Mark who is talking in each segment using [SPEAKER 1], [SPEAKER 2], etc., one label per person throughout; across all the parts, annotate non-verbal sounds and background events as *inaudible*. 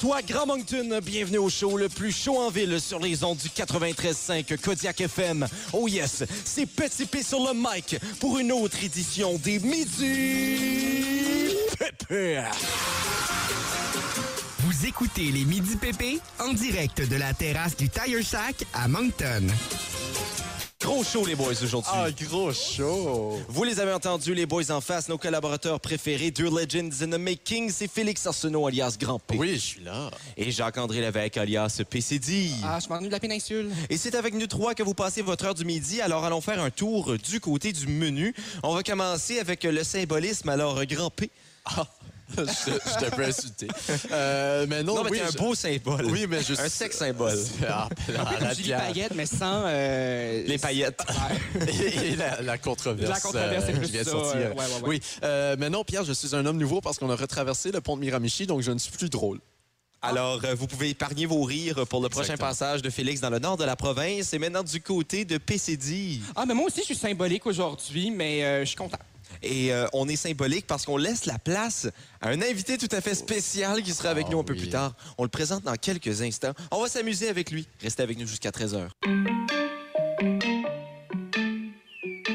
[SPEAKER 1] toi, Grand Moncton. Bienvenue au show le plus chaud en ville sur les ondes du 93.5 Kodiak FM. Oh yes, c'est Petit P sur le mic pour une autre édition des Midi Pépé.
[SPEAKER 2] Vous écoutez les Midi PP en direct de la terrasse du Tire Shack à Moncton.
[SPEAKER 1] Gros show, les boys, aujourd'hui.
[SPEAKER 3] Ah, gros show!
[SPEAKER 1] Vous les avez entendus, les boys en face, nos collaborateurs préférés, Deux Legends in the Making, c'est Félix Arsenault alias Grand P.
[SPEAKER 3] Oui, je suis là.
[SPEAKER 1] Et Jacques-André Lévesque alias PCD.
[SPEAKER 4] Ah, je m'ennuie de la péninsule.
[SPEAKER 1] Et c'est avec nous trois que vous passez votre heure du midi, alors allons faire un tour du côté du menu. On va commencer avec le symbolisme, alors Grand P.
[SPEAKER 3] Ah, je, je t'ai un peu insulté. Euh, mais non,
[SPEAKER 1] Non, mais
[SPEAKER 3] oui,
[SPEAKER 1] t'es un
[SPEAKER 3] je-
[SPEAKER 1] beau symbole.
[SPEAKER 3] Oui, mais je
[SPEAKER 1] Un
[SPEAKER 3] suis-
[SPEAKER 1] sexe symbole.
[SPEAKER 3] *laughs* Ah, ben, arrête,
[SPEAKER 4] J'ai les
[SPEAKER 3] Pierre.
[SPEAKER 4] paillettes, mais sans. euh,
[SPEAKER 1] Les paillettes.
[SPEAKER 3] *laughs* et et la, la controverse,
[SPEAKER 4] La controverse, c'est plus
[SPEAKER 3] qui vient de
[SPEAKER 4] ça,
[SPEAKER 3] sortir.
[SPEAKER 4] euh, ouais, ouais, ouais.
[SPEAKER 3] Oui, Euh, mais non, Pierre, je suis un homme nouveau parce qu'on a retraversé le pont de Miramichi, donc je ne suis plus drôle.
[SPEAKER 1] *laughs* Alors, euh, vous pouvez épargner vos rires pour le prochain
[SPEAKER 3] Exactement.
[SPEAKER 1] passage de Félix dans le nord de la province et maintenant du côté de PCD.
[SPEAKER 4] Ah, mais moi aussi, je suis symbolique aujourd'hui, mais euh, je suis content.
[SPEAKER 1] Et euh, on est symbolique parce qu'on laisse la place à un invité tout à fait spécial qui sera avec
[SPEAKER 3] Ah
[SPEAKER 1] nous un peu
[SPEAKER 3] oui.
[SPEAKER 1] plus tard. On le présente dans quelques instants. On va s'amuser avec lui. Restez avec nous jusqu'à 13h.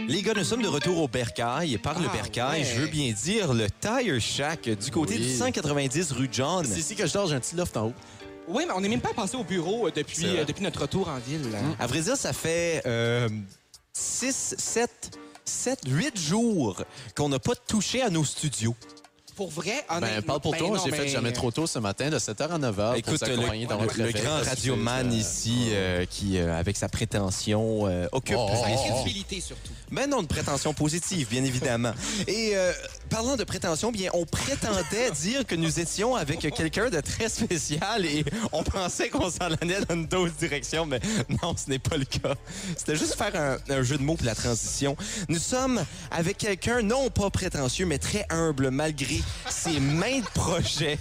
[SPEAKER 1] Les gars, nous sommes de retour au Bercail. Et par le
[SPEAKER 4] Ah
[SPEAKER 1] Bercail,
[SPEAKER 4] ouais.
[SPEAKER 1] je veux bien dire le Tire Shack du côté
[SPEAKER 3] Oui.
[SPEAKER 1] du 190 rue John.
[SPEAKER 3] C'est ici que je dors, j'ai un petit loft en haut.
[SPEAKER 4] Oui, mais on n'est même pas passé au bureau euh, depuis,
[SPEAKER 3] C'est vrai. Mm.
[SPEAKER 4] euh, depuis notre retour en ville.
[SPEAKER 1] À vrai dire, ça fait euh, 6, 7, 7, 8 jours qu'on n'a pas touché à nos studios.
[SPEAKER 4] Pour vrai, honnêtement.
[SPEAKER 3] Ben, parle pour
[SPEAKER 4] ben
[SPEAKER 3] toi,
[SPEAKER 4] non,
[SPEAKER 3] j'ai fait
[SPEAKER 4] mais-
[SPEAKER 3] jamais trop tôt ce matin, de 7h à 9h.
[SPEAKER 1] Écoute, le, le- le grand radioman ici, euh, qui, euh, avec sa prétention, euh, occupe...
[SPEAKER 3] Oh, oh,
[SPEAKER 4] La
[SPEAKER 3] oh.
[SPEAKER 4] crédibilité, surtout.
[SPEAKER 1] Ben non, de prétention positive, bien évidemment. Et euh, parlant de prétention, bien, on prétendait dire que nous étions avec quelqu'un de très spécial et on pensait qu'on s'en allait dans une autre direction, mais non, ce n'est pas le cas. C'était juste faire un, un jeu de mots pour la transition. Nous sommes avec quelqu'un, non pas prétentieux, mais très humble, malgré ses mains de projets.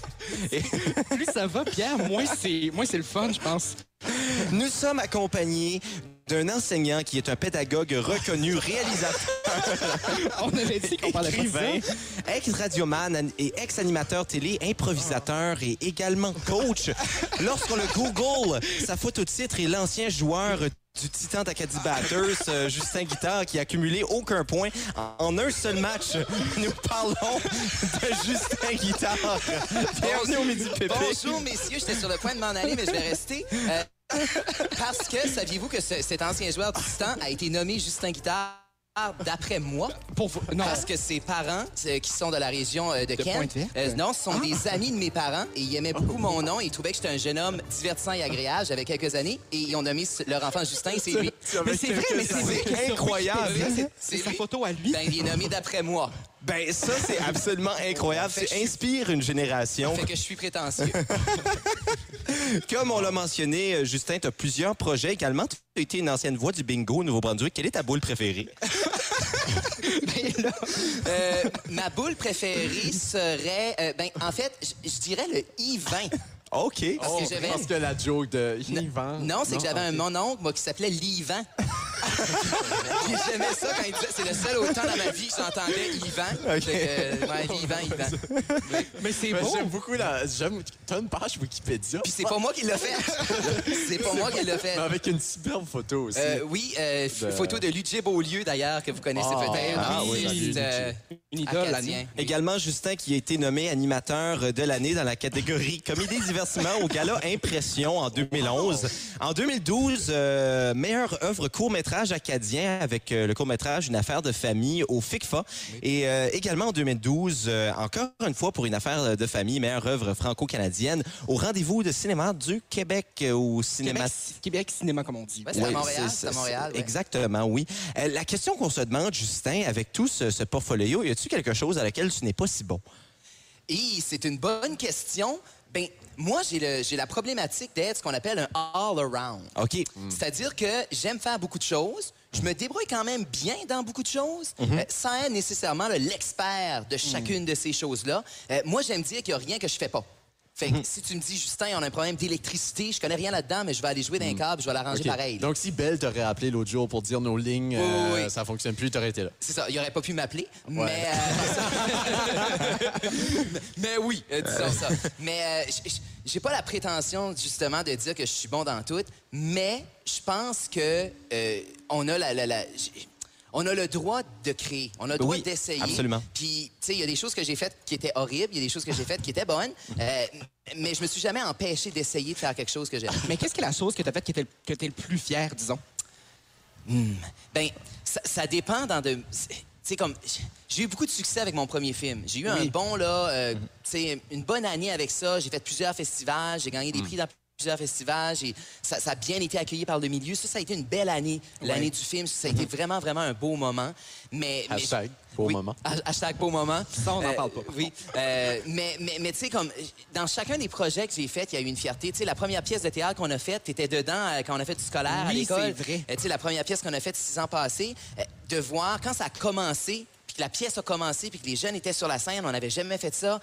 [SPEAKER 1] Et-
[SPEAKER 4] Plus ça va, Pierre, moins c'est moins c'est le fun, je pense.
[SPEAKER 1] Nous sommes accompagnés d'un enseignant qui est un pédagogue
[SPEAKER 4] *laughs*
[SPEAKER 1] reconnu, réalisateur,
[SPEAKER 4] On avait dit qu'on parlait pas de ça.
[SPEAKER 1] écrivain, ex-radioman an- et ex-animateur télé, improvisateur et également coach. Lorsqu'on le Google, sa photo de titre est l'ancien joueur du Titan d'Acadie Batters, euh, Justin Guitard, qui a cumulé aucun point en un seul match. Nous parlons de Justin Guitard. Bienvenue au Midi Pépé.
[SPEAKER 5] Bonjour, messieurs. J'étais sur le point de m'en aller, mais je vais rester. Euh, parce que, saviez-vous que ce- cet ancien joueur du Titan a été nommé Justin Guitard d'après moi?
[SPEAKER 4] Pour vous. Non.
[SPEAKER 5] Parce que ses parents, euh, qui sont de la région euh, de, Kent,
[SPEAKER 4] Pointe-Verte? Ah.
[SPEAKER 5] euh, non, ce sont des amis de mes parents et ils aimaient beaucoup mon nom. Ils trouvaient que j'étais un jeune homme divertissant et agréable. J'avais quelques années et ils ont nommé s- leur enfant Justin et c'est lui.
[SPEAKER 4] Mais c'est vrai, mais c'est vrai. que sur
[SPEAKER 1] incroyable.
[SPEAKER 4] Wikipédia, c'est-
[SPEAKER 5] C'est
[SPEAKER 4] C'est sa
[SPEAKER 5] lui.
[SPEAKER 4] photo à lui.
[SPEAKER 5] Ben, il est nommé d'après moi.
[SPEAKER 1] Ben ça, *laughs* c'est absolument incroyable.
[SPEAKER 5] Fait que
[SPEAKER 1] Ça
[SPEAKER 5] je suis-
[SPEAKER 1] inspire une génération.
[SPEAKER 5] Fait que je suis prétentieux.
[SPEAKER 1] Comme on l'a mentionné, euh, Justin, tu as plusieurs projets également. Tu as été une ancienne voix du bingo au Nouveau-Brunswick. Quelle est ta boule préférée?
[SPEAKER 5] Euh, ma boule préférée serait, euh, ben, en fait, je- je dirais le I-20.
[SPEAKER 1] *laughs* OK.
[SPEAKER 5] Parce que
[SPEAKER 3] Oh,
[SPEAKER 5] j'avais-
[SPEAKER 3] parce que la joke de Yvan.
[SPEAKER 5] Non, c'est que j'avais un
[SPEAKER 3] ok.
[SPEAKER 5] mononcle, moi, qui s'appelait Livan. *laughs* Puis J'aimais ça quand il disait. C'est le seul autant dans ma vie que j'entendais Livan. Fait que, euh, ouais, Livan, Livan.
[SPEAKER 4] Mais c'est
[SPEAKER 3] Mais
[SPEAKER 4] beau.
[SPEAKER 3] J'aime beaucoup la. J'aime. T'as une page Wikipédia.
[SPEAKER 5] Puis c'est pas moi qui l'a fait.
[SPEAKER 3] *laughs*
[SPEAKER 5] C'est pas moi qui l'a fait.
[SPEAKER 3] Mais avec une superbe photo aussi.
[SPEAKER 5] Euh, oui, euh, f-
[SPEAKER 3] De-
[SPEAKER 5] photo de Ludger Beaulieu, d'ailleurs, que vous connaissez
[SPEAKER 3] Ben. Ah,
[SPEAKER 5] peut-être.
[SPEAKER 3] ah oui, salut,
[SPEAKER 5] Artiste, euh,
[SPEAKER 4] Une idole, la
[SPEAKER 5] acadien.
[SPEAKER 1] Également, Justin qui a été nommé animateur de l'année dans la catégorie *laughs* Comédie et divertissement au Gala Impression en 2011. En 2012, euh, meilleure œuvre court-métrage acadien avec euh, le court-métrage Une affaire de famille au FICFA. Et euh, également en 2012, euh, encore une fois pour Une affaire de famille, meilleure œuvre franco-canadienne au rendez-vous de cinéma du Québec euh, au cinéma.
[SPEAKER 4] Québec, Québec Cinéma, comme on dit.
[SPEAKER 5] Ouais, c'est à
[SPEAKER 1] Oui,
[SPEAKER 5] Montréal, c'est à Montréal, ouais.
[SPEAKER 1] Exactement, oui. Euh, la question qu'on se demande, Justin, avec tout ce, ce portfolio, y a-tu quelque chose à laquelle tu n'es pas si bon?
[SPEAKER 5] Et c'est une bonne question. Ben, moi, j'ai le- j'ai la problématique d'être ce qu'on appelle un all-around.
[SPEAKER 1] OK.
[SPEAKER 5] Mm. C'est-à-dire que j'aime faire beaucoup de choses. Je me débrouille quand même bien dans beaucoup de choses, euh, sans être nécessairement là, l'expert de chacune de ces choses-là. Euh, moi, j'aime dire qu'il n'y a rien que je fais pas. Fait que si tu me dis, Justin, on a un problème d'électricité, je connais rien là-dedans, mais je vais aller jouer d'un câble, je vais l'arranger
[SPEAKER 3] OK.
[SPEAKER 5] pareil. là.
[SPEAKER 3] Donc, si Belle t'aurait appelé l'autre jour pour dire nos lignes, euh,
[SPEAKER 5] Oui, oui.
[SPEAKER 3] ça fonctionne plus, t'aurais été là.
[SPEAKER 5] C'est ça, il aurait pas pu m'appeler, mais...
[SPEAKER 1] *laughs*
[SPEAKER 5] euh, mais oui, euh, disons ça. Mais euh, j- j- j'ai pas la prétention, justement, de dire que je suis bon dans tout, mais je pense que euh, on a la... la- la- j- on a le droit de créer, on a le droit
[SPEAKER 1] Oui,
[SPEAKER 5] d'essayer.
[SPEAKER 1] absolument.
[SPEAKER 5] Puis, tu sais, il y a des choses que j'ai faites qui étaient horribles, il y a des choses que j'ai faites qui étaient bonnes, euh, mais je me suis jamais empêché d'essayer de faire quelque chose que j'aime.
[SPEAKER 4] Mais qu'est-ce que la chose que t'as faite qui était le- que t'es le plus fier, disons?
[SPEAKER 5] Ben, ça, ça dépend dans de. Tu sais, comme. J'ai eu beaucoup de succès avec mon premier film. J'ai eu un bon, là, euh,
[SPEAKER 4] Mhm.
[SPEAKER 5] tu sais, une bonne année avec ça. J'ai fait plusieurs festivals, j'ai
[SPEAKER 4] Mhm.
[SPEAKER 5] gagné des prix dans plusieurs festivals. J'ai- Ça, ça a bien été accueilli par le milieu. Ça, ça a été une belle année, l'année du film. Ça
[SPEAKER 4] Mhm.
[SPEAKER 5] a été vraiment, vraiment un beau moment. Mais, mais-
[SPEAKER 3] Hashtag beau
[SPEAKER 5] Oui.
[SPEAKER 3] moment.
[SPEAKER 5] Ha- Hashtag beau moment.
[SPEAKER 4] Ça, on n'en parle pas.
[SPEAKER 5] Oui. Euh, mais mais, mais tu sais, comme dans chacun des projets que j'ai faits, il y a eu une fierté. Tu sais, la première pièce de théâtre qu'on a faite, tu étais dedans euh, quand on a fait du scolaire à
[SPEAKER 4] Oui,
[SPEAKER 5] l'école.
[SPEAKER 4] c'est vrai.
[SPEAKER 5] Euh, tu sais, la première pièce qu'on a faite six ans passés, euh, de voir quand ça a commencé, puis que la pièce a commencé, puis que les jeunes étaient sur la scène, on n'avait jamais fait ça.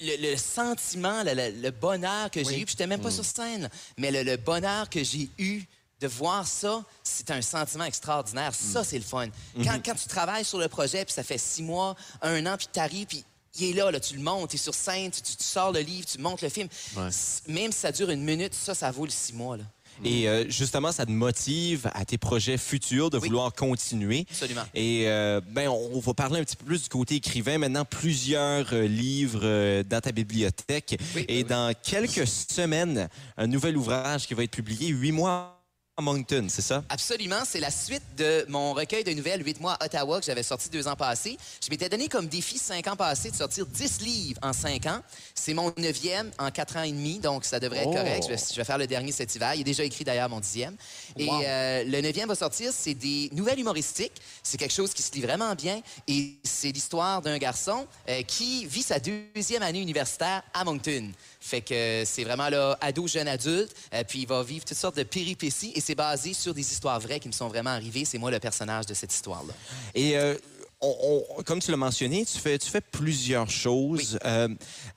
[SPEAKER 5] Le, le sentiment, le, le- le bonheur que j'ai eu, puis j'étais même pas sur scène, mais le, le bonheur que j'ai eu de voir ça, c'est un sentiment extraordinaire. Ça, c'est le fun. Quand, quand tu travailles sur le projet, puis ça fait six mois, un an, puis t'arrives, puis il est là, là, tu le montes, tu es sur scène, tu, tu- tu sors le livre, tu montes le film.
[SPEAKER 3] Ouais.
[SPEAKER 5] S- Même si ça dure une minute, ça, ça vaut le six mois. Là.
[SPEAKER 1] Et euh, justement, ça te motive à tes projets futurs de
[SPEAKER 5] Oui.
[SPEAKER 1] vouloir continuer.
[SPEAKER 5] Absolument.
[SPEAKER 1] Et euh, ben, on va parler un petit peu plus du côté écrivain. Maintenant, plusieurs euh, livres euh, dans ta bibliothèque.
[SPEAKER 5] Oui,
[SPEAKER 1] et
[SPEAKER 5] ben
[SPEAKER 1] dans quelques semaines, un nouvel ouvrage qui va être publié, Huit mois à Moncton, c'est ça?
[SPEAKER 5] Absolument. C'est la suite de mon recueil de nouvelles 8 mois à Ottawa que j'avais sorti deux ans passés. Je m'étais donné comme défi cinq ans passés de sortir 10 livres en cinq ans. C'est mon neuvième en quatre ans et demi, donc ça devrait être
[SPEAKER 3] Oh.
[SPEAKER 5] correct. Je vais, je vais faire le dernier cet hiver. Il est déjà écrit d'ailleurs mon dixième. Et
[SPEAKER 4] Wow.
[SPEAKER 5] euh, le neuvième va sortir, c'est des nouvelles humoristiques. C'est quelque chose qui se lit vraiment bien. Et c'est l'histoire d'un garçon euh, qui vit sa deuxième année universitaire à Moncton. Fait que euh, c'est vraiment là, ado, jeune adulte. euh, puis il va vivre toutes sortes de péripéties. Et c'est basé sur des histoires vraies qui me sont vraiment arrivées. C'est moi le personnage de cette histoire-là.
[SPEAKER 1] Et euh, on- on- comme tu l'as mentionné, tu fais, tu fais plusieurs choses. Euh,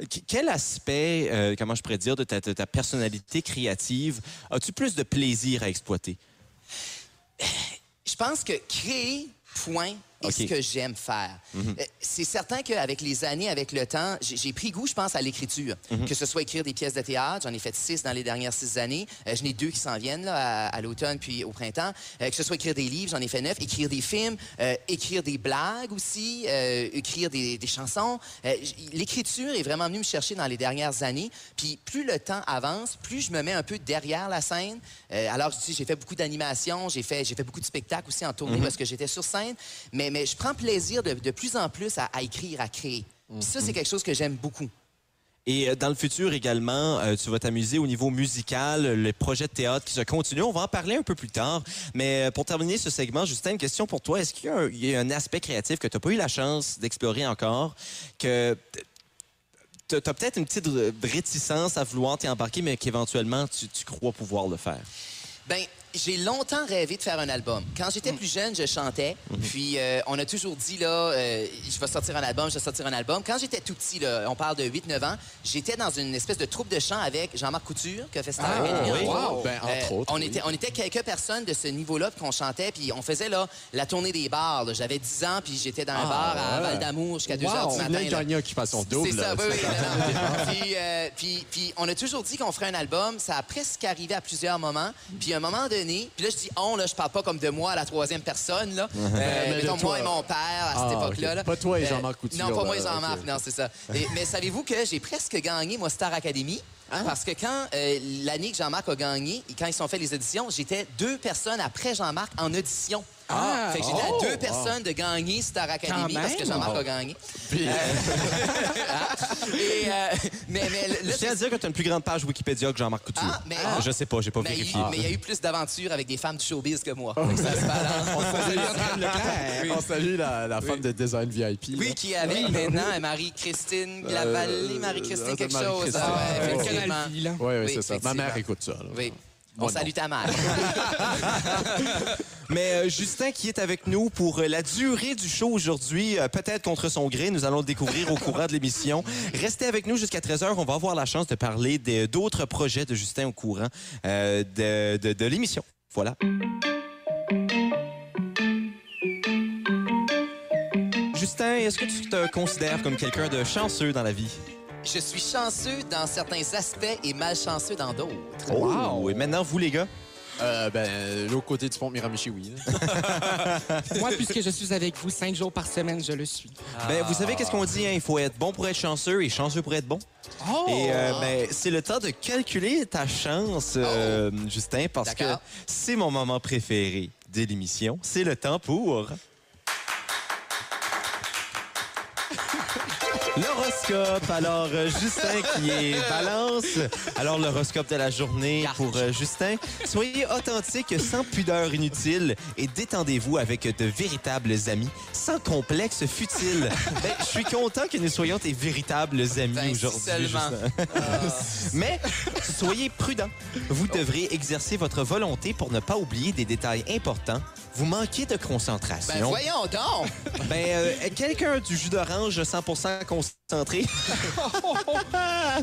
[SPEAKER 1] qu- quel aspect, euh, comment je pourrais dire, de ta, de ta personnalité créative as-tu plus de plaisir à exploiter?
[SPEAKER 5] Je pense que créer, point, est
[SPEAKER 1] OK.
[SPEAKER 5] ce que j'aime faire. Euh, C'est certain qu'avec les années, avec le temps, j'ai j'ai pris goût, je pense, à l'écriture. Que ce soit écrire des pièces de théâtre, j'en ai fait six dans les dernières six années. Euh, J'en ai deux qui s'en viennent là, à, à l'automne puis au printemps. Euh, que ce soit écrire des livres, j'en ai fait neuf. Écrire des films, euh, écrire des blagues aussi, euh, écrire des, des chansons. Euh, j- l'écriture est vraiment venue me chercher dans les dernières années. Puis plus le temps avance, plus je me mets un peu derrière la scène. Euh, alors, tu sais, j'ai fait beaucoup d'animations, j'ai fait, j'ai fait beaucoup de spectacles aussi en tournée parce que j'étais sur scène. Mais, mais je prends plaisir de, de plus en plus à, à écrire, à créer. Puis ça, c'est quelque chose que j'aime beaucoup.
[SPEAKER 1] Et euh, dans le futur également, euh, tu vas t'amuser au niveau musical, euh, les projets de théâtre qui se continuent. On va en parler un peu plus tard. Mais euh, pour terminer ce segment, Justin, une question pour toi. Est-ce qu'il y a un, il y a un aspect créatif que tu n'as pas eu la chance d'explorer encore, que tu as peut-être une petite r- réticence à vouloir t'y embarquer, mais qu'éventuellement tu, tu crois pouvoir le faire?
[SPEAKER 5] Ben, j'ai longtemps rêvé de faire un album. Quand j'étais plus jeune, je chantais.
[SPEAKER 3] Mhm.
[SPEAKER 5] Puis euh, on a toujours dit, là, euh, je vais sortir un album, je vais sortir un album. Quand j'étais tout petit, là, on parle de 8-9 ans, j'étais dans une espèce de troupe de chant avec Jean-Marc Couture, qui a fait Star Academy,
[SPEAKER 3] Ah, oui.
[SPEAKER 5] entre autres.
[SPEAKER 3] Wow. Ben, entre autres,
[SPEAKER 5] On
[SPEAKER 3] oui.
[SPEAKER 5] était, on était quelques personnes de ce niveau-là, puis qu'on chantait, puis on faisait, là, la tournée des bars. là. J'avais 10 ans, puis j'étais dans un bar à
[SPEAKER 3] Ah, ouais.
[SPEAKER 5] Val d'Amour jusqu'à 2
[SPEAKER 3] Wow.
[SPEAKER 5] heures du
[SPEAKER 3] Tu
[SPEAKER 5] matin.
[SPEAKER 3] venais de
[SPEAKER 5] là.
[SPEAKER 3] gagner Occupation Double.
[SPEAKER 5] C'est ça,
[SPEAKER 3] là.
[SPEAKER 5] oui, oui. non, non. puis, euh, puis- puis on a toujours dit qu'on ferait un album. Ça a presque arrivé à plusieurs moments. Puis à un moment donné, puis là, je dis on, là, je parle pas comme de moi à la troisième
[SPEAKER 3] *laughs*
[SPEAKER 5] personne, là. Euh,
[SPEAKER 3] mais de
[SPEAKER 5] mettons,
[SPEAKER 3] toi.
[SPEAKER 5] moi et mon père à
[SPEAKER 3] Ah,
[SPEAKER 5] cette époque-là.
[SPEAKER 3] ok.
[SPEAKER 5] là. Euh,
[SPEAKER 3] Pas toi et Jean-Marc Couture,
[SPEAKER 5] Non, pas moi et
[SPEAKER 3] là,
[SPEAKER 5] Jean-Marc,
[SPEAKER 3] ok.
[SPEAKER 5] non, c'est ça. Et- mais savez-vous que j'ai presque gagné, moi, Star Academy?
[SPEAKER 3] Ah.
[SPEAKER 5] Parce que quand euh, l'année que Jean-Marc a gagné, quand ils sont fait les auditions, j'étais deux personnes après Jean-Marc en audition.
[SPEAKER 4] Ah!
[SPEAKER 5] fait que j'étais
[SPEAKER 4] Oh!
[SPEAKER 5] à deux personnes de gagner Star Academy parce que
[SPEAKER 4] même!
[SPEAKER 5] Jean-Marc a gagné.
[SPEAKER 3] Puis,
[SPEAKER 5] Euh,
[SPEAKER 3] *laughs*
[SPEAKER 5] Et, euh, mais, mais là,
[SPEAKER 1] Je tiens à dire que tu as une plus grande page Wikipédia que Jean-Marc Couture.
[SPEAKER 5] Ah, mais-
[SPEAKER 1] Ah, Je sais pas, j'ai pas
[SPEAKER 5] Mais il
[SPEAKER 1] vérifié.
[SPEAKER 5] mais il y a eu plus d'aventures avec des femmes du showbiz que moi. Fait que ça se balance.
[SPEAKER 4] Ah. Leclerc.
[SPEAKER 3] on salue la, la femme de Design VIP. là.
[SPEAKER 5] Oui, qui est avec maintenant euh, Marie-Christine Glavallée, Marie-Christine quelque chose.
[SPEAKER 3] Marie-Christine.
[SPEAKER 5] Ah ouais,
[SPEAKER 3] Euh,
[SPEAKER 5] effectivement.
[SPEAKER 4] Canal Vie, là.
[SPEAKER 3] Oui, oui,
[SPEAKER 5] Oui,
[SPEAKER 3] c'est ça. Ma
[SPEAKER 5] effectivement.
[SPEAKER 3] mère écoute ça. là.
[SPEAKER 5] Oui. On
[SPEAKER 3] Moi, non.
[SPEAKER 5] salue ta mère.
[SPEAKER 1] Mais euh, Justin qui est avec nous pour euh, la durée du show aujourd'hui, euh, peut-être contre son gré, nous allons le découvrir au courant de l'émission. Restez avec nous jusqu'à 13h, on va avoir la chance de parler des- d'autres projets de Justin au courant euh, de, de- de l'émission. Voilà. Justin, est-ce que tu te considères comme quelqu'un de chanceux dans la vie?
[SPEAKER 5] Je suis chanceux dans certains aspects et malchanceux dans d'autres.
[SPEAKER 1] Oh. Et maintenant, vous, les gars?
[SPEAKER 3] Euh, ben, l'autre côté du pont Miramichi, oui.
[SPEAKER 4] Moi, puisque je suis avec vous cinq jours par semaine, je le suis.
[SPEAKER 1] Ben, vous savez qu'est-ce qu'on dit, hein? Il faut être bon pour être chanceux et chanceux pour être bon.
[SPEAKER 4] Oh!
[SPEAKER 1] Et euh, ben, c'est le temps de calculer ta chance, euh, Justin, parce que
[SPEAKER 5] Oh! D'accord.
[SPEAKER 1] c'est mon moment préféré de l'émission. C'est le temps pour... L'horoscope. Alors, euh, Justin qui
[SPEAKER 5] *laughs*
[SPEAKER 1] est balance. Alors, l'horoscope de la journée pour euh, Justin. Soyez authentique sans pudeur inutile et détendez-vous avec de véritables amis, sans complexe futile.
[SPEAKER 5] *laughs*
[SPEAKER 1] Ben, je suis content que nous soyons tes véritables amis
[SPEAKER 5] Ben, si
[SPEAKER 1] aujourd'hui.
[SPEAKER 5] seulement. Ah.
[SPEAKER 1] Justin. Mais soyez prudent. Vous devrez exercer votre volonté pour ne pas oublier des détails importants. Vous manquez de concentration.
[SPEAKER 5] Ben voyons donc!
[SPEAKER 1] Ben, euh, quelqu'un du jus d'orange 100% concentré.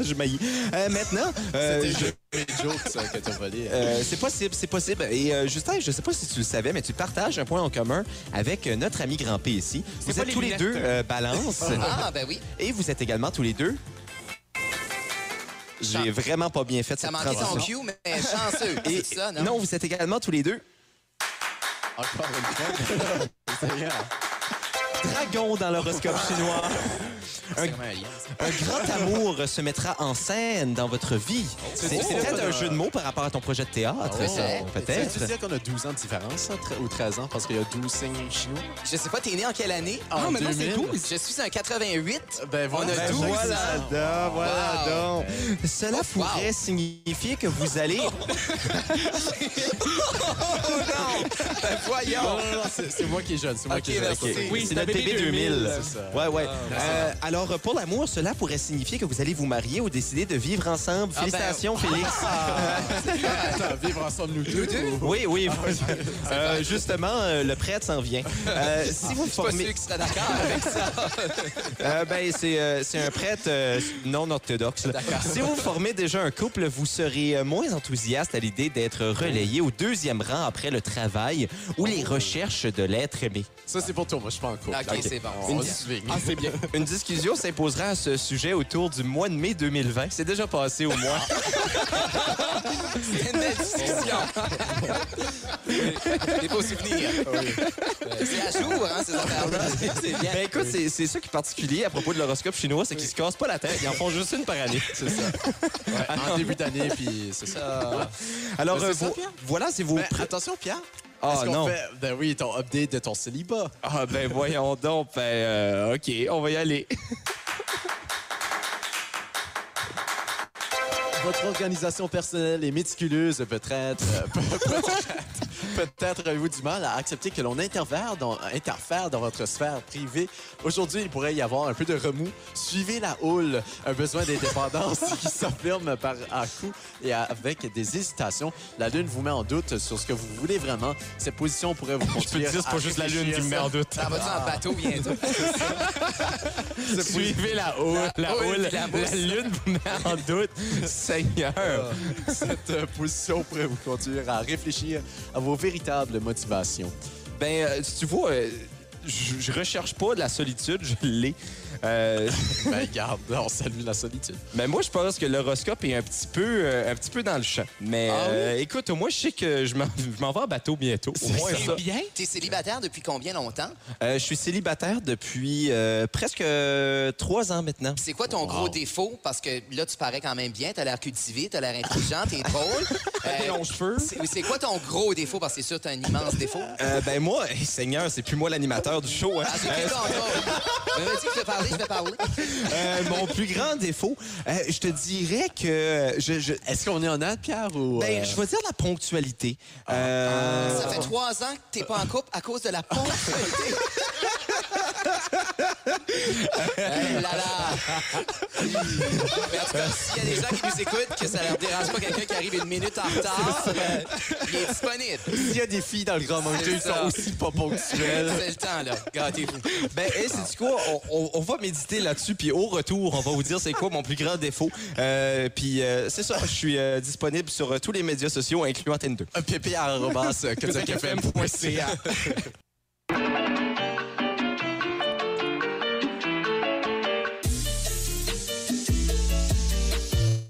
[SPEAKER 1] je maillis. Euh, maintenant, euh,
[SPEAKER 3] C'était
[SPEAKER 1] je-
[SPEAKER 3] juste mes jokes ça, que t'as volé.
[SPEAKER 1] euh, c'est possible, c'est possible. Et euh, Justin, je sais pas si tu le savais, mais tu partages un point en commun avec euh, notre ami Grand P ici.
[SPEAKER 4] C'est
[SPEAKER 1] Vous
[SPEAKER 4] pas
[SPEAKER 1] êtes
[SPEAKER 4] les
[SPEAKER 1] tous les
[SPEAKER 4] lunettes.
[SPEAKER 1] deux euh, balance
[SPEAKER 5] Ah, ben oui.
[SPEAKER 1] et vous êtes également tous les deux. J'ai vraiment pas bien fait
[SPEAKER 5] Ça
[SPEAKER 1] cette
[SPEAKER 5] manquait ton
[SPEAKER 1] transition.
[SPEAKER 5] cue, mais chanceux.
[SPEAKER 1] Et-
[SPEAKER 5] C'est ça, non?
[SPEAKER 1] non, vous êtes également tous les deux
[SPEAKER 3] Encore une fois.
[SPEAKER 5] *laughs* hein.
[SPEAKER 3] Seigneur.
[SPEAKER 1] dragons dans l'horoscope chinois.
[SPEAKER 5] C'est vraiment un lien.
[SPEAKER 1] Un grand amour se mettra en scène dans votre vie. C'est
[SPEAKER 3] beau.
[SPEAKER 1] c'est peut-être un jeu de mots par rapport à ton projet de théâtre.
[SPEAKER 5] Oh.
[SPEAKER 1] ça,
[SPEAKER 3] Peut-être.
[SPEAKER 1] Peut-être.
[SPEAKER 3] Tu dire qu'on a 12 ans de différence, ça, tre- ou 13 ans, parce qu'il y a 12 signes chinois.
[SPEAKER 5] Je sais pas, t'es né en quelle année?
[SPEAKER 4] Ah, maintenant, c'est
[SPEAKER 3] 2000.
[SPEAKER 4] 12.
[SPEAKER 5] Je suis un 88.
[SPEAKER 3] Ben
[SPEAKER 5] On a
[SPEAKER 1] Ben,
[SPEAKER 5] 12
[SPEAKER 1] voilà donc, voilà donc. Cela
[SPEAKER 5] Oh, wow.
[SPEAKER 1] pourrait signifier que vous
[SPEAKER 5] *laughs*
[SPEAKER 1] allez...
[SPEAKER 5] Ben voyons!
[SPEAKER 3] Non, non, non, c'est c'est moi qui est jeune. C'est moi
[SPEAKER 5] Ok,
[SPEAKER 3] qui est jeune.
[SPEAKER 5] merci.
[SPEAKER 3] Ok.
[SPEAKER 4] Oui,
[SPEAKER 1] c'est
[SPEAKER 4] c'est
[SPEAKER 1] notre
[SPEAKER 4] bébé
[SPEAKER 1] bébé 2000.
[SPEAKER 4] 2000.
[SPEAKER 3] C'est ça.
[SPEAKER 1] Ouais, ouais.
[SPEAKER 5] Ah,
[SPEAKER 1] Euh, alors, pour l'amour, cela pourrait signifier que vous allez vous marier ou décider de vivre ensemble.
[SPEAKER 5] ben,
[SPEAKER 1] Félicitations,
[SPEAKER 5] *laughs*
[SPEAKER 1] Félix.
[SPEAKER 3] Attends, vivre ensemble, nous deux. ou-
[SPEAKER 1] Oui, oui.
[SPEAKER 5] Ah,
[SPEAKER 1] *laughs* Euh, justement, euh, le prêtre s'en vient. Euh, si vous
[SPEAKER 5] Ah, Pas
[SPEAKER 1] formez...
[SPEAKER 5] sûr qui serait d'accord avec ça.
[SPEAKER 1] Euh, ben, c'est euh, c'est un prêtre euh, non orthodoxe. là. Si vous formez déjà un couple, vous serez euh, moins enthousiaste à l'idée d'être relayé au deuxième rang après le travail ou les recherches de l'être aimé.
[SPEAKER 3] Ça, c'est pour toi. Moi, je suis pas en couple.
[SPEAKER 5] Ok, c'est bon.
[SPEAKER 3] On
[SPEAKER 5] C'est
[SPEAKER 3] se swing.
[SPEAKER 4] Ah, c'est bien.
[SPEAKER 1] Une discussion s'imposera à ce sujet autour du mois de mai 2020. C'est déjà passé au mois.
[SPEAKER 5] C'est une belle discussion. Des beaux
[SPEAKER 3] *laughs*
[SPEAKER 5] souvenirs. C'est à jour, hein, ces affaires-là. C'est bien.
[SPEAKER 1] *laughs* Ben écoute, c'est- c'est ça qui est particulier à propos de l'horoscope chinois, c'est qu'ils se cassent pas la tête. Ils en font juste une par *laughs* année.
[SPEAKER 3] C'est ça. Ouais, en début d'année, puis c'est ça. Ouais.
[SPEAKER 1] Alors,
[SPEAKER 3] Ben, c'est
[SPEAKER 1] euh,
[SPEAKER 3] ça,
[SPEAKER 1] vos-
[SPEAKER 3] Pierre?
[SPEAKER 1] voilà, c'est vos...
[SPEAKER 3] Ben,
[SPEAKER 1] pré-
[SPEAKER 3] attention, Pierre.
[SPEAKER 1] Ah
[SPEAKER 3] Est-ce qu'on
[SPEAKER 1] non.
[SPEAKER 3] Fait, ben oui, ton update de ton célibat.
[SPEAKER 1] Ah ben voyons donc, ben euh, ok, on va y *laughs* aller.
[SPEAKER 3] Votre organisation personnelle est méticuleuse, peut-être. euh, *laughs* peut- peut-être. Peut-être avez-vous du mal à accepter que l'on interfère dans, interfère dans votre sphère privée. Aujourd'hui, il pourrait y avoir un peu de remous. Suivez la houle. Un besoin d'indépendance *laughs* qui s'affirme par à coup et avec des hésitations. La Lune vous met en doute sur ce que vous voulez vraiment. Cette position pourrait vous conduire à
[SPEAKER 1] Ah,
[SPEAKER 3] réfléchir sans-
[SPEAKER 1] doute.
[SPEAKER 5] Ça va-tu en bateau bientôt?
[SPEAKER 1] Suivez la houle, la,
[SPEAKER 5] houle,
[SPEAKER 1] houle, la,
[SPEAKER 5] la mousse.
[SPEAKER 1] lune vous met en doute. Seigneur.
[SPEAKER 3] Cette euh, position pourrait vous conduire à réfléchir à vos véritables motivations.
[SPEAKER 1] Ben, euh, tu vois, euh, je je recherche pas de la solitude, je l'ai. *laughs* Euh,
[SPEAKER 3] Ben, garde, on salue la solitude.
[SPEAKER 1] mais moi, je pense que l'horoscope est un petit peu, euh, un petit peu dans le champ. Mais
[SPEAKER 3] Ah oui?
[SPEAKER 1] euh, écoute, moi, je sais que je m'en je m'en vais en bateau bientôt. Au moins ça.
[SPEAKER 4] C'est bien.
[SPEAKER 5] T'es célibataire depuis combien longtemps?
[SPEAKER 1] Euh, je suis célibataire depuis euh, presque euh, trois ans maintenant.
[SPEAKER 5] C'est quoi ton gros
[SPEAKER 3] Wow.
[SPEAKER 5] défaut? Parce que là, tu parais quand même bien. T'as l'air cultivé, t'as l'air intelligent, t'es drôle.
[SPEAKER 1] Tes
[SPEAKER 5] Euh,
[SPEAKER 1] longs cheveux.
[SPEAKER 5] c'est- c'est quoi ton gros défaut? Parce que c'est sûr, t'as un immense défaut.
[SPEAKER 1] Euh, ben moi, *laughs* hey, Seigneur, c'est plus moi l'animateur du show. hein.
[SPEAKER 5] Ah, c'est quoi ton gros? Me dis que je vais parler, je vais parler.
[SPEAKER 1] Euh, mon plus grand défaut, euh, je te dirais que je, je-
[SPEAKER 3] Est-ce qu'on est en hâte, Pierre, ou...
[SPEAKER 1] ben, je vais dire la ponctualité.
[SPEAKER 5] Ah.
[SPEAKER 1] Euh,
[SPEAKER 5] Ça fait trois ans que t'es pas en couple à cause de la ponctualité. Hey, là, là. Mais en tout cas, s'il y a des gens qui nous écoutent, que ça leur dérange pas quelqu'un qui arrive une minute en retard, euh, il est disponible.
[SPEAKER 3] S'il y a des filles dans le grand monde,
[SPEAKER 5] C'est
[SPEAKER 3] ils
[SPEAKER 5] ça.
[SPEAKER 3] sont aussi pas ponctuels.
[SPEAKER 5] C'est le temps, là. Gâtez-vous.
[SPEAKER 1] Ben, hey, c'est quoi? On, on- on va méditer là-dessus, puis au retour, on va vous dire c'est quoi mon plus grand défaut. Euh, puis euh, c'est ça, je suis euh, disponible sur euh, tous les médias sociaux, incluant Tinder.
[SPEAKER 3] Un pépé à la romance, euh,
[SPEAKER 1] *laughs*
[SPEAKER 3] kodiakfm.ca.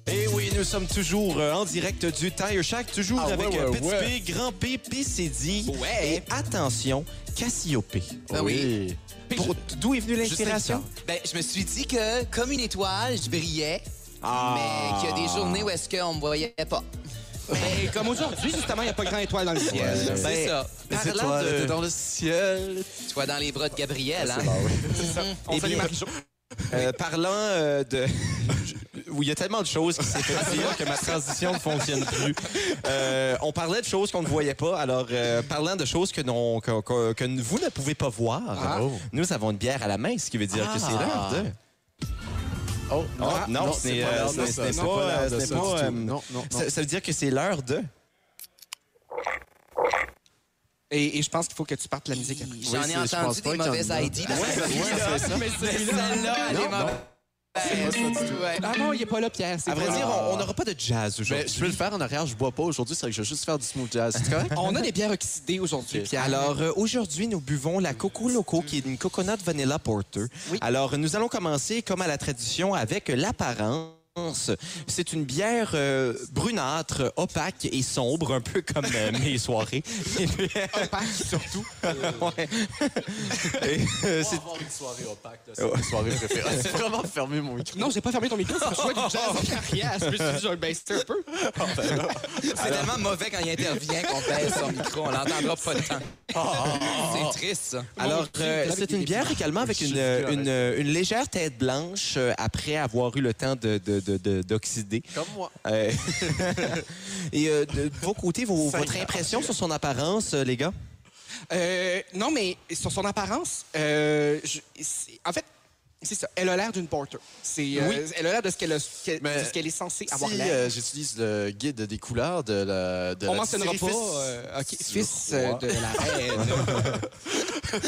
[SPEAKER 1] Et Eh oui, nous sommes toujours euh, en direct du Tire Shack, toujours
[SPEAKER 3] Ah ouais,
[SPEAKER 1] avec euh,
[SPEAKER 3] ouais,
[SPEAKER 1] Petit
[SPEAKER 3] ouais.
[SPEAKER 1] P, Grand P, PCD.
[SPEAKER 5] Ouais.
[SPEAKER 1] Et attention, Cassiope.
[SPEAKER 5] Ben oui.
[SPEAKER 1] Pour- D'où est venue l'inspiration?
[SPEAKER 5] Ben, je me suis dit que, comme une étoile, je brillais,
[SPEAKER 3] Ah.
[SPEAKER 5] mais qu'il y a des journées où est-ce qu'on me voyait pas.
[SPEAKER 3] Euh,
[SPEAKER 4] Et comme aujourd'hui, justement, il n'y a pas grand étoile dans le ciel.
[SPEAKER 5] C'est
[SPEAKER 1] Ben,
[SPEAKER 5] ça.
[SPEAKER 1] parlant
[SPEAKER 3] Les étoiles euh, Ah,
[SPEAKER 1] de-
[SPEAKER 3] étaient dans le ciel.
[SPEAKER 5] Toi, dans les bras de Gabriel, hein?
[SPEAKER 4] On salue
[SPEAKER 1] Eh bien-
[SPEAKER 4] Marie-Jo.
[SPEAKER 1] Euh, parlant euh, de... *laughs* où il y a tellement de choses qui s'est fait dire que ma transition ne fonctionne plus. Euh, on parlait de choses qu'on ne voyait pas. Alors, euh, parlant de choses que, non, que, que- que vous ne pouvez pas voir, Ah. nous avons une bière à la main, ce qui veut dire que c'est l'heure de...
[SPEAKER 3] Oh, non,
[SPEAKER 1] Ah, non, ce n'est, euh,
[SPEAKER 3] l'heure
[SPEAKER 1] ce
[SPEAKER 3] de
[SPEAKER 1] n'est-
[SPEAKER 3] ça,
[SPEAKER 1] ce n'est
[SPEAKER 3] c'est
[SPEAKER 1] pas,
[SPEAKER 3] l'heure
[SPEAKER 1] euh, ce
[SPEAKER 3] de
[SPEAKER 1] n'est
[SPEAKER 3] ça
[SPEAKER 1] pas,
[SPEAKER 3] du tout.
[SPEAKER 1] euh,
[SPEAKER 3] Non, non, non.
[SPEAKER 1] Ça, ça veut dire que c'est l'heure de...
[SPEAKER 4] Et, et je pense qu'il faut que tu partes la musique après.
[SPEAKER 5] J'en
[SPEAKER 3] c'est-
[SPEAKER 5] ai
[SPEAKER 3] je pense
[SPEAKER 5] entendu
[SPEAKER 3] pas
[SPEAKER 5] des
[SPEAKER 3] qu'il y en
[SPEAKER 5] mauvaises
[SPEAKER 3] a.
[SPEAKER 5] ID dans ce
[SPEAKER 4] Ouais, mais celui-là-
[SPEAKER 5] Celle-là, elle est mauvaise. Ouais.
[SPEAKER 4] Ah non, il n'est pas là, Pierre. c'est
[SPEAKER 1] À vrai
[SPEAKER 4] pas-
[SPEAKER 1] dire, on on n'aura pas de jazz
[SPEAKER 3] Mais
[SPEAKER 1] aujourd'hui.
[SPEAKER 3] Ben, je peux le faire en arrière, je bois pas aujourd'hui, c'est vrai que je vais juste faire du smooth jazz. C'est correct?
[SPEAKER 4] on a des bières oxydées aujourd'hui, Pierre.
[SPEAKER 1] Alors, euh, aujourd'hui, nous buvons la Coco Loco, qui est une coconut vanilla porter. Alors, nous allons commencer, comme à la tradition, avec l'apparence. C'est une bière euh, brunâtre, opaque et sombre, un peu comme euh, mes soirées. opaque, surtout.
[SPEAKER 3] C'est avoir une soirée opaque, c'est ma soirée *laughs* préférée. J'ai vraiment fermé mon micro.
[SPEAKER 4] Non, j'ai pas fermé ton micro, parce que je jouais du jazz en carrière. Je me suis dit, je vais le baisser un peu.
[SPEAKER 5] C'est tellement mauvais quand il intervient qu'on baisse son micro. On l'entendra pas de temps. C'est triste, ça.
[SPEAKER 1] Alors, euh, c'est une bière également avec une, euh, une, euh, une légère tête blanche euh, après avoir eu le temps de- de- de- de- d'oxyder.
[SPEAKER 3] Comme moi.
[SPEAKER 1] Euh, *laughs* Et euh, de vos côtés, vos- votre impression sur son apparence, euh, les gars?
[SPEAKER 4] Euh, non, mais sur son apparence, euh, je- c'est- en fait, c'est ça. Elle a l'air d'une porter. C'est, euh, Elle a l'air de ce qu'elle, a- ce qu'elle-
[SPEAKER 3] Mais
[SPEAKER 4] de ce qu'elle est censée avoir
[SPEAKER 3] Si
[SPEAKER 4] l'air.
[SPEAKER 3] euh, j'utilise le guide des couleurs de la de
[SPEAKER 4] On
[SPEAKER 3] la
[SPEAKER 4] mentionnera pas.
[SPEAKER 3] distillerie
[SPEAKER 4] euh, ok,
[SPEAKER 3] sur
[SPEAKER 4] fils
[SPEAKER 3] roi.
[SPEAKER 4] euh, de la reine.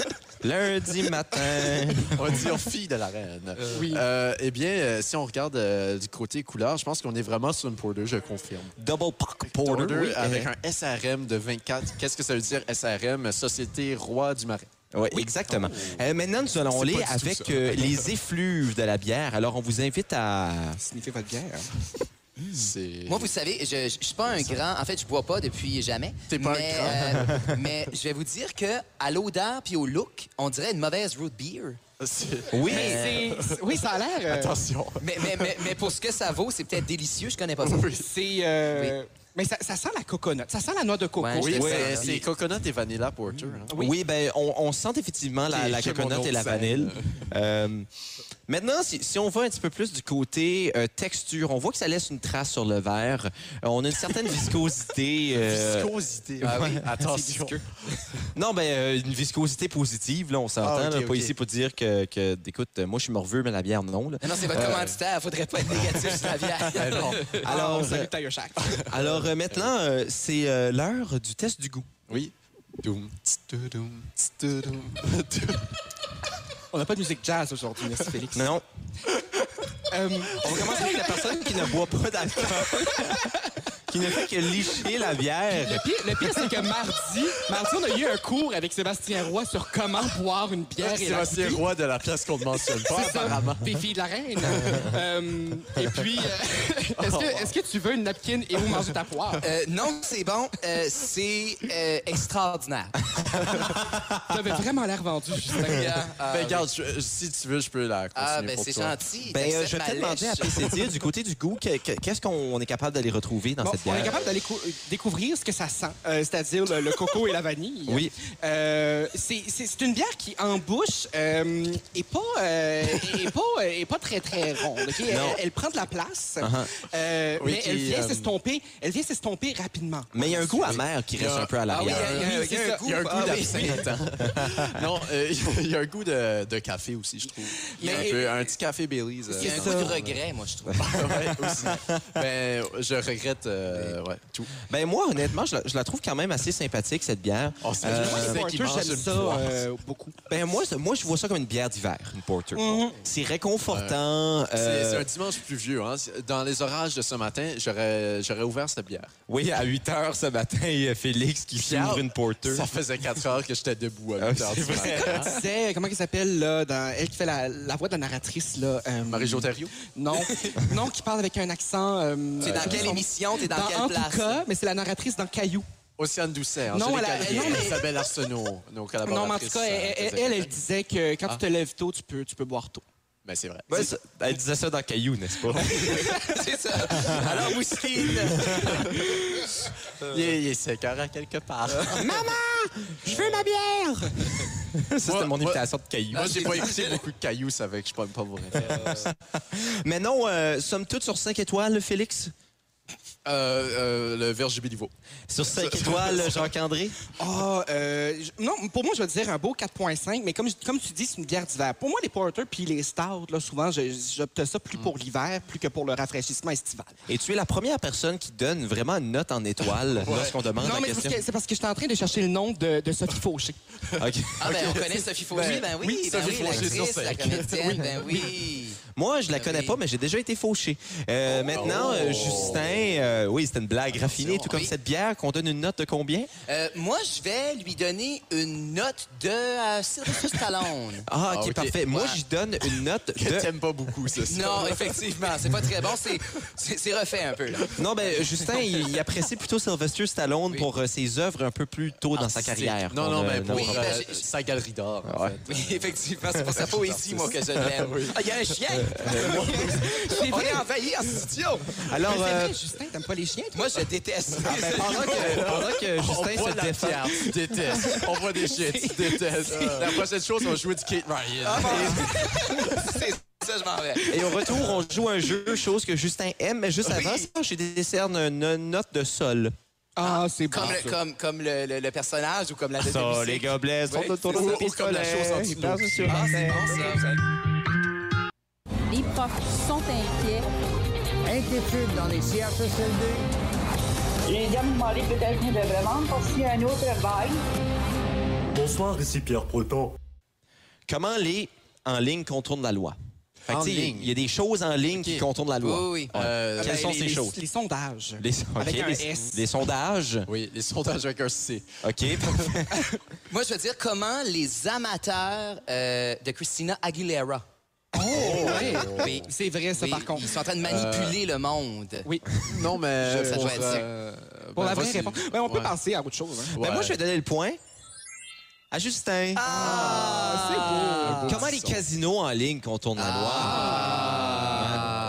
[SPEAKER 1] Lundi matin.
[SPEAKER 3] On dit en fille de la reine.
[SPEAKER 4] oui.
[SPEAKER 3] Euh, eh bien, euh, si on regarde euh, du côté couleur, je pense qu'on est vraiment sur une porter, je confirme.
[SPEAKER 1] Double Pack Porter.
[SPEAKER 3] Porter
[SPEAKER 1] oui,
[SPEAKER 3] avec
[SPEAKER 1] euh,
[SPEAKER 3] un SRM de 24. Qu'est-ce que ça veut dire SRM, Société Roi du Marais?
[SPEAKER 1] ouais, exactement. Euh, maintenant, nous allons
[SPEAKER 3] Oh. C'est
[SPEAKER 1] aller
[SPEAKER 3] pas du tout ça.
[SPEAKER 1] avec euh, les effluves de la bière. Alors, on vous invite à...
[SPEAKER 4] Sniffez votre
[SPEAKER 3] *laughs*
[SPEAKER 4] bière.
[SPEAKER 3] C'est...
[SPEAKER 5] Moi, vous savez, je ne suis pas un grand. En fait, je bois pas depuis jamais.
[SPEAKER 3] T'es pas un
[SPEAKER 5] mais, euh, mais je vais vous dire que à l'odeur puis au look, on dirait une mauvaise root beer.
[SPEAKER 3] C'est-
[SPEAKER 1] Oui.
[SPEAKER 4] Mais c'est- oui, ça a l'air. euh,
[SPEAKER 3] Attention.
[SPEAKER 5] Mais, mais, mais, mais pour ce que ça vaut, c'est peut-être délicieux. Je connais pas ça.
[SPEAKER 4] c'est. euh, Mais ça, ça sent la coconut. Ça sent la noix de coco.
[SPEAKER 5] Ouais, je
[SPEAKER 3] Oui,
[SPEAKER 5] le
[SPEAKER 3] c'est-
[SPEAKER 5] sens, là.
[SPEAKER 3] c'est coconut et vanilla porter. hein.
[SPEAKER 1] Oui, ben, on, on sent effectivement la,
[SPEAKER 3] J'ai-
[SPEAKER 1] la
[SPEAKER 3] j'ai mon
[SPEAKER 1] coconut et
[SPEAKER 3] autre
[SPEAKER 1] la
[SPEAKER 3] scène.
[SPEAKER 1] vanille. Euh, maintenant, si, si on va un petit peu plus du côté euh, texture, on voit que ça laisse une trace sur le verre. Euh, on a une certaine
[SPEAKER 3] *laughs*
[SPEAKER 1] viscosité. euh,
[SPEAKER 3] Viscosité. Ah *laughs* oui, attention.
[SPEAKER 1] Non, ben, euh, une viscosité positive, là, on s'entend.
[SPEAKER 3] Ah, ok,
[SPEAKER 1] là, pas
[SPEAKER 3] ok.
[SPEAKER 1] ici pour dire que, que écoute, euh, moi, je suis morveux, mais la bière, non.
[SPEAKER 3] *laughs*
[SPEAKER 1] là.
[SPEAKER 5] Non, non, c'est votre commanditaire. Faudrait pas être négatif sur la bière.
[SPEAKER 1] Alors,
[SPEAKER 4] Alors,
[SPEAKER 1] euh,
[SPEAKER 4] salut Taille Shack.
[SPEAKER 1] alors euh, maintenant, euh, c'est euh, l'heure du test du goût.
[SPEAKER 3] Oui. Doum, tss, doum, tss, doum.
[SPEAKER 4] *laughs* On n'a pas de musique jazz aujourd'hui, merci Félix.
[SPEAKER 1] Non.
[SPEAKER 4] Euh,
[SPEAKER 1] On va commencer avec la personne qui ne boit pas d'alcool, *laughs* qui ne fait que licher la bière.
[SPEAKER 4] le pire, le pire, c'est que mardi, mardi, on a eu un cours avec Sébastien Roy sur comment boire une bière et la
[SPEAKER 3] Sébastien Roy de la place qu'on ne mentionne pas,
[SPEAKER 4] C'est ça,
[SPEAKER 3] apparemment.
[SPEAKER 4] Des filles de la reine. Euh, et
[SPEAKER 3] *laughs*
[SPEAKER 4] puis,
[SPEAKER 3] Oh,
[SPEAKER 4] euh, est-ce que, est-ce que tu veux une napkin et où manger ta
[SPEAKER 3] *laughs*
[SPEAKER 4] poire?
[SPEAKER 5] Euh, non, c'est bon. Euh, c'est euh, extraordinaire.
[SPEAKER 1] Ah.
[SPEAKER 4] T'avais vraiment l'air vendu, Justin.
[SPEAKER 5] Ah,
[SPEAKER 3] Ben, regarde, je- je- si tu veux, je peux la continuer
[SPEAKER 5] ah, ben
[SPEAKER 3] pour
[SPEAKER 5] c'est
[SPEAKER 3] toi.
[SPEAKER 5] gentil.
[SPEAKER 1] *laughs* Ben, euh,
[SPEAKER 5] T'acceptes
[SPEAKER 1] je vais
[SPEAKER 5] ma
[SPEAKER 1] te demander
[SPEAKER 5] lèche.
[SPEAKER 1] à PCT, du côté du goût, que- que- qu'est-ce qu'on est capable d'aller retrouver dans
[SPEAKER 4] Bon,
[SPEAKER 1] cette Pierre.
[SPEAKER 4] On est capable d'aller cou- euh, découvrir ce que ça sent, euh, c'est-à-dire le, le coco et la vanille.
[SPEAKER 1] Oui.
[SPEAKER 4] Euh, c'est- c'est c'est une bière qui, en bouche, euh, est pas, euh, est pas, euh, est pas très, très ronde. ok? Elle,
[SPEAKER 1] Non. Uh-huh.
[SPEAKER 4] elle prend de la place, euh,
[SPEAKER 3] Oui,
[SPEAKER 4] mais
[SPEAKER 3] qui,
[SPEAKER 4] elle vient
[SPEAKER 3] euh,
[SPEAKER 4] s'estomper. Elle vient s'estomper rapidement.
[SPEAKER 1] Mais il y a un goût amer qui reste un peu à l'arrière.
[SPEAKER 5] Ah oui, il y a-
[SPEAKER 4] oui,
[SPEAKER 5] il y
[SPEAKER 4] c'est
[SPEAKER 5] a
[SPEAKER 4] ça.
[SPEAKER 5] un goût.
[SPEAKER 3] Il y a un
[SPEAKER 5] Ah
[SPEAKER 3] goût
[SPEAKER 5] oui.
[SPEAKER 3] d'absinthe. *laughs* hein. non, euh, il y a un goût de, de café aussi, je trouve. Il y a un,
[SPEAKER 4] Mais-
[SPEAKER 3] peu- un petit café Bailey's. euh,
[SPEAKER 5] Il y a un
[SPEAKER 3] dans-
[SPEAKER 5] goût de regret, moi, je *laughs* trouve.
[SPEAKER 3] *laughs* Ouais, aussi. Ben, je regrette euh, ouais, tout.
[SPEAKER 1] Ben moi, honnêtement, je la, je la trouve quand même assez sympathique, cette bière.
[SPEAKER 3] Oh, c'est
[SPEAKER 1] Euh,
[SPEAKER 3] juste
[SPEAKER 4] Les
[SPEAKER 3] ça qui
[SPEAKER 4] porters,
[SPEAKER 3] mange
[SPEAKER 4] j'aime
[SPEAKER 3] une
[SPEAKER 4] ça
[SPEAKER 3] poire.
[SPEAKER 4] euh, beaucoup.
[SPEAKER 1] ben moi, c'est- moi, je vois ça comme une bière d'hiver, une porter. C'est réconfortant.
[SPEAKER 3] C'est
[SPEAKER 1] euh,
[SPEAKER 3] c'est un dimanche pluvieux. Hein. C'est- Dans les orages de ce matin, j'aurais j'aurais ouvert cette bière.
[SPEAKER 1] Oui, à 8 h ce matin, il y a Félix qui s'ouvre une porter.
[SPEAKER 3] Ça faisait 4 heures que j'étais debout à
[SPEAKER 1] Ah,
[SPEAKER 3] 8 heures
[SPEAKER 1] c'est
[SPEAKER 3] du matin. hein.
[SPEAKER 4] Tu sais, comment elle s'appelle, là, dans- elle qui fait la, la voix de la narratrice, là? euh,
[SPEAKER 3] Marie-Jo Thériault?
[SPEAKER 4] Non. non, qui parle avec un accent... euh,
[SPEAKER 5] T'es dans quelle
[SPEAKER 4] son-
[SPEAKER 5] émission? T'es dans,
[SPEAKER 4] Dans
[SPEAKER 5] quelle
[SPEAKER 4] En
[SPEAKER 5] place?
[SPEAKER 4] tout cas, mais c'est la narratrice dans Caillou.
[SPEAKER 3] Océane Doucet,
[SPEAKER 4] Non,
[SPEAKER 3] Angélique
[SPEAKER 4] elle a-
[SPEAKER 3] Allier,
[SPEAKER 4] non, mais-
[SPEAKER 3] Isabelle Arsenault, nos collaboratrices.
[SPEAKER 4] Non, mais en tout cas, elle,
[SPEAKER 3] euh,
[SPEAKER 4] elle- elle, elle disait que quand tu te lèves tôt, tu peux, tu peux boire tôt.
[SPEAKER 3] Mais c'est vrai.
[SPEAKER 1] Ouais, ça- elle disait ça dans Caillou, n'est-ce *laughs* pas?
[SPEAKER 5] C'est ça. Alors, Whisky,
[SPEAKER 3] Il est, il est cinq heures à quelque part.
[SPEAKER 4] Je veux ma bière!
[SPEAKER 1] ça, c'était
[SPEAKER 3] Moi-
[SPEAKER 1] mon
[SPEAKER 3] moi-
[SPEAKER 1] imitation de Caillou.
[SPEAKER 3] Moi, j'ai pas écouté beaucoup de cailloux, ça fait que je ne pas vous référence.
[SPEAKER 1] Mais non, euh, somme toute sur 5 étoiles, Félix?
[SPEAKER 3] Euh, euh, le Verge Béliveau.
[SPEAKER 1] Sur 5 étoiles, Jacques-André?
[SPEAKER 4] Ah, euh, je- non, pour moi, je vais dire un beau 4,5, mais comme, je- comme tu dis, c'est une bière d'hiver. Pour moi, les porters puis les stouts, là, souvent, je- j'opte ça plus pour l'hiver, plus que pour le rafraîchissement estival.
[SPEAKER 1] Et tu es la première personne qui donne vraiment une note en étoiles lorsqu'on demande
[SPEAKER 4] non,
[SPEAKER 1] la
[SPEAKER 4] mais c'est
[SPEAKER 1] question.
[SPEAKER 4] parce que- c'est parce que j'étais en train de chercher le nom de, de Sophie Fauché.
[SPEAKER 1] OK.
[SPEAKER 5] Ah, ben, on connaît Sophie Fauché. Ben oui, ben
[SPEAKER 3] Sophie Fauché
[SPEAKER 5] oui,
[SPEAKER 3] sur
[SPEAKER 5] l'actrice,
[SPEAKER 3] scène.
[SPEAKER 5] la comédienne, ben oui.
[SPEAKER 1] Moi, je la connais
[SPEAKER 5] Oui.
[SPEAKER 1] pas, mais j'ai déjà été fauché. Euh, maintenant, euh, Justin, euh, oui, c'était une blague raffinée, tout comme
[SPEAKER 5] Oui.
[SPEAKER 1] cette bière qu'on donne une note de combien?
[SPEAKER 5] Euh, moi, je vais lui donner une note de euh, Sylvester Stallone.
[SPEAKER 1] Ah,
[SPEAKER 3] Ah,
[SPEAKER 1] ok,
[SPEAKER 3] ok.
[SPEAKER 1] parfait. Moi,
[SPEAKER 5] Ouais.
[SPEAKER 1] j'y donne une note
[SPEAKER 3] Que
[SPEAKER 1] de...
[SPEAKER 3] t'aimes pas beaucoup, c'est ça.
[SPEAKER 5] Non, effectivement, c'est pas très bon. C'est- C'est c'est refait un peu, là.
[SPEAKER 1] Non, ben, Justin, il, il apprécie plutôt Sylvester Stallone
[SPEAKER 5] Oui.
[SPEAKER 1] pour euh, ses œuvres un peu plus tôt dans sa carrière.
[SPEAKER 3] Non,
[SPEAKER 1] qu'on,
[SPEAKER 3] non,
[SPEAKER 1] euh,
[SPEAKER 3] mais pour
[SPEAKER 5] Oui,
[SPEAKER 1] nommera.
[SPEAKER 5] ben,
[SPEAKER 3] euh,
[SPEAKER 5] j'ai-
[SPEAKER 3] sa galerie d'art, en fait.
[SPEAKER 5] Oui, effectivement, c'est pour sa poésie, moi, que je l'aime. Ah, il y a un chien!
[SPEAKER 4] *laughs* C'est
[SPEAKER 5] On
[SPEAKER 4] vrai,
[SPEAKER 5] est envahi en studio!
[SPEAKER 1] Alors,
[SPEAKER 4] *laughs* mais c'est
[SPEAKER 1] euh,
[SPEAKER 4] vrai, Justin, t'aimes pas les chiens, toi?
[SPEAKER 5] Moi, je déteste.
[SPEAKER 1] ben, pendant que, pendant que
[SPEAKER 3] On
[SPEAKER 1] Justin
[SPEAKER 3] voit
[SPEAKER 1] se
[SPEAKER 3] de la
[SPEAKER 1] défend...
[SPEAKER 3] pierre, tu détestes. On voit des chiens, tu détestes. La prochaine chose, on va jouer du Kate Ryan.
[SPEAKER 5] C'est ça, je m'en vais.
[SPEAKER 1] Et au retour, on joue un jeu, chose que Justin aime, mais juste
[SPEAKER 5] Oui.
[SPEAKER 1] avant ça, je décerne une note de sol.
[SPEAKER 4] Ah, c'est bon.
[SPEAKER 5] Comme, le, comme, comme le, le- le personnage ou comme la
[SPEAKER 1] Ça, les gobelets sont
[SPEAKER 5] Oui,
[SPEAKER 1] autour de
[SPEAKER 5] c'est
[SPEAKER 1] mon
[SPEAKER 5] ça. Ou comme la
[SPEAKER 1] pistolet,
[SPEAKER 5] chose en dessous
[SPEAKER 1] ils
[SPEAKER 5] de
[SPEAKER 1] passent sur la
[SPEAKER 5] Ah, c'est
[SPEAKER 1] terre.
[SPEAKER 5] bon, ça. ça-
[SPEAKER 6] Les profs sont inquiets.
[SPEAKER 7] Inquiétude dans les CHSLD,
[SPEAKER 8] J'ai déjà demandé peut-être qu'on devrait vendre pour s'il y a un autre bail.
[SPEAKER 9] Bonsoir, ici Pierre Proton.
[SPEAKER 1] Comment les en ligne contournent la loi? Fait que,
[SPEAKER 3] En
[SPEAKER 1] tu sais,
[SPEAKER 3] ligne.
[SPEAKER 1] Il y a des choses en ligne qui contournent la
[SPEAKER 5] Oui,
[SPEAKER 1] loi.
[SPEAKER 5] oui.
[SPEAKER 3] Euh,
[SPEAKER 1] Quelles
[SPEAKER 5] ben,
[SPEAKER 1] sont
[SPEAKER 5] les-
[SPEAKER 1] ces
[SPEAKER 4] les,
[SPEAKER 1] choses?
[SPEAKER 4] les sondages.
[SPEAKER 1] Les,
[SPEAKER 4] Avec
[SPEAKER 1] OK,
[SPEAKER 4] un
[SPEAKER 1] les-
[SPEAKER 4] S.
[SPEAKER 1] les sondages.
[SPEAKER 3] Oui, les sondages avec un C.
[SPEAKER 1] OK, Ben, parfait.
[SPEAKER 5] Moi, je veux dire comment les amateurs euh, de Christina Aguilera.
[SPEAKER 4] Oui,
[SPEAKER 5] Oui.
[SPEAKER 4] c'est vrai, ça,
[SPEAKER 5] Oui,
[SPEAKER 4] par contre.
[SPEAKER 5] Ils sont en train de manipuler le monde.
[SPEAKER 4] Oui,
[SPEAKER 3] Non, mais.
[SPEAKER 5] Ça doit être ça.
[SPEAKER 4] pour la vraie
[SPEAKER 3] voici-
[SPEAKER 4] réponse. Ben, Ouais, on peut
[SPEAKER 3] Ben, Ouais.
[SPEAKER 4] passer à autre chose. hein.
[SPEAKER 1] Ben, moi,
[SPEAKER 3] Ouais.
[SPEAKER 1] je vais donner le point à Justin.
[SPEAKER 4] Ah,
[SPEAKER 1] Comment les casinos en ligne contournent la loi?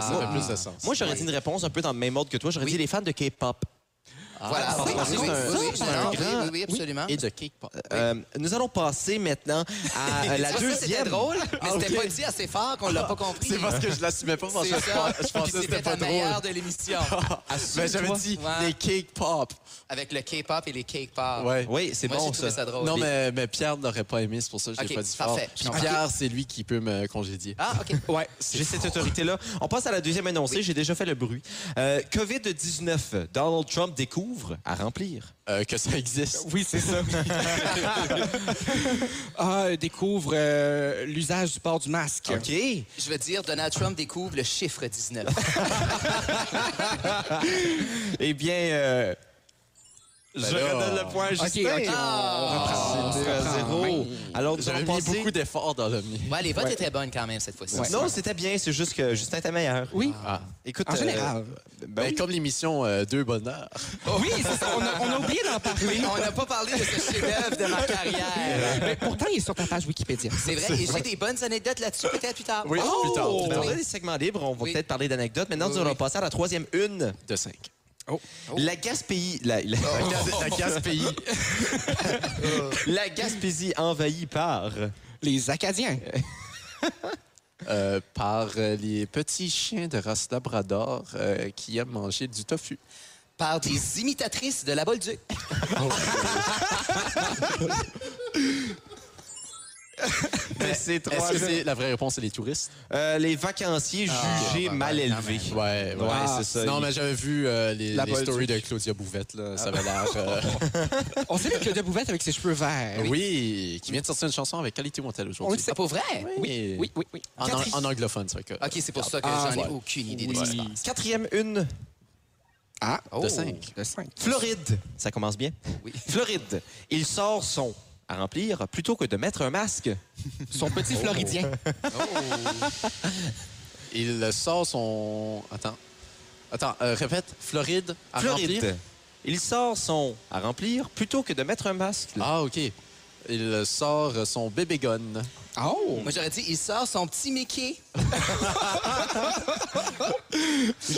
[SPEAKER 3] Ça fait plus de sens.
[SPEAKER 1] Moi, j'aurais dit une réponse un peu dans le même ordre que toi. J'aurais dit les fans de K-pop.
[SPEAKER 5] Voilà.
[SPEAKER 1] Parce qu'on sait que c'est un-
[SPEAKER 5] oui,
[SPEAKER 1] c'est un
[SPEAKER 5] oui,
[SPEAKER 1] grand-
[SPEAKER 5] oui, oui, absolument.
[SPEAKER 3] Et de cake pop.
[SPEAKER 1] Euh, nous allons passer maintenant à euh, la
[SPEAKER 5] Ça, ça,
[SPEAKER 1] deuxième.
[SPEAKER 5] C'était drôle, mais c'était pas dit assez fort qu'on l'a pas compris.
[SPEAKER 3] C'est parce que je l'assumais pas, parce que
[SPEAKER 5] C'est
[SPEAKER 3] je
[SPEAKER 5] ça.
[SPEAKER 3] pens- je pensais que
[SPEAKER 5] Puis
[SPEAKER 3] c'était pas
[SPEAKER 5] la
[SPEAKER 3] drôle.
[SPEAKER 5] meilleure de l'émission.
[SPEAKER 3] Mais j'avais dit
[SPEAKER 5] Ouais.
[SPEAKER 3] les cake pop.
[SPEAKER 5] Avec le K-pop et les cake pop.
[SPEAKER 3] Ouais.
[SPEAKER 1] Oui, c'est
[SPEAKER 5] Moi,
[SPEAKER 1] bon
[SPEAKER 5] j'ai trouvé
[SPEAKER 1] ça.
[SPEAKER 5] ça drôle.
[SPEAKER 3] Non, mais, mais Pierre n'aurait pas aimé, c'est pour ça que je l'ai
[SPEAKER 5] Ok,
[SPEAKER 3] pas dit
[SPEAKER 5] parfait.
[SPEAKER 3] fort. Puis
[SPEAKER 5] Je comprends.
[SPEAKER 3] Pierre, c'est lui qui peut me congédier.
[SPEAKER 5] Ah, OK.
[SPEAKER 1] Ouais, j'ai cette autorité-là. On passe à la deuxième annoncée. J'ai déjà fait le bruit. Euh, COVID-19. Donald Trump découvre à remplir.
[SPEAKER 3] Euh, que ça existe.
[SPEAKER 4] Oui, c'est ça. *laughs* ah, découvre euh, l'usage du port du masque.
[SPEAKER 1] OK.
[SPEAKER 5] Je veux dire, Donald Trump découvre le chiffre 19.
[SPEAKER 1] Eh bien, euh, je
[SPEAKER 3] là-
[SPEAKER 1] redonne le point à
[SPEAKER 4] OK,
[SPEAKER 1] Justin.
[SPEAKER 4] OK, on-
[SPEAKER 1] Ah, c'est à zéro. Alors, nous
[SPEAKER 3] J'avais
[SPEAKER 1] allons
[SPEAKER 3] mis
[SPEAKER 1] passer...
[SPEAKER 3] beaucoup d'efforts dans le mien.
[SPEAKER 5] Ouais, les votes étaient bonnes quand même cette fois-ci.
[SPEAKER 1] Non, c'était bien. C'est juste que Justin était meilleur.
[SPEAKER 4] Oui.
[SPEAKER 1] Écoute,
[SPEAKER 4] En général.
[SPEAKER 1] euh, ben
[SPEAKER 3] Ben,
[SPEAKER 1] oui.
[SPEAKER 3] Comme l'émission euh, Deux bonheurs.
[SPEAKER 4] Oui, c'est ça. On a, on a oublié d'en parler.
[SPEAKER 5] On n'a pas parlé de ce chef-d'œuvre de ma carrière.
[SPEAKER 4] Mais pourtant, il est sur ta page Wikipédia.
[SPEAKER 5] C'est vrai, et j'ai des bonnes anecdotes là-dessus, peut-être plus tard. Oh!
[SPEAKER 3] Oui, plus tard.
[SPEAKER 1] Ben, on
[SPEAKER 5] Oui.
[SPEAKER 1] a des segments libres. On va
[SPEAKER 5] Oui.
[SPEAKER 1] peut-être parler d'anecdotes. Maintenant,
[SPEAKER 5] Oui,
[SPEAKER 1] nous allons
[SPEAKER 5] oui.
[SPEAKER 1] passer à la troisième une.
[SPEAKER 3] De cinq. euh,
[SPEAKER 1] La Gaspésie... La, la-
[SPEAKER 3] Oh.
[SPEAKER 1] la Gaspésie... la Gaspésie envahie par...
[SPEAKER 4] Les Acadiens.
[SPEAKER 3] Euh, par euh, les petits chiens de race labrador euh, qui aiment manger du tofu.
[SPEAKER 5] Par des imitatrices de la Bolduc. Ah,
[SPEAKER 1] Mais c'est trois,
[SPEAKER 3] Est-ce que
[SPEAKER 1] là.
[SPEAKER 3] c'est la vraie réponse, c'est les touristes?
[SPEAKER 1] Euh, les vacanciers jugés
[SPEAKER 5] ouais,
[SPEAKER 1] mal
[SPEAKER 5] ouais, quand
[SPEAKER 1] élevés.
[SPEAKER 3] Ouais, ouais,
[SPEAKER 1] Ah,
[SPEAKER 3] c'est ça.
[SPEAKER 1] non,
[SPEAKER 3] Non, mais j'avais vu euh, les,
[SPEAKER 4] La
[SPEAKER 3] les
[SPEAKER 4] Bolduc.
[SPEAKER 3] stories de Claudia Bouvette, là. Ça avait l'air. euh,
[SPEAKER 4] On sait que Claudia Bouvette avec ses cheveux verts.
[SPEAKER 3] *laughs* oui, qui vient de sortir une chanson avec Qualité
[SPEAKER 4] On
[SPEAKER 3] Montel
[SPEAKER 4] le
[SPEAKER 3] aujourd'hui.
[SPEAKER 4] sait.
[SPEAKER 5] C'est pas vrai?
[SPEAKER 3] Oui,
[SPEAKER 4] Oui, oui, oui.
[SPEAKER 3] En,
[SPEAKER 4] Catherine-
[SPEAKER 3] en anglophone, c'est vrai que.
[SPEAKER 5] OK, c'est pour ça que
[SPEAKER 3] Ah,
[SPEAKER 5] j'en ai
[SPEAKER 3] ouais.
[SPEAKER 5] aucune idée de
[SPEAKER 3] Oui.
[SPEAKER 5] ce qui se passe.
[SPEAKER 1] Quatrième une,
[SPEAKER 4] Ah,
[SPEAKER 5] Oh.
[SPEAKER 3] De cinq.
[SPEAKER 4] de 5.
[SPEAKER 1] Floride. Ça commence bien.
[SPEAKER 5] Oui.
[SPEAKER 1] Floride. Il sort son à remplir plutôt que de mettre un masque.
[SPEAKER 4] Son petit Floridien.
[SPEAKER 3] Il sort son. Attends. Attends, euh, répète. Floride. à remplir?
[SPEAKER 1] Floride. Il sort son à remplir plutôt que de mettre un masque.
[SPEAKER 3] Ah, OK. Il sort son bébé gun.
[SPEAKER 4] Oh!
[SPEAKER 5] Moi, j'aurais dit, il sort son petit Mickey.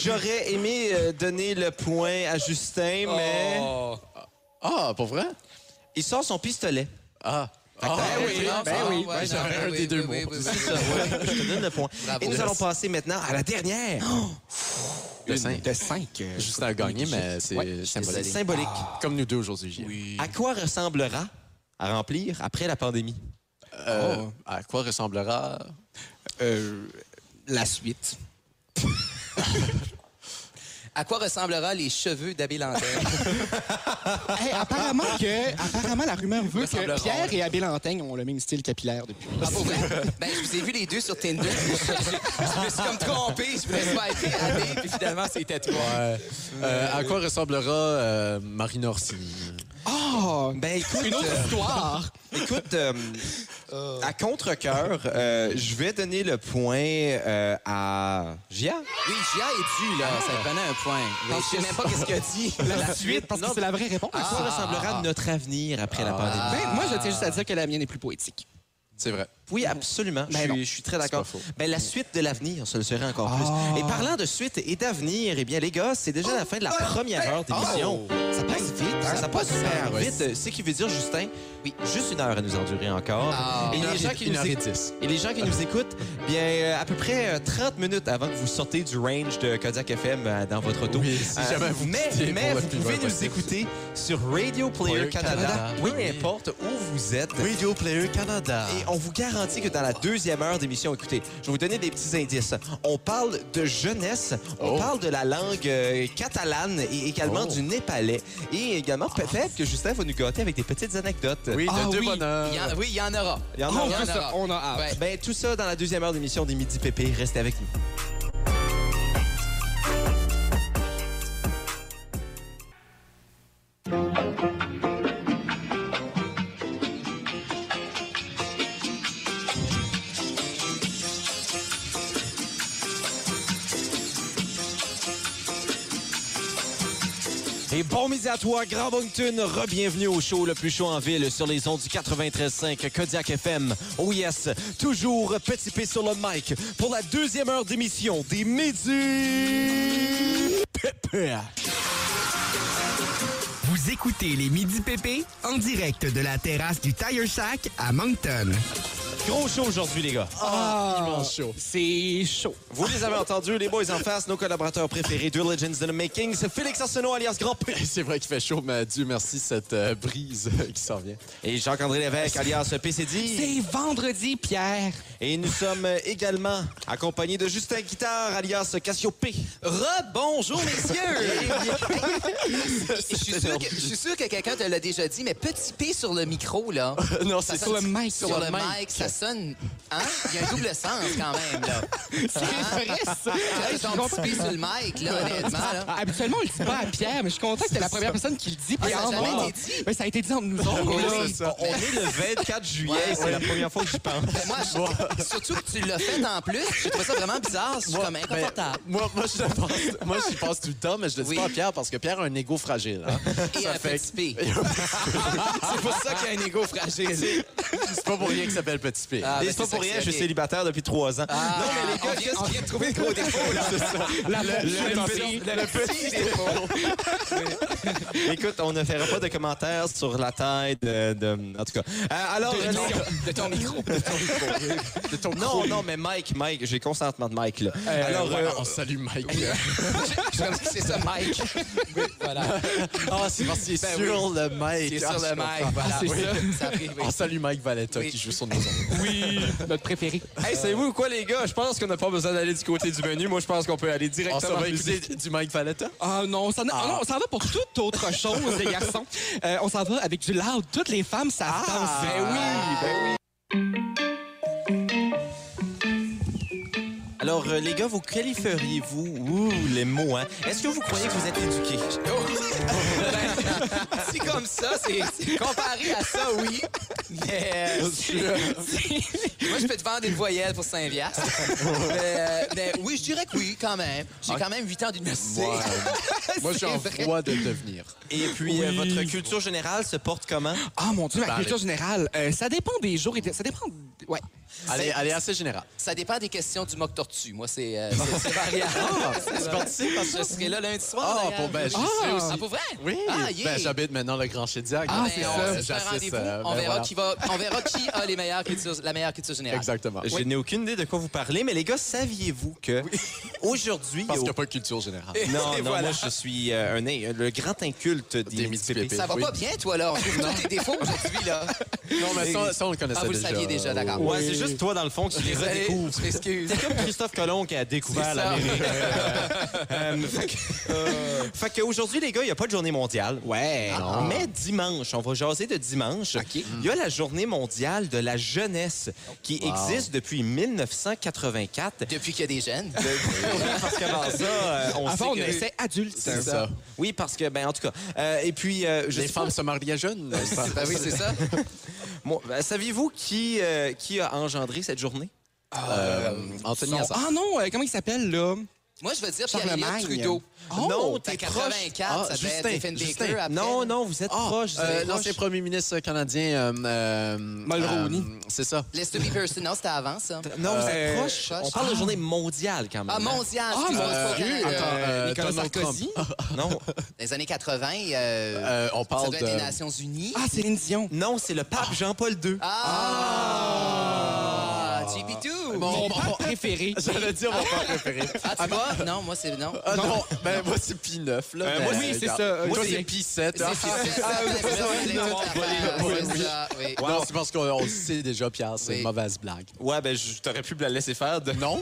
[SPEAKER 1] J'aurais aimé euh, donner le point à Justin, mais
[SPEAKER 3] Ah, pour vrai?
[SPEAKER 1] il sort son pistolet.
[SPEAKER 3] Ah. Ah,
[SPEAKER 5] Ben oui, ben oui.
[SPEAKER 3] ouais, j'aurais un des deux mots.
[SPEAKER 1] Je te donne le point.
[SPEAKER 5] Bravo.
[SPEAKER 1] Et nous
[SPEAKER 5] Yes.
[SPEAKER 1] allons passer maintenant à la dernière.
[SPEAKER 3] De cinq.
[SPEAKER 4] De euh, 5.
[SPEAKER 3] Justin a gagné, mais c'est
[SPEAKER 1] C'est
[SPEAKER 3] symbolique.
[SPEAKER 1] symbolique.
[SPEAKER 3] Comme nous deux aujourd'hui, J.M.
[SPEAKER 1] À quoi ressemblera à remplir après la pandémie?
[SPEAKER 3] Euh, À quoi ressemblera...
[SPEAKER 4] Euh, la suite.
[SPEAKER 5] À quoi ressemblera les cheveux d'Abbé Lanterne?
[SPEAKER 4] Hey, apparemment, que, apparemment, la rumeur veut
[SPEAKER 3] Rassemblement,
[SPEAKER 4] que Pierre et Abbé Lantaigne ont le même style capillaire depuis.
[SPEAKER 5] Ah, pour vrai? Ben, je vous ai vu les deux sur Tinder. Je, je- je me suis comme trompé. Je voulais swiper à Abbé, puis finalement, c'était toi.
[SPEAKER 3] Ouais. Euh, à quoi ressemblera euh, Marine Orsini?
[SPEAKER 4] Oh!
[SPEAKER 1] Ben écoute,
[SPEAKER 4] Une
[SPEAKER 5] euh,
[SPEAKER 4] autre histoire!
[SPEAKER 1] Écoute, euh, à contre-cœur, euh, je vais donner le point euh, à Gia.
[SPEAKER 5] Oui, j'y ai dû, là. Ah, Ça prenait un point. Oui, je sais même pas qu'est-ce qu'il a dit.
[SPEAKER 4] La suite, parce que c'est la vraie réponse.
[SPEAKER 1] À quoi ressemblera notre avenir après la pandémie?
[SPEAKER 4] Ben, moi, je tiens juste à dire que la mienne est plus poétique.
[SPEAKER 3] C'est vrai.
[SPEAKER 1] Oui, absolument.
[SPEAKER 4] Ben
[SPEAKER 1] je,
[SPEAKER 4] non.
[SPEAKER 1] suis, je suis très d'accord.
[SPEAKER 3] C'est pas faux. Ah.
[SPEAKER 1] Ben, la suite de l'avenir, ce le serait encore plus. Et parlant de suite et d'avenir, eh bien, les gars, c'est déjà la fin de la première heure d'émission.
[SPEAKER 4] Ça passe vite,
[SPEAKER 1] Ça,
[SPEAKER 4] hein?
[SPEAKER 1] ça passe super
[SPEAKER 3] Ah, ouais.
[SPEAKER 1] vite. C'est qui veut dire, Justin, oui, juste une heure à nous endurer encore.
[SPEAKER 5] Ah.
[SPEAKER 1] et,
[SPEAKER 3] Une
[SPEAKER 1] les
[SPEAKER 3] heure
[SPEAKER 1] gens
[SPEAKER 3] et-
[SPEAKER 1] qui
[SPEAKER 3] une
[SPEAKER 1] nous
[SPEAKER 3] heure et
[SPEAKER 1] éc-
[SPEAKER 3] dix.
[SPEAKER 1] et les gens qui nous écoutent, bien, euh, à peu près euh, 30 minutes avant que vous sortez du range de Kodiak FM euh, dans votre auto.
[SPEAKER 3] Oui, si jamais vous
[SPEAKER 1] mais
[SPEAKER 3] quittez
[SPEAKER 1] mais
[SPEAKER 3] pour le
[SPEAKER 1] vous
[SPEAKER 3] plus
[SPEAKER 1] pouvez
[SPEAKER 3] loin
[SPEAKER 1] nous
[SPEAKER 3] possible.
[SPEAKER 1] écouter sur Radio Player
[SPEAKER 3] Player
[SPEAKER 1] Canada,
[SPEAKER 3] Canada.
[SPEAKER 1] peu importe où vous êtes.
[SPEAKER 3] Radio Player Canada.
[SPEAKER 1] Et on vous garantit que dans la deuxième heure d'émission, écoutez, je vais vous donner des petits indices. On parle de jeunesse, on
[SPEAKER 3] Oh.
[SPEAKER 1] parle de la langue euh, catalane et également
[SPEAKER 3] Oh.
[SPEAKER 1] du népalais. Et également, peut-être que Justin va nous gâter avec des petites anecdotes.
[SPEAKER 3] Oui, de
[SPEAKER 4] Ah
[SPEAKER 3] deux
[SPEAKER 4] oui.
[SPEAKER 3] bonheurs.
[SPEAKER 5] Il y en- oui, il y en aura.
[SPEAKER 1] Il y en
[SPEAKER 5] Ah,
[SPEAKER 1] aura.
[SPEAKER 5] il y en
[SPEAKER 4] Ça,
[SPEAKER 5] aura.
[SPEAKER 4] on a hâte.
[SPEAKER 5] Ouais.
[SPEAKER 1] Ben, tout ça dans la deuxième heure d'émission des Midi Pépé. Restez avec nous. Et bon midi à toi, Grand Moncton. Re-bienvenue au show le plus chaud en ville sur les ondes du 93.5 Kodiak FM. Oh yes, toujours petit P sur le mic pour la deuxième heure d'émission des Midi Pépé.
[SPEAKER 2] Vous écoutez les Midi PP en direct de la terrasse du Tire Sack à Moncton.
[SPEAKER 1] Gros show aujourd'hui, les gars.
[SPEAKER 3] Ah.
[SPEAKER 4] C'est chaud.
[SPEAKER 1] Vous les avez entendus, les boys en face, nos collaborateurs préférés, Deux Legends in the Making, c'est Félix Arsenault alias Grand P.
[SPEAKER 3] *laughs* C'est vrai qu'il fait chaud, mais Dieu merci cette euh, brise *laughs* qui s'en vient.
[SPEAKER 1] Et Jacques-André Lévesque alias PCD.
[SPEAKER 4] C'est vendredi, Pierre.
[SPEAKER 1] Et nous sommes également accompagnés de Justin Guitard alias Cassiopée.
[SPEAKER 5] Rebonjour,
[SPEAKER 1] *laughs*
[SPEAKER 5] messieurs! je, suis sûr que, je suis sûr que quelqu'un te l'a déjà dit, mais petit P sur le micro, là.
[SPEAKER 3] non, c'est
[SPEAKER 5] Ça
[SPEAKER 4] sur
[SPEAKER 5] sonne-
[SPEAKER 4] le mic,
[SPEAKER 5] Sur,
[SPEAKER 4] sur
[SPEAKER 5] le
[SPEAKER 4] le
[SPEAKER 5] mic.
[SPEAKER 4] mic.
[SPEAKER 5] ça sonne... Hein? Il y a un double sens, quand même, là.
[SPEAKER 4] C'est vrai, ça. Hey, je suis
[SPEAKER 5] hein? Ton petit
[SPEAKER 4] content-
[SPEAKER 5] P sur le mic, là, honnêtement, là. Ah,
[SPEAKER 4] Habituellement, on le dit pas à Pierre, mais je suis content que t'es la première personne qui le dit. puis
[SPEAKER 5] ça a
[SPEAKER 4] en
[SPEAKER 5] jamais
[SPEAKER 4] moi.
[SPEAKER 5] été dit.
[SPEAKER 4] Ben, ça a été dit entre nous autres. là.
[SPEAKER 1] On est le 24 juillet, c'est la première fois que je pense.
[SPEAKER 5] Ben, Moi, je- surtout que tu l'as fait en plus, j'ai trouvé ça vraiment bizarre. Je suis comme
[SPEAKER 3] Ben,
[SPEAKER 5] inconfortable.
[SPEAKER 3] moi, moi, je le pense, moi, j'y pense tout le temps, mais je le dis
[SPEAKER 5] Oui.
[SPEAKER 3] pas à Pierre parce que Pierre a un ego fragile. hein.
[SPEAKER 5] Et euh, un
[SPEAKER 3] fait
[SPEAKER 5] petit P. C'est pour ça qu'il y a un égo fragile.
[SPEAKER 3] C'est pas pour rien qu'il s'appelle Petit P.
[SPEAKER 5] Ah,
[SPEAKER 1] Et
[SPEAKER 5] ben,
[SPEAKER 1] c'est Ah, pas
[SPEAKER 5] ça
[SPEAKER 1] pour
[SPEAKER 5] que
[SPEAKER 1] rien,
[SPEAKER 5] c'est,
[SPEAKER 1] je suis
[SPEAKER 5] ok.
[SPEAKER 1] célibataire depuis trois ans. non, mais les
[SPEAKER 5] Ah, on
[SPEAKER 1] gars,
[SPEAKER 5] vient-
[SPEAKER 1] qu'est-ce
[SPEAKER 5] on
[SPEAKER 1] que-
[SPEAKER 5] vient de trouver le gros défaut,
[SPEAKER 3] *laughs*
[SPEAKER 5] là.
[SPEAKER 1] Le petit
[SPEAKER 3] *laughs*
[SPEAKER 1] Écoute, on ne fera pas de commentaires sur la taille de. de- en tout cas. Euh, alors. euh, non,
[SPEAKER 5] de
[SPEAKER 1] *laughs*
[SPEAKER 5] ton micro.
[SPEAKER 1] non, non, mais Mike, Mike, j'ai consentement de Mike, là. alors,
[SPEAKER 3] Alors,
[SPEAKER 1] euh,
[SPEAKER 3] on salue Mike.
[SPEAKER 5] C'est ça, Mike.
[SPEAKER 3] *laughs*
[SPEAKER 5] Voilà.
[SPEAKER 3] Ah, c'est parce qu'il est
[SPEAKER 5] Ben
[SPEAKER 3] sur le Mike.
[SPEAKER 5] C'est sur
[SPEAKER 3] Ah, je
[SPEAKER 5] le
[SPEAKER 3] comprends.
[SPEAKER 5] Mike. Voilà.
[SPEAKER 10] c'est
[SPEAKER 5] oui.
[SPEAKER 10] ça.
[SPEAKER 5] Ça arrive, oui.
[SPEAKER 3] On salue Mike Valletta
[SPEAKER 5] Oui.
[SPEAKER 3] qui joue sur nos ondes.
[SPEAKER 10] Oui, notre préféré.
[SPEAKER 1] hey, savez-vous quoi, les gars? Je pense qu'on n'a pas besoin d'aller du côté du menu. Moi, je pense qu'on peut aller
[SPEAKER 3] On
[SPEAKER 1] directement.
[SPEAKER 3] s'en va
[SPEAKER 1] en musique.
[SPEAKER 3] écouter du Mike Valletta?
[SPEAKER 4] Ah non, ça, ah non, on s'en va pour toute autre chose, les garçons. Euh, on s'en va avec du loud. Toutes les femmes, ça danse. Ben oui,
[SPEAKER 1] Alors, euh, les gars, vous qualifieriez-vous, ouh, les mots, hein? Est-ce que vous croyez que vous êtes éduqués?
[SPEAKER 5] C'est comme ça, c'est c'est- comparé à ça, oui. Mais euh, c'est- moi, je peux te vendre une voyelle pour Saint-Vias. mais, euh, mais oui, je dirais que oui, quand même. J'ai quand même 8 ans d'université.
[SPEAKER 3] Moi, Moi, j'ai
[SPEAKER 5] C'est
[SPEAKER 3] un
[SPEAKER 5] vrai.
[SPEAKER 3] froid de devenir.
[SPEAKER 1] Et puis, euh, votre culture générale se porte comment?
[SPEAKER 4] Ah mon Dieu, la
[SPEAKER 3] Ben,
[SPEAKER 4] culture générale, euh, ça dépend des jours et de- ça dépend. Ouais.
[SPEAKER 3] Elle est, elle est assez générale.
[SPEAKER 5] Ça dépend des questions du mock tortue. Moi,
[SPEAKER 3] *laughs*
[SPEAKER 5] c'est euh, c'est- c'est variable. C'est parti parce que je serai là lundi soir.
[SPEAKER 3] Ah,
[SPEAKER 5] d'ailleurs.
[SPEAKER 3] pour ben, j'y
[SPEAKER 4] Ah!
[SPEAKER 3] suis aussi.
[SPEAKER 5] Ah, pour vrai?
[SPEAKER 3] Oui,
[SPEAKER 5] Ah, yeah.
[SPEAKER 3] ben, j'habite maintenant le Grand Chédiac.
[SPEAKER 4] Ah,
[SPEAKER 5] Ben,
[SPEAKER 4] c'est
[SPEAKER 5] on
[SPEAKER 4] ça.
[SPEAKER 5] va se faire
[SPEAKER 3] J'assiste,
[SPEAKER 5] rendez-vous.
[SPEAKER 3] euh,
[SPEAKER 5] on,
[SPEAKER 3] ben,
[SPEAKER 5] verra
[SPEAKER 3] voilà.
[SPEAKER 5] qui va, on verra qui a les meilleures cultures- la meilleure culture générale.
[SPEAKER 3] Exactement.
[SPEAKER 1] Je n'ai aucune idée de quoi vous parlez, mais les gars, saviez-vous que
[SPEAKER 5] *laughs*
[SPEAKER 1] aujourd'hui,
[SPEAKER 3] Parce
[SPEAKER 1] au-
[SPEAKER 3] qu'il n'y a pas de culture *laughs* générale.
[SPEAKER 1] non,
[SPEAKER 5] Et
[SPEAKER 1] non,
[SPEAKER 5] voilà.
[SPEAKER 1] moi je suis euh, un, in- le grand inculte des,
[SPEAKER 3] Des
[SPEAKER 1] Midi Pépés.
[SPEAKER 3] Midi Pépés.
[SPEAKER 5] Ça va
[SPEAKER 3] Oui.
[SPEAKER 5] pas bien, toi, là. On trouve tous tes défauts aujourd'hui, là.
[SPEAKER 3] Non, mais ça, ça, on le connaissait
[SPEAKER 5] Ah, vous le
[SPEAKER 3] déjà.
[SPEAKER 5] saviez déjà, d'accord.
[SPEAKER 1] Ouais, c'est juste toi dans le fond qui les
[SPEAKER 5] *laughs* Désolé,
[SPEAKER 1] redécouvre.
[SPEAKER 5] je m'excuse.
[SPEAKER 1] C'est comme Christophe Colomb qui a découvert
[SPEAKER 5] C'est
[SPEAKER 1] la
[SPEAKER 5] ça.
[SPEAKER 1] vérité. Euh, fait que- fait qu'aujourd'hui, les gars, il n'y a pas de journée mondiale. Ouais. Mais dimanche, on va jaser de dimanche. Il y a la journée mondiale de la jeunesse qui existe depuis 1984.
[SPEAKER 5] Depuis qu'il y a des jeunes. Ben
[SPEAKER 1] Parce *laughs* qu'avant ça, euh, on sait
[SPEAKER 4] Avant, on
[SPEAKER 1] que-
[SPEAKER 4] était adultes.
[SPEAKER 3] C'est ça.
[SPEAKER 1] Oui, parce que, ben, en tout cas. Euh, et puis, euh, je
[SPEAKER 3] Les
[SPEAKER 1] sais pas,
[SPEAKER 3] femmes se marient bien *laughs* jeunes.
[SPEAKER 5] Ben oui, c'est ça.
[SPEAKER 1] moi, ben, saviez-vous qui, euh, qui a engendré cette journée?
[SPEAKER 3] Euh, Anthony Hazard.
[SPEAKER 4] Ah non, euh, comment il s'appelle là
[SPEAKER 5] Moi, je veux dire
[SPEAKER 4] Charlemagne.
[SPEAKER 5] Pierre-Éliott Trudeau.
[SPEAKER 1] Oh,
[SPEAKER 5] non,
[SPEAKER 1] t'es
[SPEAKER 5] t'es
[SPEAKER 1] proche.
[SPEAKER 5] 84,
[SPEAKER 3] Ah,
[SPEAKER 5] ça devait être
[SPEAKER 3] Justin,
[SPEAKER 5] Stephen
[SPEAKER 3] Justin.
[SPEAKER 5] Baker après.
[SPEAKER 1] Non, non, vous êtes
[SPEAKER 3] Ah,
[SPEAKER 1] proche. vous
[SPEAKER 3] euh,
[SPEAKER 1] êtes
[SPEAKER 3] l'ancien
[SPEAKER 1] proche.
[SPEAKER 3] premier ministre canadien. euh, euh,
[SPEAKER 4] Mulroney.
[SPEAKER 3] euh, c'est ça.
[SPEAKER 5] Lester B. Person, non, c'était avant, ça.
[SPEAKER 1] Non, vous êtes
[SPEAKER 4] Euh,
[SPEAKER 1] proche.
[SPEAKER 5] proche.
[SPEAKER 1] On parle de journée mondiale quand même.
[SPEAKER 5] Ah,
[SPEAKER 1] hein?
[SPEAKER 5] mondial,
[SPEAKER 4] Ah,
[SPEAKER 5] excuse-moi,
[SPEAKER 4] mon
[SPEAKER 5] c'est pas
[SPEAKER 4] Dieu.
[SPEAKER 5] Canada.
[SPEAKER 3] Attends, euh,
[SPEAKER 4] Nicolas
[SPEAKER 3] Donald
[SPEAKER 4] Sarkozy.
[SPEAKER 1] Non,
[SPEAKER 5] Dans les années 80, euh,
[SPEAKER 3] Euh, on
[SPEAKER 5] ça
[SPEAKER 3] parle
[SPEAKER 5] doit
[SPEAKER 3] de.
[SPEAKER 5] être des Nations Unies.
[SPEAKER 4] Ah, Céline Dion.
[SPEAKER 1] non, c'est le pape Jean-Paul II.
[SPEAKER 5] Ah! JP2!
[SPEAKER 10] Mon
[SPEAKER 3] Mon
[SPEAKER 10] préféré.
[SPEAKER 3] J'allais dire mon père préféré.
[SPEAKER 5] Ah, tu vois? Non, moi, c'est... Non.
[SPEAKER 3] Ah non, ben moi c'est Pi 9 là.
[SPEAKER 1] Euh,
[SPEAKER 3] mais
[SPEAKER 1] moi,
[SPEAKER 4] oui, c'est
[SPEAKER 3] regarde.
[SPEAKER 4] ça.
[SPEAKER 3] Moi
[SPEAKER 4] Oui.
[SPEAKER 3] c'est Pi 7.
[SPEAKER 5] C'est c'est
[SPEAKER 3] Ah,
[SPEAKER 5] ça, Ah, c'est ça, c'est
[SPEAKER 3] oui, oui.
[SPEAKER 5] ça, oui.
[SPEAKER 3] Non, c'est parce qu'on on le sait déjà Pierre, c'est
[SPEAKER 5] Oui.
[SPEAKER 3] une mauvaise blague.
[SPEAKER 1] Ouais, ben, je t'aurais pu la laisser faire. De...
[SPEAKER 3] Non,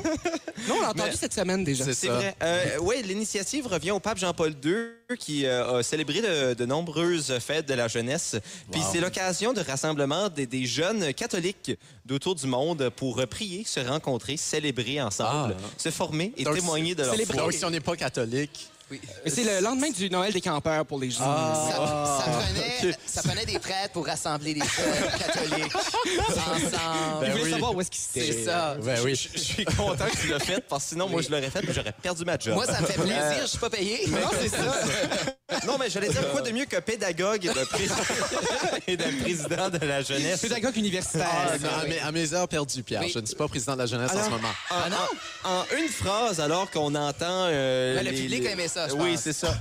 [SPEAKER 4] Non, on l'a entendu cette semaine déjà.
[SPEAKER 3] c'est
[SPEAKER 1] C'est
[SPEAKER 3] ça.
[SPEAKER 1] vrai. Euh, oui, l'initiative revient au pape Jean-Paul II qui euh, a célébré de, de nombreuses fêtes de la jeunesse. Puis c'est l'occasion de rassemblement des, des jeunes catholiques d'autour du monde pour euh, prier, se rencontrer, célébrer ensemble,
[SPEAKER 3] Ah.
[SPEAKER 1] se former et
[SPEAKER 3] Donc,
[SPEAKER 1] témoigner de leur
[SPEAKER 4] célébrer.
[SPEAKER 1] foi.
[SPEAKER 3] Donc si on n'est pas catholique,
[SPEAKER 4] Mais C'est le lendemain du Noël des campeurs pour les gens.
[SPEAKER 5] Ça, ça prenait, ça prenait des prêtres pour rassembler les jeunes catholiques ensemble.
[SPEAKER 4] Ils voulaient
[SPEAKER 3] oui.
[SPEAKER 4] savoir où est-ce qu'ils étaient.
[SPEAKER 5] C'est ça.
[SPEAKER 3] ben oui.
[SPEAKER 1] Je suis content que tu l'as fait parce que sinon, moi, je l'aurais fait et j'aurais perdu ma job.
[SPEAKER 5] Moi, ça me fait plaisir, je suis pas payé.
[SPEAKER 1] Non, c'est ça. non, mais j'allais dire quoi de mieux que pédagogue et de, pré- *laughs* et de président de la jeunesse.
[SPEAKER 4] Pédagogue universitaire.
[SPEAKER 3] Ah, mais à, mes, à mes heures perdues, Pierre,
[SPEAKER 5] Oui.
[SPEAKER 3] je ne suis pas président de la jeunesse en ce moment.
[SPEAKER 1] En, Ah, en- en une phrase, alors qu'on entend. euh,
[SPEAKER 5] Ben, le
[SPEAKER 1] les-
[SPEAKER 5] public
[SPEAKER 1] les-
[SPEAKER 5] aimait ça, je
[SPEAKER 1] Oui,
[SPEAKER 5] pense.
[SPEAKER 1] c'est ça.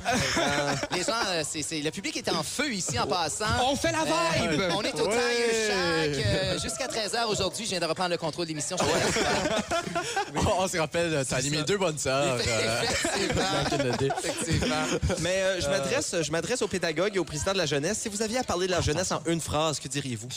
[SPEAKER 5] Les gens, euh, c'est- c'est- le public était en feu ici en passant. Euh,
[SPEAKER 4] On fait la vibe.
[SPEAKER 5] Ah, ben On est au
[SPEAKER 3] Ouais.
[SPEAKER 5] Tire Shack euh, jusqu'à 13h aujourd'hui. Je viens de reprendre le contrôle de l'émission. Je te laisse.
[SPEAKER 3] *laughs* On, on se rappelle, t'as animé deux bonnes sœurs. euh,
[SPEAKER 5] Effectivement.
[SPEAKER 3] Kennedy.
[SPEAKER 5] Effectivement.
[SPEAKER 1] Mais euh, je m'adresse, je m'adresse aux pédagogues et au président de la jeunesse. Si vous aviez à parler de la jeunesse en une phrase, que diriez-vous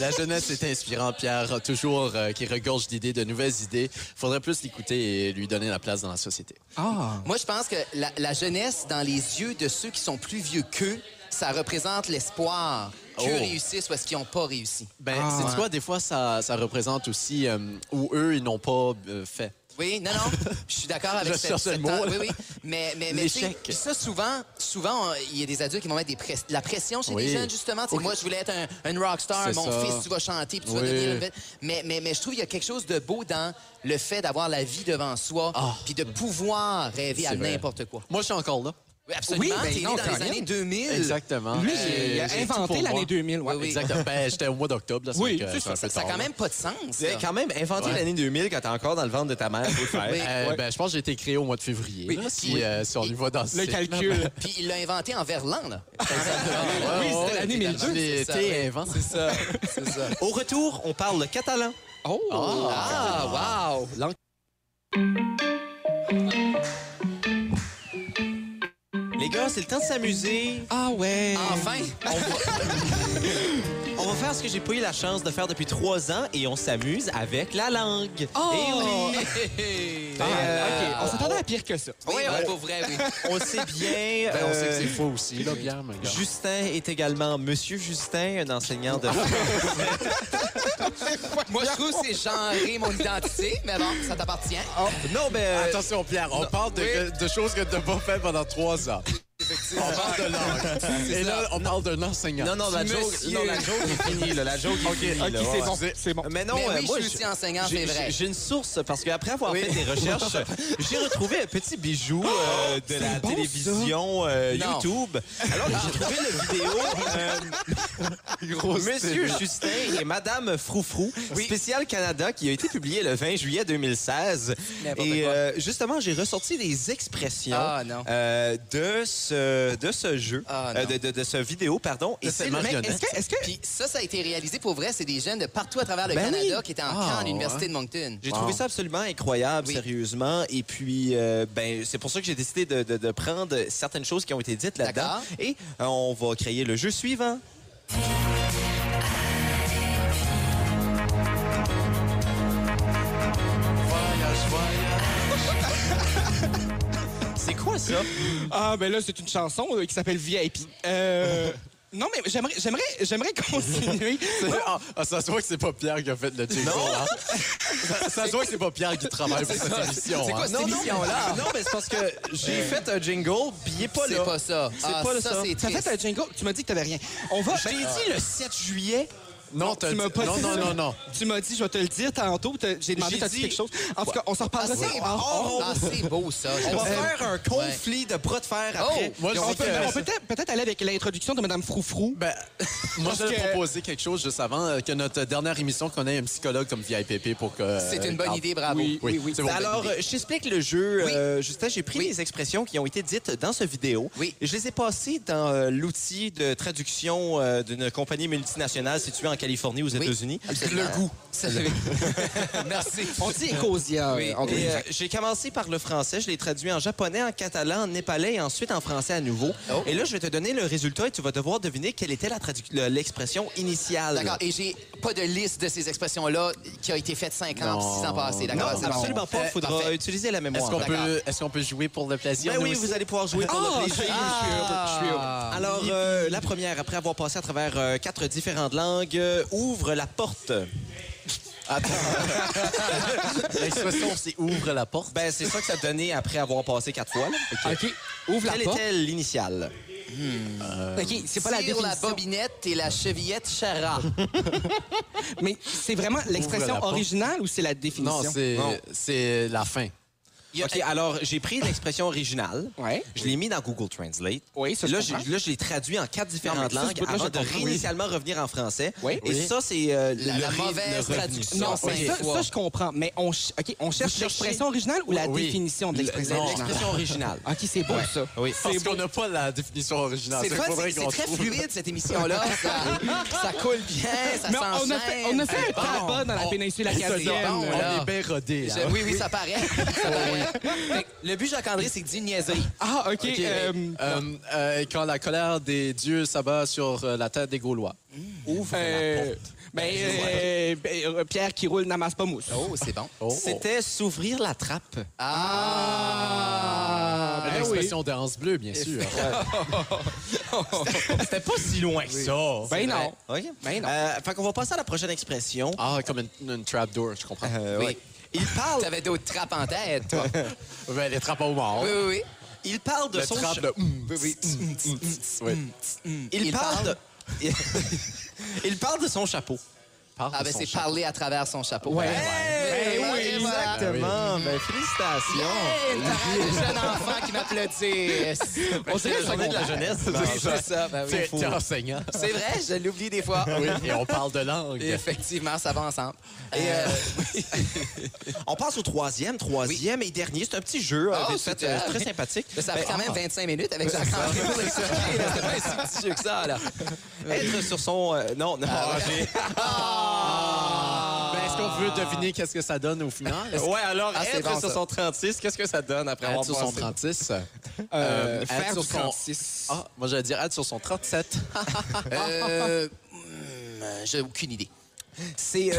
[SPEAKER 3] La jeunesse est inspirante, Pierre, toujours euh, qui regorge d'idées, de nouvelles idées. Faudrait plus l'écouter et lui donner la place dans la société.
[SPEAKER 4] Ah.
[SPEAKER 5] Moi, je pense que la, la jeunesse, dans les yeux de ceux qui sont plus vieux qu'eux, ça représente l'espoir. Qu'eux
[SPEAKER 3] Oh.
[SPEAKER 5] réussissent ou est-ce qu'ils n'ont pas réussi?
[SPEAKER 3] Ben, c'est quoi, des fois, ça, ça représente aussi euh, où eux, ils n'ont pas euh, fait.
[SPEAKER 5] Oui, non,
[SPEAKER 3] *laughs*
[SPEAKER 5] non, je suis d'accord avec
[SPEAKER 3] Je
[SPEAKER 5] cette-
[SPEAKER 3] cherchais le
[SPEAKER 5] cette-
[SPEAKER 3] mot, là.
[SPEAKER 5] Oui, oui, mais mais mais
[SPEAKER 3] L'échec.
[SPEAKER 5] tu sais, ça souvent, souvent on- il y a des adultes qui vont mettre des pres- de la pression chez
[SPEAKER 3] Oui.
[SPEAKER 5] des jeunes justement. Tu sais, Moi, je voulais être un, une rockstar,
[SPEAKER 3] C'est
[SPEAKER 5] mon
[SPEAKER 3] ça.
[SPEAKER 5] fils, tu vas chanter, puis tu vas
[SPEAKER 3] Oui.
[SPEAKER 5] devenir une vedette. Mais mais mais je trouve qu'il y a quelque chose de beau dans le fait d'avoir la vie devant soi, puis de pouvoir rêver à
[SPEAKER 3] Ah. C'est vrai.
[SPEAKER 5] n'importe quoi.
[SPEAKER 3] Moi, je suis encore là.
[SPEAKER 5] Oui, absolument.
[SPEAKER 4] Oui, ben
[SPEAKER 5] T'es
[SPEAKER 4] non,
[SPEAKER 5] né dans
[SPEAKER 4] quand
[SPEAKER 5] les
[SPEAKER 4] même.
[SPEAKER 5] années 2000.
[SPEAKER 3] Exactement.
[SPEAKER 4] Lui,
[SPEAKER 3] Euh,
[SPEAKER 4] il a
[SPEAKER 3] j'ai tout pour
[SPEAKER 4] inventé
[SPEAKER 3] moi.
[SPEAKER 4] l'année 2000. ouais.
[SPEAKER 5] Oui, oui.
[SPEAKER 3] Exactement. Ben, j'étais au mois d'octobre. là,
[SPEAKER 4] Oui,
[SPEAKER 3] c'est que
[SPEAKER 4] c'est
[SPEAKER 3] c'est un
[SPEAKER 5] Ça
[SPEAKER 3] peu
[SPEAKER 5] n'a
[SPEAKER 3] tard,
[SPEAKER 5] quand
[SPEAKER 3] là. Eh,
[SPEAKER 5] même pas de sens. là.
[SPEAKER 1] Quand même, inventer
[SPEAKER 3] Ouais.
[SPEAKER 1] l'année 2000 quand t'es encore dans le ventre de ta mère, faut le faire.
[SPEAKER 5] Oui.
[SPEAKER 3] Euh, ben, je pense que j'ai été créé au mois de février.
[SPEAKER 5] Oui,
[SPEAKER 3] là,
[SPEAKER 5] puis-
[SPEAKER 3] si, euh, si on y va dans ce
[SPEAKER 4] Le
[SPEAKER 3] cycle-là.
[SPEAKER 4] calcul.
[SPEAKER 5] Puis il l'a inventé en verlan,
[SPEAKER 1] *laughs*
[SPEAKER 5] là. Ah,
[SPEAKER 3] Ouais,
[SPEAKER 4] c'était
[SPEAKER 3] ouais,
[SPEAKER 4] l'année
[SPEAKER 3] évidemment.
[SPEAKER 5] 1002.
[SPEAKER 3] J'ai
[SPEAKER 5] C'est ça,
[SPEAKER 3] été
[SPEAKER 5] oui.
[SPEAKER 3] inventé.
[SPEAKER 5] C'est ça. C'est ça.
[SPEAKER 1] Au retour, on parle le catalan.
[SPEAKER 4] *laughs* Oh!
[SPEAKER 5] Ah, wow!
[SPEAKER 4] Langue-
[SPEAKER 1] Les gars, c'est le temps de s'amuser.
[SPEAKER 4] Ah ouais!
[SPEAKER 5] Enfin!
[SPEAKER 1] On va... on va faire ce que j'ai pas eu la chance de faire depuis trois ans et on s'amuse avec la langue.
[SPEAKER 4] Oh!
[SPEAKER 1] Et Eh oui!
[SPEAKER 4] Ah,
[SPEAKER 1] Euh,
[SPEAKER 4] OK, on s'attendait à pire que ça.
[SPEAKER 5] *laughs* Oui, oui, pour vrai,
[SPEAKER 1] *laughs*
[SPEAKER 5] oui.
[SPEAKER 1] On sait bien.
[SPEAKER 3] Ben, on sait que
[SPEAKER 1] euh,
[SPEAKER 3] c'est faux aussi, là, Pierre, mon gars.
[SPEAKER 1] Justin est également Monsieur Justin, un enseignant de.
[SPEAKER 5] Moi, je trouve que c'est genré mon identité, mais bon, ça t'appartient.
[SPEAKER 1] non, mais. euh,
[SPEAKER 3] Attention, Pierre, on parle de,
[SPEAKER 5] Oui.
[SPEAKER 3] de choses que tu n'as pas fait pendant trois ans. On parle de langue. Et là, on parle d'un enseignant.
[SPEAKER 1] non, non, la joke,
[SPEAKER 5] Monsieur.
[SPEAKER 1] non, la joke est finie, là. La joke est finie, là, ouais.
[SPEAKER 4] c'est bon.
[SPEAKER 1] Mais non,
[SPEAKER 5] Mais
[SPEAKER 1] euh,
[SPEAKER 5] oui,
[SPEAKER 1] moi,
[SPEAKER 5] je suis aussi enseignant,
[SPEAKER 1] j'ai-
[SPEAKER 5] c'est vrai.
[SPEAKER 1] j'ai- J'ai une source parce qu'après avoir
[SPEAKER 5] Oui. Oh,
[SPEAKER 1] fait des recherches,
[SPEAKER 5] *laughs*
[SPEAKER 1] j'ai retrouvé un petit bijou euh, de la
[SPEAKER 4] bon,
[SPEAKER 1] télévision euh,
[SPEAKER 5] Non.
[SPEAKER 1] YouTube. Alors que j'ai trouvé la vidéo. euh,
[SPEAKER 5] *laughs*
[SPEAKER 1] Monsieur Justin et Madame Froufrou, spécial Canada, qui a été publié le 20 juillet 2016.
[SPEAKER 5] N'importe
[SPEAKER 1] Et
[SPEAKER 5] quoi.
[SPEAKER 1] euh, justement, j'ai ressorti les expressions
[SPEAKER 5] Ah, non.
[SPEAKER 1] euh, de ce de ce jeu,
[SPEAKER 5] Ah,
[SPEAKER 1] euh,
[SPEAKER 5] non.
[SPEAKER 1] de, de, de ce vidéo, pardon. Et
[SPEAKER 3] De cette
[SPEAKER 1] le- mais
[SPEAKER 3] marionnette.
[SPEAKER 1] est-ce que- est-ce que
[SPEAKER 5] Puis ça, ça a été réalisé pour vrai. C'est des jeunes de partout à travers le
[SPEAKER 1] Ben
[SPEAKER 5] Canada
[SPEAKER 1] oui.
[SPEAKER 5] qui étaient en
[SPEAKER 3] Ah,
[SPEAKER 5] camp à l'Université
[SPEAKER 3] ouais.
[SPEAKER 5] de Moncton.
[SPEAKER 1] J'ai trouvé ça absolument incroyable,
[SPEAKER 5] Oui.
[SPEAKER 1] sérieusement. Et puis, euh, ben, c'est pour ça que j'ai décidé de, de- de prendre certaines choses qui ont été dites là-dedans.
[SPEAKER 5] D'accord.
[SPEAKER 1] Et euh, on va créer le jeu suivant. C'est quoi ça?
[SPEAKER 4] Ah, ben là, c'est une chanson euh, qui s'appelle VIP. Euh, non, mais j'aimerais, j'aimerais, j'aimerais *laughs* continuer.
[SPEAKER 3] Ah, ah, ça se voit que c'est pas Pierre qui a fait le jingle. hein. Ça, ça se voit que c'est pas Pierre qui travaille pour cette émission.
[SPEAKER 5] C'est quoi
[SPEAKER 3] hein.
[SPEAKER 5] cette émission-là?
[SPEAKER 1] Non, mais c'est parce que j'ai fait un jingle, puis il est pas là.
[SPEAKER 5] C'est pas ça.
[SPEAKER 1] Euh, C'est
[SPEAKER 5] Ah,
[SPEAKER 1] pas le ça.
[SPEAKER 5] ça, c'est
[SPEAKER 4] T'as
[SPEAKER 5] triste.
[SPEAKER 4] fait un jingle, tu m'as dit que t'avais rien. On va. ben,
[SPEAKER 1] Je l'ai dit le 7 juillet.
[SPEAKER 3] Non, t'as
[SPEAKER 4] tu m'as
[SPEAKER 3] dit-
[SPEAKER 4] pas
[SPEAKER 3] non,
[SPEAKER 4] dit
[SPEAKER 3] non,
[SPEAKER 4] ça.
[SPEAKER 3] non, non.
[SPEAKER 4] Tu m'as dit, je vais te le dire tantôt. t'as- J'ai demandé,
[SPEAKER 1] J'ai
[SPEAKER 4] t'as dit
[SPEAKER 1] dit-
[SPEAKER 4] quelque chose. En tout cas, on s'en
[SPEAKER 5] Ah,
[SPEAKER 4] reparlera.
[SPEAKER 5] c'est
[SPEAKER 4] Ah,
[SPEAKER 5] bon.
[SPEAKER 4] on-
[SPEAKER 5] Ah, c'est beau, ça.
[SPEAKER 1] Oh!
[SPEAKER 5] Oh,
[SPEAKER 1] On va
[SPEAKER 5] J'aime ça.
[SPEAKER 1] faire un conflit de bras de fer après.
[SPEAKER 5] Oh!
[SPEAKER 3] Moi, je
[SPEAKER 4] on
[SPEAKER 3] dis
[SPEAKER 4] peut,
[SPEAKER 3] que-
[SPEAKER 4] on peut peut-être, peut-être aller avec l'introduction de Mme Froufrou.
[SPEAKER 3] Ben, moi,
[SPEAKER 4] Parce
[SPEAKER 3] j'avais
[SPEAKER 4] que-
[SPEAKER 3] proposé quelque chose juste avant, euh, que notre dernière émission qu'on ait un psychologue comme VIPP pour que...
[SPEAKER 5] C'est une bonne
[SPEAKER 3] Ah,
[SPEAKER 5] idée, bravo.
[SPEAKER 3] Oui, oui, c'est bon. euh,
[SPEAKER 1] Alors,
[SPEAKER 3] bonne idée.
[SPEAKER 1] je t'explique le jeu.
[SPEAKER 5] Oui.
[SPEAKER 1] Euh, Justin, j'ai pris les expressions qui ont été dites dans ce vidéo.
[SPEAKER 5] Oui.
[SPEAKER 1] Et Je les ai passées dans euh, l'outil de traduction euh, d'une compagnie multinationale située en Californie aux
[SPEAKER 5] Oui,
[SPEAKER 1] États-Unis.
[SPEAKER 5] absolument.
[SPEAKER 1] Le goût.
[SPEAKER 5] Ça-
[SPEAKER 1] *laughs*
[SPEAKER 5] Merci.
[SPEAKER 4] On dit Ecosia.
[SPEAKER 5] Oui.
[SPEAKER 4] en
[SPEAKER 1] Et, euh, j'ai commencé par le français, je l'ai traduit en japonais, en catalan, en népalais et ensuite en français à nouveau.
[SPEAKER 5] Oh.
[SPEAKER 1] Et là, je vais te donner le résultat et tu vas devoir deviner quelle était la tradu- le- l'expression initiale.
[SPEAKER 5] D'accord. Et j'ai pas de liste de ces expressions-là qui a été faite 5 ans,
[SPEAKER 3] Non.
[SPEAKER 5] 6 ans passés.
[SPEAKER 1] Non,
[SPEAKER 4] Ah,
[SPEAKER 5] D'accord?
[SPEAKER 1] absolument pas. Il
[SPEAKER 5] Euh,
[SPEAKER 1] faudra
[SPEAKER 5] parfait.
[SPEAKER 1] utiliser la mémoire.
[SPEAKER 3] Est-ce qu'on
[SPEAKER 1] Ben
[SPEAKER 3] peut, est-ce qu'on peut jouer pour le plaisir? nous
[SPEAKER 1] oui,
[SPEAKER 3] aussi?
[SPEAKER 1] vous allez pouvoir
[SPEAKER 4] *laughs*
[SPEAKER 1] jouer pour
[SPEAKER 4] Ah,
[SPEAKER 1] le
[SPEAKER 4] ça y
[SPEAKER 1] plaisir.
[SPEAKER 4] est, je suis heureux, je suis heureux.
[SPEAKER 1] Alors, euh, la première, après avoir passé à travers euh, quatre différentes langues, euh, ouvre la
[SPEAKER 4] *laughs*
[SPEAKER 1] porte. *laughs*
[SPEAKER 3] L'expression, c'est ouvre la porte.
[SPEAKER 1] Ben, c'est ça que ça donnait après avoir passé quatre fois. là.
[SPEAKER 4] OK. Ouvre la
[SPEAKER 1] Quelle
[SPEAKER 4] porte.
[SPEAKER 1] était l'initiale?
[SPEAKER 4] OK, c'est pas la
[SPEAKER 5] Tire la
[SPEAKER 4] définition.
[SPEAKER 5] bobinette et la chevillette chara.
[SPEAKER 4] Mais c'est vraiment
[SPEAKER 3] Ouvre la
[SPEAKER 4] l'expression
[SPEAKER 3] porte.
[SPEAKER 4] originale ou c'est la
[SPEAKER 3] Non,
[SPEAKER 4] définition?
[SPEAKER 3] c'est,
[SPEAKER 1] Non.
[SPEAKER 3] c'est la fin.
[SPEAKER 1] OK, alors, j'ai pris l'expression originale.
[SPEAKER 4] Ouais.
[SPEAKER 1] Je l'ai mis dans Google Translate.
[SPEAKER 4] Oui, ça, je
[SPEAKER 1] là, j'ai-
[SPEAKER 4] comprends.
[SPEAKER 1] là, je l'ai traduit en quatre
[SPEAKER 4] Non,
[SPEAKER 1] différentes
[SPEAKER 4] mais ça, ce
[SPEAKER 1] langues
[SPEAKER 4] bout-là,
[SPEAKER 1] avant
[SPEAKER 4] je
[SPEAKER 1] de
[SPEAKER 4] comprends.
[SPEAKER 1] réinitialement revenir en français.
[SPEAKER 4] Oui.
[SPEAKER 1] Et
[SPEAKER 4] Oui.
[SPEAKER 1] ça, c'est euh,
[SPEAKER 5] La,
[SPEAKER 1] le
[SPEAKER 5] la
[SPEAKER 1] ré- le
[SPEAKER 5] mauvaise
[SPEAKER 1] revenu.
[SPEAKER 5] traduction.
[SPEAKER 4] Non,
[SPEAKER 5] cinq
[SPEAKER 4] ça,
[SPEAKER 5] fois.
[SPEAKER 4] ça, je comprends. Mais on, ch- OK, on cherche
[SPEAKER 1] cherchez-
[SPEAKER 4] l'expression originale ou la
[SPEAKER 3] Oui.
[SPEAKER 4] définition de l'expression
[SPEAKER 3] Non.
[SPEAKER 4] originale?
[SPEAKER 1] L'expression originale.
[SPEAKER 4] OK, c'est beau, ça.
[SPEAKER 1] Oui.
[SPEAKER 3] Parce qu'on n'a pas la définition originale.
[SPEAKER 5] C'est le
[SPEAKER 3] Ça, il
[SPEAKER 5] fun,
[SPEAKER 3] faudrait
[SPEAKER 5] c'est c'est
[SPEAKER 3] qu'on
[SPEAKER 5] très
[SPEAKER 3] trouve.
[SPEAKER 5] fluide, cette
[SPEAKER 4] *laughs*
[SPEAKER 5] émission-là. Ça, ça coule bien, ça
[SPEAKER 4] Mais on a fait, on a fait un
[SPEAKER 5] s'enchaîne.
[SPEAKER 4] tabac dans la
[SPEAKER 5] On-
[SPEAKER 4] péninsule
[SPEAKER 5] on se
[SPEAKER 4] acadienne.
[SPEAKER 5] donne,
[SPEAKER 4] euh,
[SPEAKER 5] là.
[SPEAKER 3] On est bien hein. rodé.
[SPEAKER 5] Je- oui, oui, ça paraît.
[SPEAKER 4] *laughs*
[SPEAKER 5] Ça paraît. Fait que Le but, Jacques-André, c'est que dis une niaiserie.
[SPEAKER 4] Ah, OK.
[SPEAKER 3] OK, ben,
[SPEAKER 4] euh,
[SPEAKER 3] euh, euh, quand la colère des dieux s'abat sur euh, la tête des Gaulois.
[SPEAKER 4] ouvre euh, ben, euh, ben, euh, Pierre qui roule n'amasse pas mousse.
[SPEAKER 5] Oh, c'est bon.
[SPEAKER 1] C'était s'ouvrir la trappe.
[SPEAKER 5] Ah!
[SPEAKER 4] ben oui.
[SPEAKER 3] L'expression de Hans Bleu, bien sûr.
[SPEAKER 1] C'était pas si loin que ça.
[SPEAKER 4] Ben non.
[SPEAKER 5] vrai.
[SPEAKER 1] OK. Euh, fait qu'on va passer à la prochaine expression.
[SPEAKER 3] Ah, comme une, une trapdoor, je comprends.
[SPEAKER 1] Euh,
[SPEAKER 5] Oui.
[SPEAKER 1] ouais. Il parle,
[SPEAKER 5] T'avais d'autres trappes en tête, toi.
[SPEAKER 3] Ben, les trappes aux morts.
[SPEAKER 4] Ah.
[SPEAKER 5] Oui, oui, oui.
[SPEAKER 1] il parle de
[SPEAKER 3] Le
[SPEAKER 1] son
[SPEAKER 3] trappe,
[SPEAKER 1] cha-
[SPEAKER 3] le hum,
[SPEAKER 5] oui,
[SPEAKER 3] hum, hum, hum. Oui.
[SPEAKER 1] il,
[SPEAKER 5] il
[SPEAKER 1] parle *laughs*
[SPEAKER 5] parle.
[SPEAKER 1] de... il parle de son chapeau.
[SPEAKER 3] parle
[SPEAKER 5] Ah,
[SPEAKER 3] de
[SPEAKER 5] ben
[SPEAKER 3] son
[SPEAKER 5] c'est
[SPEAKER 3] chapeau.
[SPEAKER 5] parler à travers son chapeau.
[SPEAKER 4] Ouais.
[SPEAKER 5] Hey,
[SPEAKER 1] Ben
[SPEAKER 5] voilà,
[SPEAKER 1] oui,
[SPEAKER 5] et voilà.
[SPEAKER 1] exactement. Ben,
[SPEAKER 5] Hey,
[SPEAKER 1] félicitations.
[SPEAKER 5] une parade de jeune enfant qui m'applaudissent.
[SPEAKER 1] On dirait la journée de la jeunesse.
[SPEAKER 5] Oui, c'est ça. ben oui.
[SPEAKER 3] T'es t'es enseignant.
[SPEAKER 5] C'est vrai, je l'oublie des fois.
[SPEAKER 3] Oui, et on parle de langue.
[SPEAKER 5] Et Effectivement, ça va ensemble. Et, euh,
[SPEAKER 1] On passe au troisième, troisième et dernier. C'est un petit jeu euh,
[SPEAKER 5] Oh,
[SPEAKER 1] vite fait,
[SPEAKER 5] super.
[SPEAKER 1] euh, très sympathique.
[SPEAKER 5] mais ça a
[SPEAKER 1] Ben,
[SPEAKER 5] pris
[SPEAKER 1] *laughs*
[SPEAKER 5] quand même 25 minutes avec Jacques-André pour l'expliquer. là. C'était pas si petit que ça, là.
[SPEAKER 1] *laughs*
[SPEAKER 5] Ah,
[SPEAKER 1] Être sur son... euh, non, non. j'ai-
[SPEAKER 3] Ah. Ben, Est-ce qu'on veut deviner qu'est-ce que ça donne au final? Est-ce que-
[SPEAKER 1] Ouais, alors,
[SPEAKER 5] Ah, c'est
[SPEAKER 1] être
[SPEAKER 5] bon,
[SPEAKER 1] sur
[SPEAKER 5] ça.
[SPEAKER 1] son 36, qu'est-ce que ça donne après
[SPEAKER 3] Ad
[SPEAKER 1] avoir
[SPEAKER 3] sur son
[SPEAKER 1] passé-
[SPEAKER 3] 36.
[SPEAKER 4] Euh,
[SPEAKER 3] Ad
[SPEAKER 4] faire
[SPEAKER 3] sur
[SPEAKER 4] du
[SPEAKER 3] son-
[SPEAKER 4] 36.
[SPEAKER 3] Ah, moi, j'allais dire Ad sur son 37.
[SPEAKER 5] Euh, hmm, J'ai aucune idée.
[SPEAKER 1] C'est... euh,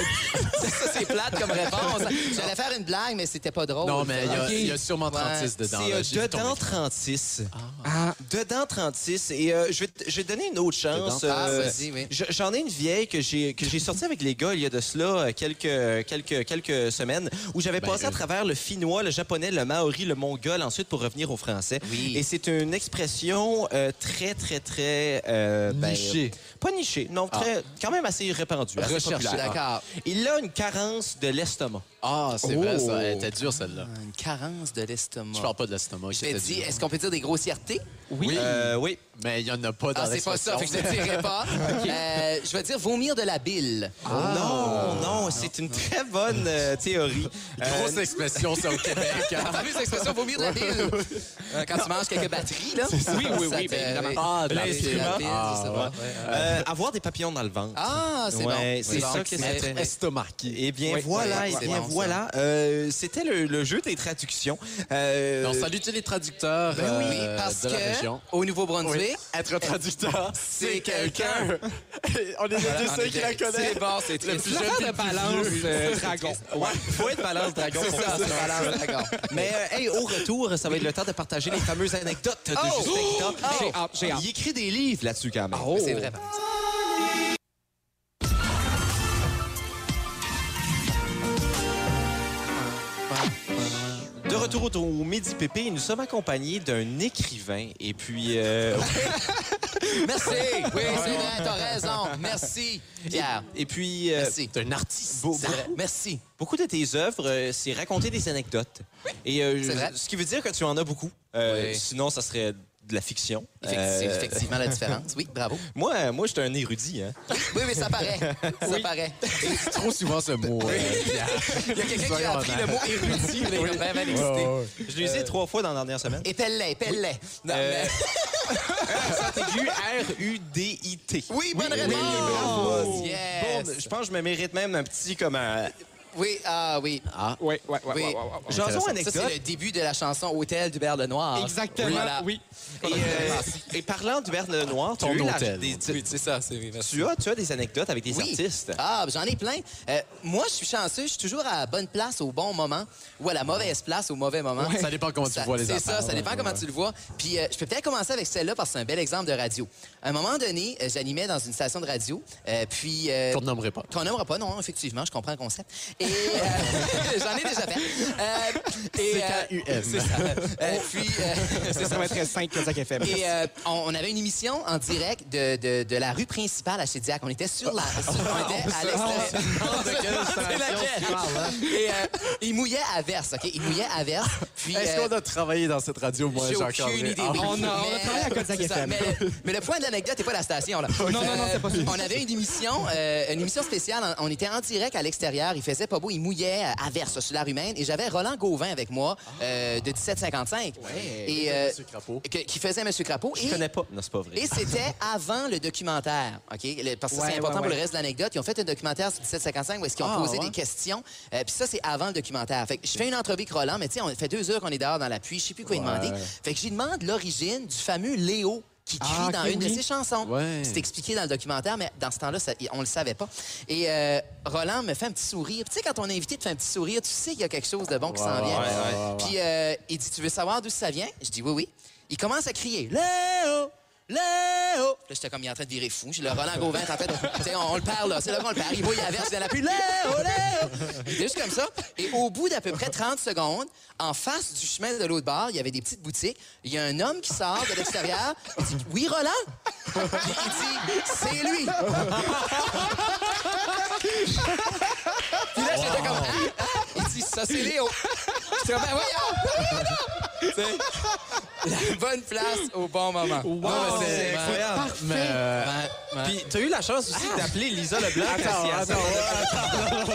[SPEAKER 5] Ça, c'est plate comme réponse. J'allais faire une blague, mais c'était pas drôle.
[SPEAKER 3] non, mais euh, il y a-
[SPEAKER 5] Oh, Ok.
[SPEAKER 3] il y, a sûrement 36 dedans.
[SPEAKER 1] C'est
[SPEAKER 3] là.
[SPEAKER 1] euh,
[SPEAKER 3] J'ai vu
[SPEAKER 1] dedans
[SPEAKER 3] tomber.
[SPEAKER 1] 36.
[SPEAKER 4] Ah,
[SPEAKER 1] Dedans 36. Et euh, je, vais t- je vais te donner une autre chance. euh,
[SPEAKER 5] Dedans, ah, vas-y, oui.
[SPEAKER 1] je- J'en ai une vieille que j'ai que j'ai sortie avec les gars il y a de cela euh, quelques, quelques, quelques semaines où j'avais
[SPEAKER 3] Ben,
[SPEAKER 1] passé à
[SPEAKER 3] euh,
[SPEAKER 1] travers le finnois, le japonais, le maori, le mongol, ensuite pour revenir au français.
[SPEAKER 5] Oui.
[SPEAKER 1] Et c'est une expression euh, très, très, très... euh, ben,
[SPEAKER 3] Nichée.
[SPEAKER 1] pas nichée, non, très, quand même assez répandue, assez
[SPEAKER 3] Recherchée.
[SPEAKER 1] populaire.
[SPEAKER 5] Ah.
[SPEAKER 1] Ah.
[SPEAKER 5] D'accord.
[SPEAKER 1] Il a une carence de l'estomac.
[SPEAKER 3] Ah, c'est vrai, ça. Elle était dure, celle-là.
[SPEAKER 5] Une carence de l'estomac.
[SPEAKER 3] Je parle pas de l'estomac.
[SPEAKER 5] Je vais
[SPEAKER 3] c'était
[SPEAKER 5] dire,
[SPEAKER 3] dur.
[SPEAKER 5] est-ce qu'on peut dire des grossièretés?
[SPEAKER 3] Oui,
[SPEAKER 1] Euh, oui.
[SPEAKER 3] mais il y en a pas dans
[SPEAKER 5] Ah, c'est pas ça, fait que je ne dirai pas. *laughs* Euh, je vais dire vomir de la bile.
[SPEAKER 1] Non, non, c'est une très bonne euh,
[SPEAKER 5] *laughs*
[SPEAKER 1] théorie. Euh,
[SPEAKER 3] *laughs* Grosse expression, ça, au Québec. hein.
[SPEAKER 5] T'as vu l'expression vomir de la bile? *laughs* Euh, Quand tu manges quelques batteries, là. Oui,
[SPEAKER 10] oui, oui, ben, évidemment.
[SPEAKER 3] Ah, de la
[SPEAKER 1] bile.
[SPEAKER 5] Ah,
[SPEAKER 3] Ah,
[SPEAKER 1] euh, avoir des papillons dans le ventre.
[SPEAKER 5] ah c'est
[SPEAKER 1] Ouais,
[SPEAKER 5] bon.
[SPEAKER 1] c'est
[SPEAKER 5] bon.
[SPEAKER 1] ça qui
[SPEAKER 5] Mais-
[SPEAKER 1] s'appelle.
[SPEAKER 3] Estomaqué.
[SPEAKER 1] Eh bien
[SPEAKER 5] Oui,
[SPEAKER 1] voilà,
[SPEAKER 5] oui,
[SPEAKER 1] eh
[SPEAKER 5] c'est
[SPEAKER 1] bien
[SPEAKER 5] bon, ça.
[SPEAKER 1] voilà. Euh, C'était le, le jeu des traductions. Euh,
[SPEAKER 3] On salue tous les traducteurs
[SPEAKER 5] Ben oui,
[SPEAKER 3] euh,
[SPEAKER 5] parce
[SPEAKER 3] de la
[SPEAKER 5] que
[SPEAKER 3] région.
[SPEAKER 5] au Nouveau-Brunswick,
[SPEAKER 3] Être traducteur, c'est quelqu'un. on est les deux
[SPEAKER 5] on
[SPEAKER 3] seuls
[SPEAKER 5] est
[SPEAKER 3] qui la
[SPEAKER 5] bien.
[SPEAKER 3] connaissent.
[SPEAKER 5] C'est bon, c'est triste.
[SPEAKER 3] plus jeune, puis le
[SPEAKER 4] de
[SPEAKER 3] plus
[SPEAKER 4] balance
[SPEAKER 3] vieux.
[SPEAKER 4] euh, dragon.
[SPEAKER 1] Ouais, faut être balance dragon pour
[SPEAKER 5] Ça,
[SPEAKER 1] faire
[SPEAKER 5] c'est
[SPEAKER 1] ça.
[SPEAKER 5] valable, d'accord.
[SPEAKER 1] Mais euh, hey, au retour, ça va être le temps de partager les fameuses anecdotes de
[SPEAKER 5] Oh!
[SPEAKER 1] Justin Top.
[SPEAKER 4] J'ai hâte, j'ai hâte.
[SPEAKER 1] Il écrit des livres là-dessus quand même.
[SPEAKER 5] C'est vrai.
[SPEAKER 1] De retour au, au Midi Pépé, nous sommes accompagnés d'un écrivain. Et puis, euh,
[SPEAKER 5] Merci. Oui, c'est vrai, t'as raison. Merci, Pierre.
[SPEAKER 1] et puis euh,
[SPEAKER 5] Ah! Merci.
[SPEAKER 3] T'es un artiste.
[SPEAKER 1] beau-
[SPEAKER 5] C'est vrai. Merci.
[SPEAKER 1] beaucoup de tes œuvres, euh, c'est raconter des anecdotes. Et euh,
[SPEAKER 5] C'est vrai.
[SPEAKER 1] ce qui veut dire que tu en as beaucoup. Euh,
[SPEAKER 5] Oui.
[SPEAKER 1] Sinon, ça serait de la fiction.
[SPEAKER 5] Effecti- C'est
[SPEAKER 1] Euh,
[SPEAKER 5] effectivement la différence. Oui, bravo.
[SPEAKER 1] moi, euh, moi, j'étais un érudit. Hein.
[SPEAKER 5] Oui, mais ça paraît. Ça paraît.
[SPEAKER 3] C'est trop souvent ce mot. euh, Pierre.
[SPEAKER 5] Il y a quelqu'un qui
[SPEAKER 3] Soyons
[SPEAKER 5] a appris le
[SPEAKER 3] honnêtes.
[SPEAKER 5] mot érudit. Il est comme ben, bien, bien excité.
[SPEAKER 1] Je l'ai usé trois fois dans la dernière semaine.
[SPEAKER 5] Épelle-les, épelle-les. Non,
[SPEAKER 1] Euh,
[SPEAKER 5] mais-
[SPEAKER 1] accent aigu, R-U-D-I-T.
[SPEAKER 5] Oui, bonne
[SPEAKER 1] Oui,
[SPEAKER 5] réponse.
[SPEAKER 1] bravo.
[SPEAKER 5] Oh, Yes.
[SPEAKER 1] Bon, ben, je pense que je me mérite même un petit comme un...
[SPEAKER 5] Oui, ah oui. Ah,
[SPEAKER 4] Oui, oui, oui,
[SPEAKER 5] Oui.
[SPEAKER 4] oui. oui, oui.
[SPEAKER 1] Jason
[SPEAKER 5] ça,
[SPEAKER 1] anecdote.
[SPEAKER 5] c'est le début de la chanson Hôtel d'Hubert Lenoir.
[SPEAKER 4] Exactement,
[SPEAKER 5] Voilà.
[SPEAKER 4] oui.
[SPEAKER 1] Et, euh, et parlant d'Hubert Lenoir, tu, as
[SPEAKER 3] Ton
[SPEAKER 1] eu la-
[SPEAKER 3] hôtel.
[SPEAKER 1] des- tu-
[SPEAKER 5] c'est ça, c'est vrai.
[SPEAKER 1] tu as, tu as des anecdotes avec des
[SPEAKER 5] Oui.
[SPEAKER 1] artistes.
[SPEAKER 5] Ah, j'en ai plein. Euh, moi, je suis chanceux. Je suis toujours à la bonne place au bon moment ou à la mauvaise place au mauvais moment.
[SPEAKER 3] Ça dépend comment tu
[SPEAKER 5] Ça-
[SPEAKER 3] vois les
[SPEAKER 5] C'est
[SPEAKER 3] affaires.
[SPEAKER 5] ça, ça dépend comment tu le vois. Puis euh, je peux peut-être commencer avec celle-là parce que c'est un bel exemple de radio. À un moment donné, euh, j'animais dans une station de radio. euh, puis. euh,
[SPEAKER 3] Qu'on ne nommerait pas.
[SPEAKER 5] Qu'on n'aimera pas, non, effectivement, je comprends le concept. Et euh, *laughs* j'en ai déjà fait. Euh, et,
[SPEAKER 3] C-K-U-M.
[SPEAKER 5] c'est ça. Euh, puis, euh,
[SPEAKER 4] Ça va être 5 Kazakh FM.
[SPEAKER 5] et euh, on, on avait une émission en direct de, de- de la rue principale à Chédiac. On était sur la.
[SPEAKER 4] Ah,
[SPEAKER 5] sur- on était à l'extérieur. *laughs*
[SPEAKER 3] *laughs*
[SPEAKER 5] C'est laquelle?
[SPEAKER 4] hein.
[SPEAKER 5] Et euh, il mouillait à verse, OK? Il mouillait à verse. Puis,
[SPEAKER 3] Est-ce
[SPEAKER 5] euh,
[SPEAKER 3] qu'on a travaillé dans cette radio, moi,
[SPEAKER 5] j'ai
[SPEAKER 3] Jean-Claude?
[SPEAKER 5] aucune idée.
[SPEAKER 3] Ah,
[SPEAKER 5] oui.
[SPEAKER 4] on a- on a
[SPEAKER 5] Mais-
[SPEAKER 4] travaillé à Kodiak
[SPEAKER 5] c'est ça.
[SPEAKER 4] FM.
[SPEAKER 5] Mais le, mais le point de l'anecdote n'est pas la station. Là. Euh,
[SPEAKER 4] Non, non, non, c'est pas ça.
[SPEAKER 5] On avait une émission, euh, une émission spéciale. On était en direct à l'extérieur. Il faisait pas beau. Il mouillait euh, à verse sur la humaine. Et j'avais Roland Gauvin avec moi euh, de 1755. et, euh,
[SPEAKER 3] Monsieur Crapaud.
[SPEAKER 5] que- qui faisait Monsieur Crapaud.
[SPEAKER 1] Je
[SPEAKER 5] Et-
[SPEAKER 1] connais pas. Non, c'est pas vrai.
[SPEAKER 5] et c'était avant le documentaire, OK? Le- parce que
[SPEAKER 4] Ouais,
[SPEAKER 5] c'est important
[SPEAKER 4] ouais,
[SPEAKER 5] pour le
[SPEAKER 4] ouais.
[SPEAKER 5] reste de l'anecdote. Ils ont fait un documentaire sur 1755 où est-ce qu'ils ont
[SPEAKER 3] Ah,
[SPEAKER 5] posé
[SPEAKER 3] ouais.
[SPEAKER 5] des questions. Euh, Puis ça, c'est avant le documentaire. Fait que je fais une entrevue avec Roland, mais tu sais, on fait deux heures qu'on est dehors dans la pluie. Je sais plus quoi lui demander. Fait que j'y demande l'origine du fameux Léo qui crie
[SPEAKER 4] Ah,
[SPEAKER 5] dans
[SPEAKER 4] ok,
[SPEAKER 5] une de
[SPEAKER 4] oui.
[SPEAKER 5] ses chansons.
[SPEAKER 3] Ouais.
[SPEAKER 5] C'est expliqué dans le documentaire, mais dans ce temps-là, ça- on le savait pas. Et euh, Roland me fait un petit sourire. Tu sais, quand on est invité, de faire un petit sourire, tu sais qu'il y a quelque chose de bon qui s'en vient. Puis euh, il dit, tu veux savoir d'où ça vient? Je dis, oui, oui. Il commence à crier, Léo! Léo! Là, j'étais comme, il est en train de virer fou. J'ai le Roland Gauvin, en fait, tu sais, on, on le perd, là. C'est là qu'on le perd. Il mouille à verse, il a la pluie. Léo! Léo! Il était juste comme ça. Et au bout d'à peu près 30 secondes, en face du chemin de l'autre bord, il y avait des petites boutiques. Il y a un homme qui sort de l'extérieur. Il dit, oui, Roland? Puis il dit, c'est lui! Puis là, j'étais comme. Ah, ah. Il dit, ça, c'est Léo. J'étais comme, ben voyons, voyons, voyons. Tu sais, La bonne place au bon moment.
[SPEAKER 1] Wow, c'est incroyable. Ah.
[SPEAKER 5] Mais, euh, ben,
[SPEAKER 1] Puis, t'as eu la chance aussi d'appeler Lisa Leblanc.
[SPEAKER 3] Attends,
[SPEAKER 1] Cassia.
[SPEAKER 3] attends,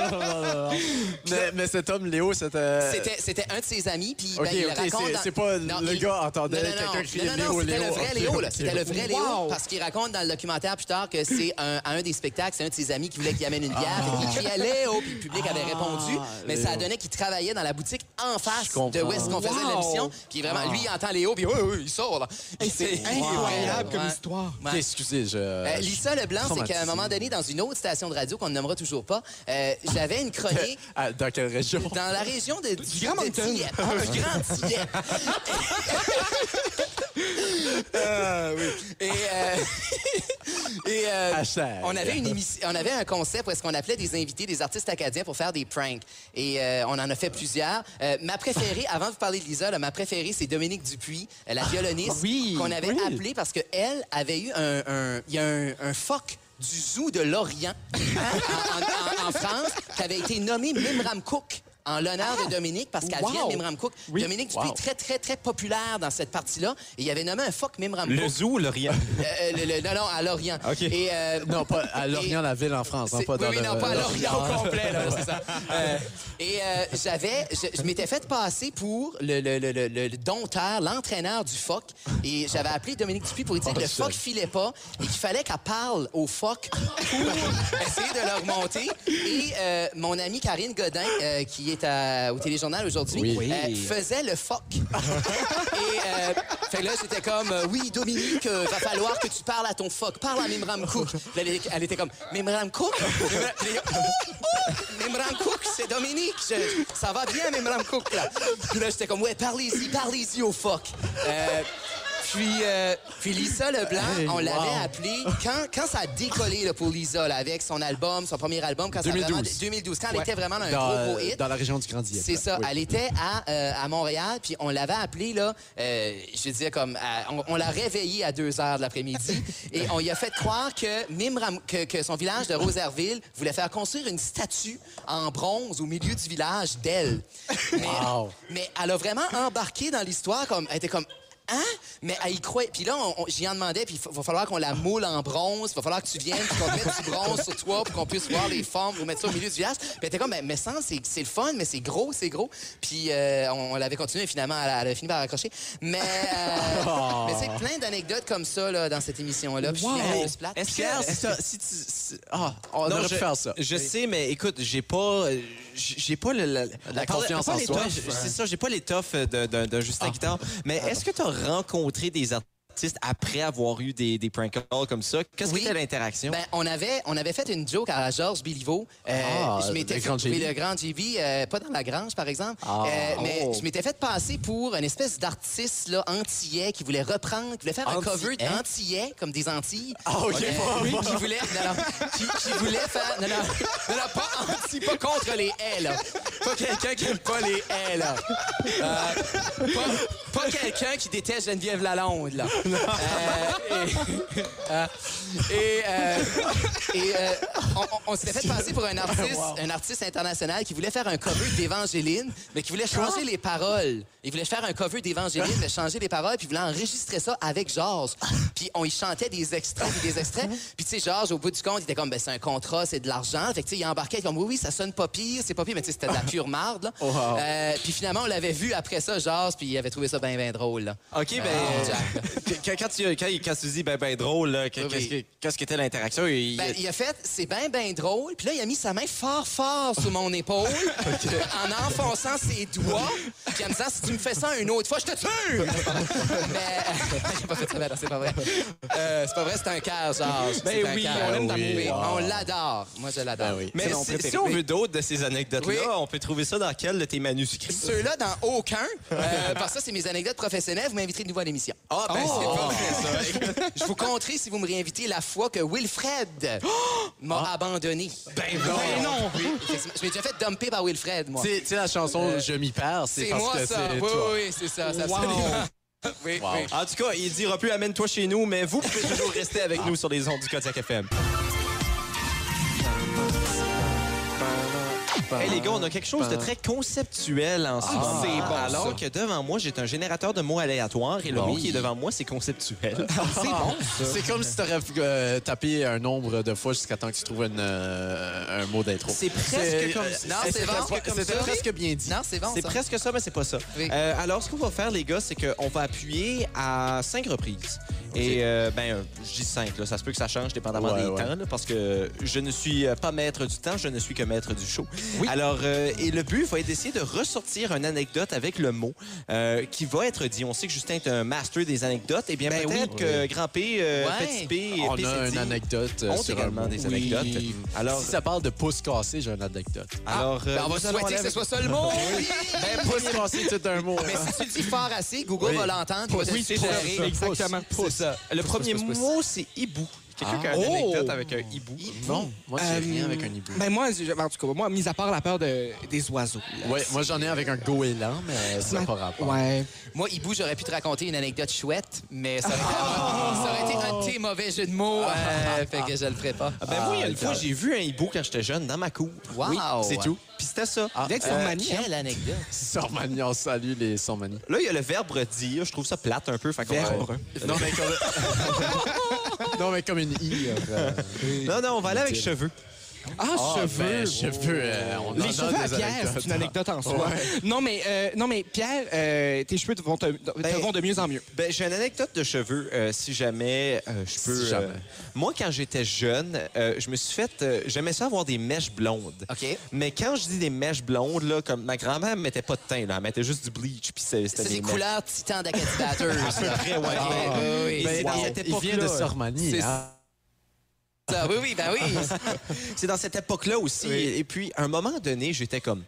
[SPEAKER 3] mais, mais cet homme, Léo, c'était...
[SPEAKER 5] C'était, c'était un de ses amis, puis ben,
[SPEAKER 3] OK,
[SPEAKER 5] il
[SPEAKER 3] OK,
[SPEAKER 5] raconte...
[SPEAKER 3] c'est-
[SPEAKER 5] dans-
[SPEAKER 3] c'est pas le gars entendait
[SPEAKER 5] Non, non, non.
[SPEAKER 3] quelqu'un crier
[SPEAKER 5] Non, non, non,
[SPEAKER 3] Léo,
[SPEAKER 5] c'était
[SPEAKER 3] Léo. OK,
[SPEAKER 5] le vrai Léo, là.
[SPEAKER 3] OK.
[SPEAKER 5] C'était le vrai Léo,
[SPEAKER 4] Wow.
[SPEAKER 5] parce qu'il raconte dans le documentaire plus tard que c'est un, à un des spectacles, c'est un de ses amis qui voulait qu'il amène une bière,
[SPEAKER 3] Ah.
[SPEAKER 5] puis il criait Léo, puis le public avait répondu, mais ça donnait qu'il travaillait dans la boutique en face de où est-ce qu'on faisait
[SPEAKER 4] Wow.
[SPEAKER 5] l'émission, puis vraiment, lui, il
[SPEAKER 3] Ah.
[SPEAKER 5] entend Léo, puis oui, oui, il sort, là.
[SPEAKER 4] c'est incroyable comme histoire.
[SPEAKER 5] Ouais.
[SPEAKER 3] OK, Excusez, je...
[SPEAKER 5] Euh, Lisa Leblanc, c'est qu'à un
[SPEAKER 3] traumatisé.
[SPEAKER 5] moment donné, dans une autre station de radio qu'on ne nommera toujours pas, euh, j'avais une chronique
[SPEAKER 3] Ah, Dans quelle région?
[SPEAKER 5] dans la région de, du
[SPEAKER 4] Grand
[SPEAKER 5] de
[SPEAKER 4] Moncton.
[SPEAKER 5] Dieppe. Ah, du Grand Dieppe. Et, euh, *laughs* et, euh,
[SPEAKER 3] Hashtag.
[SPEAKER 5] on avait une émission- on avait un concept où est-ce qu'on appelait des invités, des artistes acadiens pour faire des pranks. Et euh, on en a fait plusieurs. Euh, ma préférée, avant de vous parler de Lisa, là, ma préférée, c'est Dominique Dupuis, euh, la violoniste,
[SPEAKER 3] oui,
[SPEAKER 5] qu'on avait
[SPEAKER 3] oui.
[SPEAKER 5] appelée parce qu'elle avait eu un, un- il y a un, un phoque du zoo de l'Orient hein, en, en- en- en France qui avait été nommé Mimram Cook en l'honneur de Dominique parce qu'elle
[SPEAKER 4] wow.
[SPEAKER 5] vient de Mimram Cook.
[SPEAKER 4] Oui,
[SPEAKER 5] Dominique Dupuis
[SPEAKER 3] wow.
[SPEAKER 5] est très, très, très populaire dans cette partie-là. Et il avait nommé un phoque Mimram
[SPEAKER 1] Le
[SPEAKER 5] Cook.
[SPEAKER 1] zoo, le rien.
[SPEAKER 5] Euh, euh, le- le- non, non, à Lorient.
[SPEAKER 1] OK.
[SPEAKER 5] Et, euh,
[SPEAKER 3] Non, pas à Lorient,
[SPEAKER 5] et-
[SPEAKER 3] la ville en France, hein,
[SPEAKER 5] c'est-
[SPEAKER 3] pas dans
[SPEAKER 5] oui, oui,
[SPEAKER 3] le-
[SPEAKER 5] non, pas à
[SPEAKER 3] l'Orient.
[SPEAKER 5] Lorient au complet, là, c'est
[SPEAKER 3] *laughs*
[SPEAKER 5] ça. Euh, et euh, j'avais, je, je m'étais fait passer pour le, le, le, le- le dompteur, l'entraîneur du phoque. Et j'avais appelé Dominique Dupuis pour lui
[SPEAKER 3] Oh,
[SPEAKER 5] dire que le phoque filait pas et qu'il fallait qu'elle parle au phoque pour essayer de le remonter. Et euh, mon amie Karine Godin, euh, qui est à- au téléjournal aujourd'hui,
[SPEAKER 3] Oui.
[SPEAKER 5] euh, faisait le phoque. et euh, fait que là, c'était comme, euh, oui, Dominique, euh, va falloir que tu parles à ton phoque. Parle à Mimram Cook. Là, elle, est- elle était comme, Mimram Cook? Mimram- puis là, Oh, oh, Mimram Cook, c'est Dominique. Je- ça va bien, Mimram Cook, là. Puis là, j'étais comme, ouais, parlez-y, parlez-y au phoque. Euh, puis, euh, puis Lisa Leblanc, on l'avait appelée quand, quand ça a décollé là, pour Lisa là, avec son album, son premier album, quand ça a vraiment-
[SPEAKER 3] 2012.
[SPEAKER 5] 2012, quand elle était vraiment dans un gros
[SPEAKER 3] Dans, euh,
[SPEAKER 5] gros hit.
[SPEAKER 3] dans la région du Grand Dieppe.
[SPEAKER 5] C'est ça.
[SPEAKER 3] Oui.
[SPEAKER 5] Elle était à, euh, à Montréal, puis on l'avait appelée, là, euh, je disais comme, à- on, on l'a réveillée à 2 heures de l'après-midi, et on lui a fait croire que, Mimram- que, que son village de Roserville voulait faire construire une statue en bronze au milieu du village d'elle. Mais,
[SPEAKER 3] Wow.
[SPEAKER 5] mais elle a vraiment embarqué dans l'histoire, comme, elle était comme, Hein? Mais elle y croyait. Puis là, on- on- j'y en demandais, puis il va falloir qu'on la moule en bronze, il va falloir que tu viennes, puis qu'on te mette du bronze sur toi pour qu'on puisse voir les formes, pour mettre ça au milieu du village. Puis elle était comme, mais, mais sans, c'est c'est le fun, mais c'est gros, c'est gros. Puis euh, on, on l'avait continué, finalement, elle, a- elle a fini par accrocher. Mais,
[SPEAKER 1] *laughs*
[SPEAKER 5] euh,
[SPEAKER 1] Oh.
[SPEAKER 5] mais c'est plein d'anecdotes comme ça là, dans cette émission-là. Puis je suis bien plus plate.
[SPEAKER 1] Est-ce que-
[SPEAKER 3] Pierre,
[SPEAKER 1] est-ce que-
[SPEAKER 3] si tu... si- Ah, on
[SPEAKER 1] Non,
[SPEAKER 3] aurait
[SPEAKER 1] je,
[SPEAKER 3] pu faire ça.
[SPEAKER 1] Je sais, mais écoute, j'ai pas, euh, j'ai pas le- la, on parlait-
[SPEAKER 3] confiance
[SPEAKER 1] pas
[SPEAKER 3] en
[SPEAKER 1] l'étoffe,
[SPEAKER 3] soi. Ah.
[SPEAKER 1] je- C'est ça, j'ai pas l'étoffe de, de- de Justin Guitard. Mais est-ce que tu as rencontré des artistes après avoir eu des, des prank calls comme ça? Qu'est-ce
[SPEAKER 5] Oui.
[SPEAKER 1] que c'était l'interaction?
[SPEAKER 5] Ben, on, avait, on avait fait une joke à Georges Biliveau. Euh,
[SPEAKER 3] Ah,
[SPEAKER 5] je m'étais
[SPEAKER 3] le
[SPEAKER 5] fait-
[SPEAKER 3] grand JB.
[SPEAKER 5] oui, le grand JB, euh, pas dans la grange, par exemple.
[SPEAKER 3] Ah.
[SPEAKER 5] Euh, mais
[SPEAKER 3] Oh.
[SPEAKER 5] je m'étais fait passer pour une espèce d'artiste là, antillais qui voulait reprendre, qui voulait faire un cover d'antillais, comme des Antilles.
[SPEAKER 3] hein? Ah, OK. *laughs*
[SPEAKER 5] oui, qui voulait, non, non, qui, qui voulait faire... Non, non, non, non, pas anti, pas contre les haies, là. Pas quelqu'un qui aime pas les haies, là. Euh, pas pas quelqu'un qui déteste Geneviève Lalonde, là. Euh, et- et, euh, et, euh, on, on- on s'était fait passer pour un artiste, un artiste international qui voulait faire un cover d'Évangéline, mais qui voulait changer les paroles. Il voulait faire un cover d'Évangéline, mais changer les paroles, puis il voulait enregistrer ça avec Georges. Puis on y chantait des extraits, puis des extraits. Puis tu sais, Georges, au bout du compte, il était comme, ben c'est un contrat, c'est de l'argent. Fait que tu sais, il embarquait il était comme, oui, oui, ça sonne pas pire, c'est pas pire, mais tu sais, c'était de la pure marde. là. Euh, puis finalement, on l'avait vu après ça, Georges, puis il avait trouvé ça bien, bien drôle. là.
[SPEAKER 1] OK, ben,
[SPEAKER 5] Ah.
[SPEAKER 1] euh, *laughs* quand, quand tu, quand, quand tu dis ben, ben drôle, là, que-
[SPEAKER 5] Oui,
[SPEAKER 1] qu'est-ce
[SPEAKER 5] oui.
[SPEAKER 1] que- qu'est-ce qu'était l'interaction? Il-
[SPEAKER 5] Ben, il a fait, c'est bien, bien drôle. Puis là, il a mis sa main fort, fort sur mon épaule euh, en enfonçant ses doigts. Puis en me disant, si tu me fais ça une autre fois, je te tue! Mais euh, *laughs* j'ai pas fait ça, mais non, c'est pas vrai. Euh, c'est pas vrai, c'est un cœur, Georges.
[SPEAKER 4] Ben
[SPEAKER 5] C'est un
[SPEAKER 4] oui,
[SPEAKER 5] cœur.
[SPEAKER 4] on l'aime
[SPEAKER 5] Ben
[SPEAKER 4] d'amour.
[SPEAKER 5] oui, On l'adore. Moi, je l'adore.
[SPEAKER 1] mais
[SPEAKER 5] C'est mon
[SPEAKER 1] si,
[SPEAKER 5] préféré.
[SPEAKER 1] si on veut d'autres de ces anecdotes-là,
[SPEAKER 5] Oui.
[SPEAKER 1] on peut trouver ça dans quel de tes manuscrits?
[SPEAKER 5] Ceux-là, dans aucun. Euh, parce que ça, c'est mes anecdotes professionnelles. Vous m'inviterez de nouveau à l'émission. Oh!
[SPEAKER 1] Ah, ben, c'est pas vrai.
[SPEAKER 5] *laughs* Je vous compterai si vous me réinvitez la fois que Wilfred m'a abandonné. Ben non! Oui, effectivement. je m'ai déjà fait dumper par Wilfred, moi.
[SPEAKER 3] Tu sais la chanson
[SPEAKER 1] Euh,
[SPEAKER 3] Je m'y perds, c'est
[SPEAKER 5] C'est
[SPEAKER 3] parce
[SPEAKER 5] moi,
[SPEAKER 3] que
[SPEAKER 5] ça.
[SPEAKER 3] c'est
[SPEAKER 5] Oui,
[SPEAKER 3] toi.
[SPEAKER 5] oui, oui, c'est ça. c'est absolument. *laughs* Oui, oui.
[SPEAKER 1] En tout cas, il dira plus amène-toi chez nous, mais vous pouvez toujours rester avec nous sur les ondes du Kodiak FM. Hey les gars, on a quelque chose de très conceptuel en ce moment.
[SPEAKER 10] c'est bon,
[SPEAKER 1] Alors que devant moi, j'ai un générateur de mots aléatoires et le mot qui est devant moi, c'est conceptuel.
[SPEAKER 3] C'est bon, C'est comme si t'aurais euh, tapé un nombre de fois jusqu'à temps que tu trouves une, euh, un mot d'intro.
[SPEAKER 1] C'est presque
[SPEAKER 3] C'est-
[SPEAKER 1] comme
[SPEAKER 3] euh,
[SPEAKER 1] ça.
[SPEAKER 5] Non, c'est
[SPEAKER 3] C'était
[SPEAKER 5] bon.
[SPEAKER 3] pas-
[SPEAKER 5] comme
[SPEAKER 3] c'était
[SPEAKER 5] ça.
[SPEAKER 3] presque bien dit.
[SPEAKER 5] Non, c'est bon.
[SPEAKER 1] C'est
[SPEAKER 5] ça.
[SPEAKER 1] presque ça, mais c'est pas ça.
[SPEAKER 5] Oui.
[SPEAKER 1] Euh, alors, ce qu'on va faire, les gars, c'est qu'on va appuyer à cinq reprises. Et, euh, ben, euh, je dis cinq, là. Ça se peut que ça change dépendamment
[SPEAKER 3] Ouais,
[SPEAKER 1] des
[SPEAKER 3] ouais.
[SPEAKER 1] temps, là, parce que je ne suis euh, pas maître du temps, je ne suis que maître du show. Alors, euh, et le but va être d'essayer de ressortir une anecdote avec le mot euh, qui va être dit. On sait que Justin est un master des anecdotes. Eh bien,
[SPEAKER 4] Ben
[SPEAKER 1] peut-être
[SPEAKER 4] oui.
[SPEAKER 1] que Grand P, euh,
[SPEAKER 5] Ouais.
[SPEAKER 1] Petit P et
[SPEAKER 3] On a
[SPEAKER 1] PCD
[SPEAKER 3] une anecdote euh,
[SPEAKER 1] ont
[SPEAKER 3] sur
[SPEAKER 1] également
[SPEAKER 3] un mot.
[SPEAKER 1] des
[SPEAKER 3] Oui.
[SPEAKER 1] anecdotes. Alors-
[SPEAKER 3] si ça parle de pouce cassé, j'ai une anecdote.
[SPEAKER 1] Alors, euh,
[SPEAKER 5] Ben, on va
[SPEAKER 1] nous allons
[SPEAKER 5] souhaiter
[SPEAKER 1] aller
[SPEAKER 5] que ce
[SPEAKER 1] avec-
[SPEAKER 5] soit ça le mot. Oui.
[SPEAKER 3] Ben, pouce cassé, c'est un mot.
[SPEAKER 5] Mais si tu le dis fort assez, Google va l'entendre. il va te
[SPEAKER 4] Oui,
[SPEAKER 5] le
[SPEAKER 4] c'est
[SPEAKER 5] suggérer.
[SPEAKER 4] ça. Exactement.
[SPEAKER 1] C'est ça. Le premier mot, c'est hibou. Quelqu'un qui a une
[SPEAKER 4] Oh!
[SPEAKER 1] anecdote avec un hibou.
[SPEAKER 3] Non, moi, j'ai
[SPEAKER 4] Euh,
[SPEAKER 3] rien avec un hibou.
[SPEAKER 4] Ben moi, j'ai- en tout cas, moi, mis à part la peur de- des oiseaux. là,
[SPEAKER 3] Ouais, moi, j'en ai avec un goéland, mais euh, ça n'a pas rapport.
[SPEAKER 4] Ouais.
[SPEAKER 5] Moi, Hibou, j'aurais pu te raconter une anecdote chouette, mais ça aurait, ça aurait été un de tes mauvais jeux de mots. euh, fait que je le ferai pas.
[SPEAKER 1] Ah, ben moi, il y a une fois, j'ai vu un hibou quand j'étais jeune dans ma cour.
[SPEAKER 5] Wow.
[SPEAKER 1] Oui, c'est tout. Puis c'était ça.
[SPEAKER 4] Lex
[SPEAKER 5] Euh,
[SPEAKER 4] Normani, hein?
[SPEAKER 5] quelle anecdote.
[SPEAKER 3] Sormani, on salue les Sormani.
[SPEAKER 1] Là, il y a le verbe dire. Je trouve ça plate un peu. Fait qu'on va-
[SPEAKER 4] Verbe.
[SPEAKER 3] Non, mais comme... *laughs* non, mais comme une I. euh,
[SPEAKER 1] Non, non, on va aller avec cheveux.
[SPEAKER 4] Ah,
[SPEAKER 3] Ah,
[SPEAKER 4] cheveux.
[SPEAKER 3] ben, cheveux, euh, on en
[SPEAKER 4] Les
[SPEAKER 3] a
[SPEAKER 4] cheveux
[SPEAKER 3] des
[SPEAKER 4] à Pierre,
[SPEAKER 3] anecdotes.
[SPEAKER 4] c'est une anecdote en soi. Non, mais, euh, non, mais Pierre, euh, tes cheveux te vont, te, te
[SPEAKER 1] Ben,
[SPEAKER 4] vont de mieux en mieux.
[SPEAKER 1] Ben, j'ai une anecdote de cheveux, euh, si jamais euh, je peux. euh,
[SPEAKER 3] jamais.
[SPEAKER 1] moi, quand j'étais jeune, euh, je me suis fait. euh, J'aimais ça avoir des mèches blondes.
[SPEAKER 5] OK.
[SPEAKER 1] Mais quand je dis des mèches blondes, là, comme ma grand-mère me mettait pas de teint, là, elle mettait juste du bleach, puis c'est-
[SPEAKER 5] Ça,
[SPEAKER 1] c'était
[SPEAKER 5] c'est
[SPEAKER 1] mes
[SPEAKER 5] les
[SPEAKER 1] mèches.
[SPEAKER 5] couleurs titan d'Acadie Batters.
[SPEAKER 1] À peu près, ouais.
[SPEAKER 5] Ah,
[SPEAKER 1] Ben,
[SPEAKER 5] oui,
[SPEAKER 1] et
[SPEAKER 5] ben,
[SPEAKER 1] c'est dans
[SPEAKER 5] wow.
[SPEAKER 1] cette
[SPEAKER 3] Il vient de
[SPEAKER 1] époque-là.
[SPEAKER 3] Sormani.
[SPEAKER 5] C'est
[SPEAKER 3] hein.
[SPEAKER 5] Ça, oui, oui, ben oui.
[SPEAKER 1] C'est dans cette époque-là aussi. Et puis, à un moment donné, j'étais comme.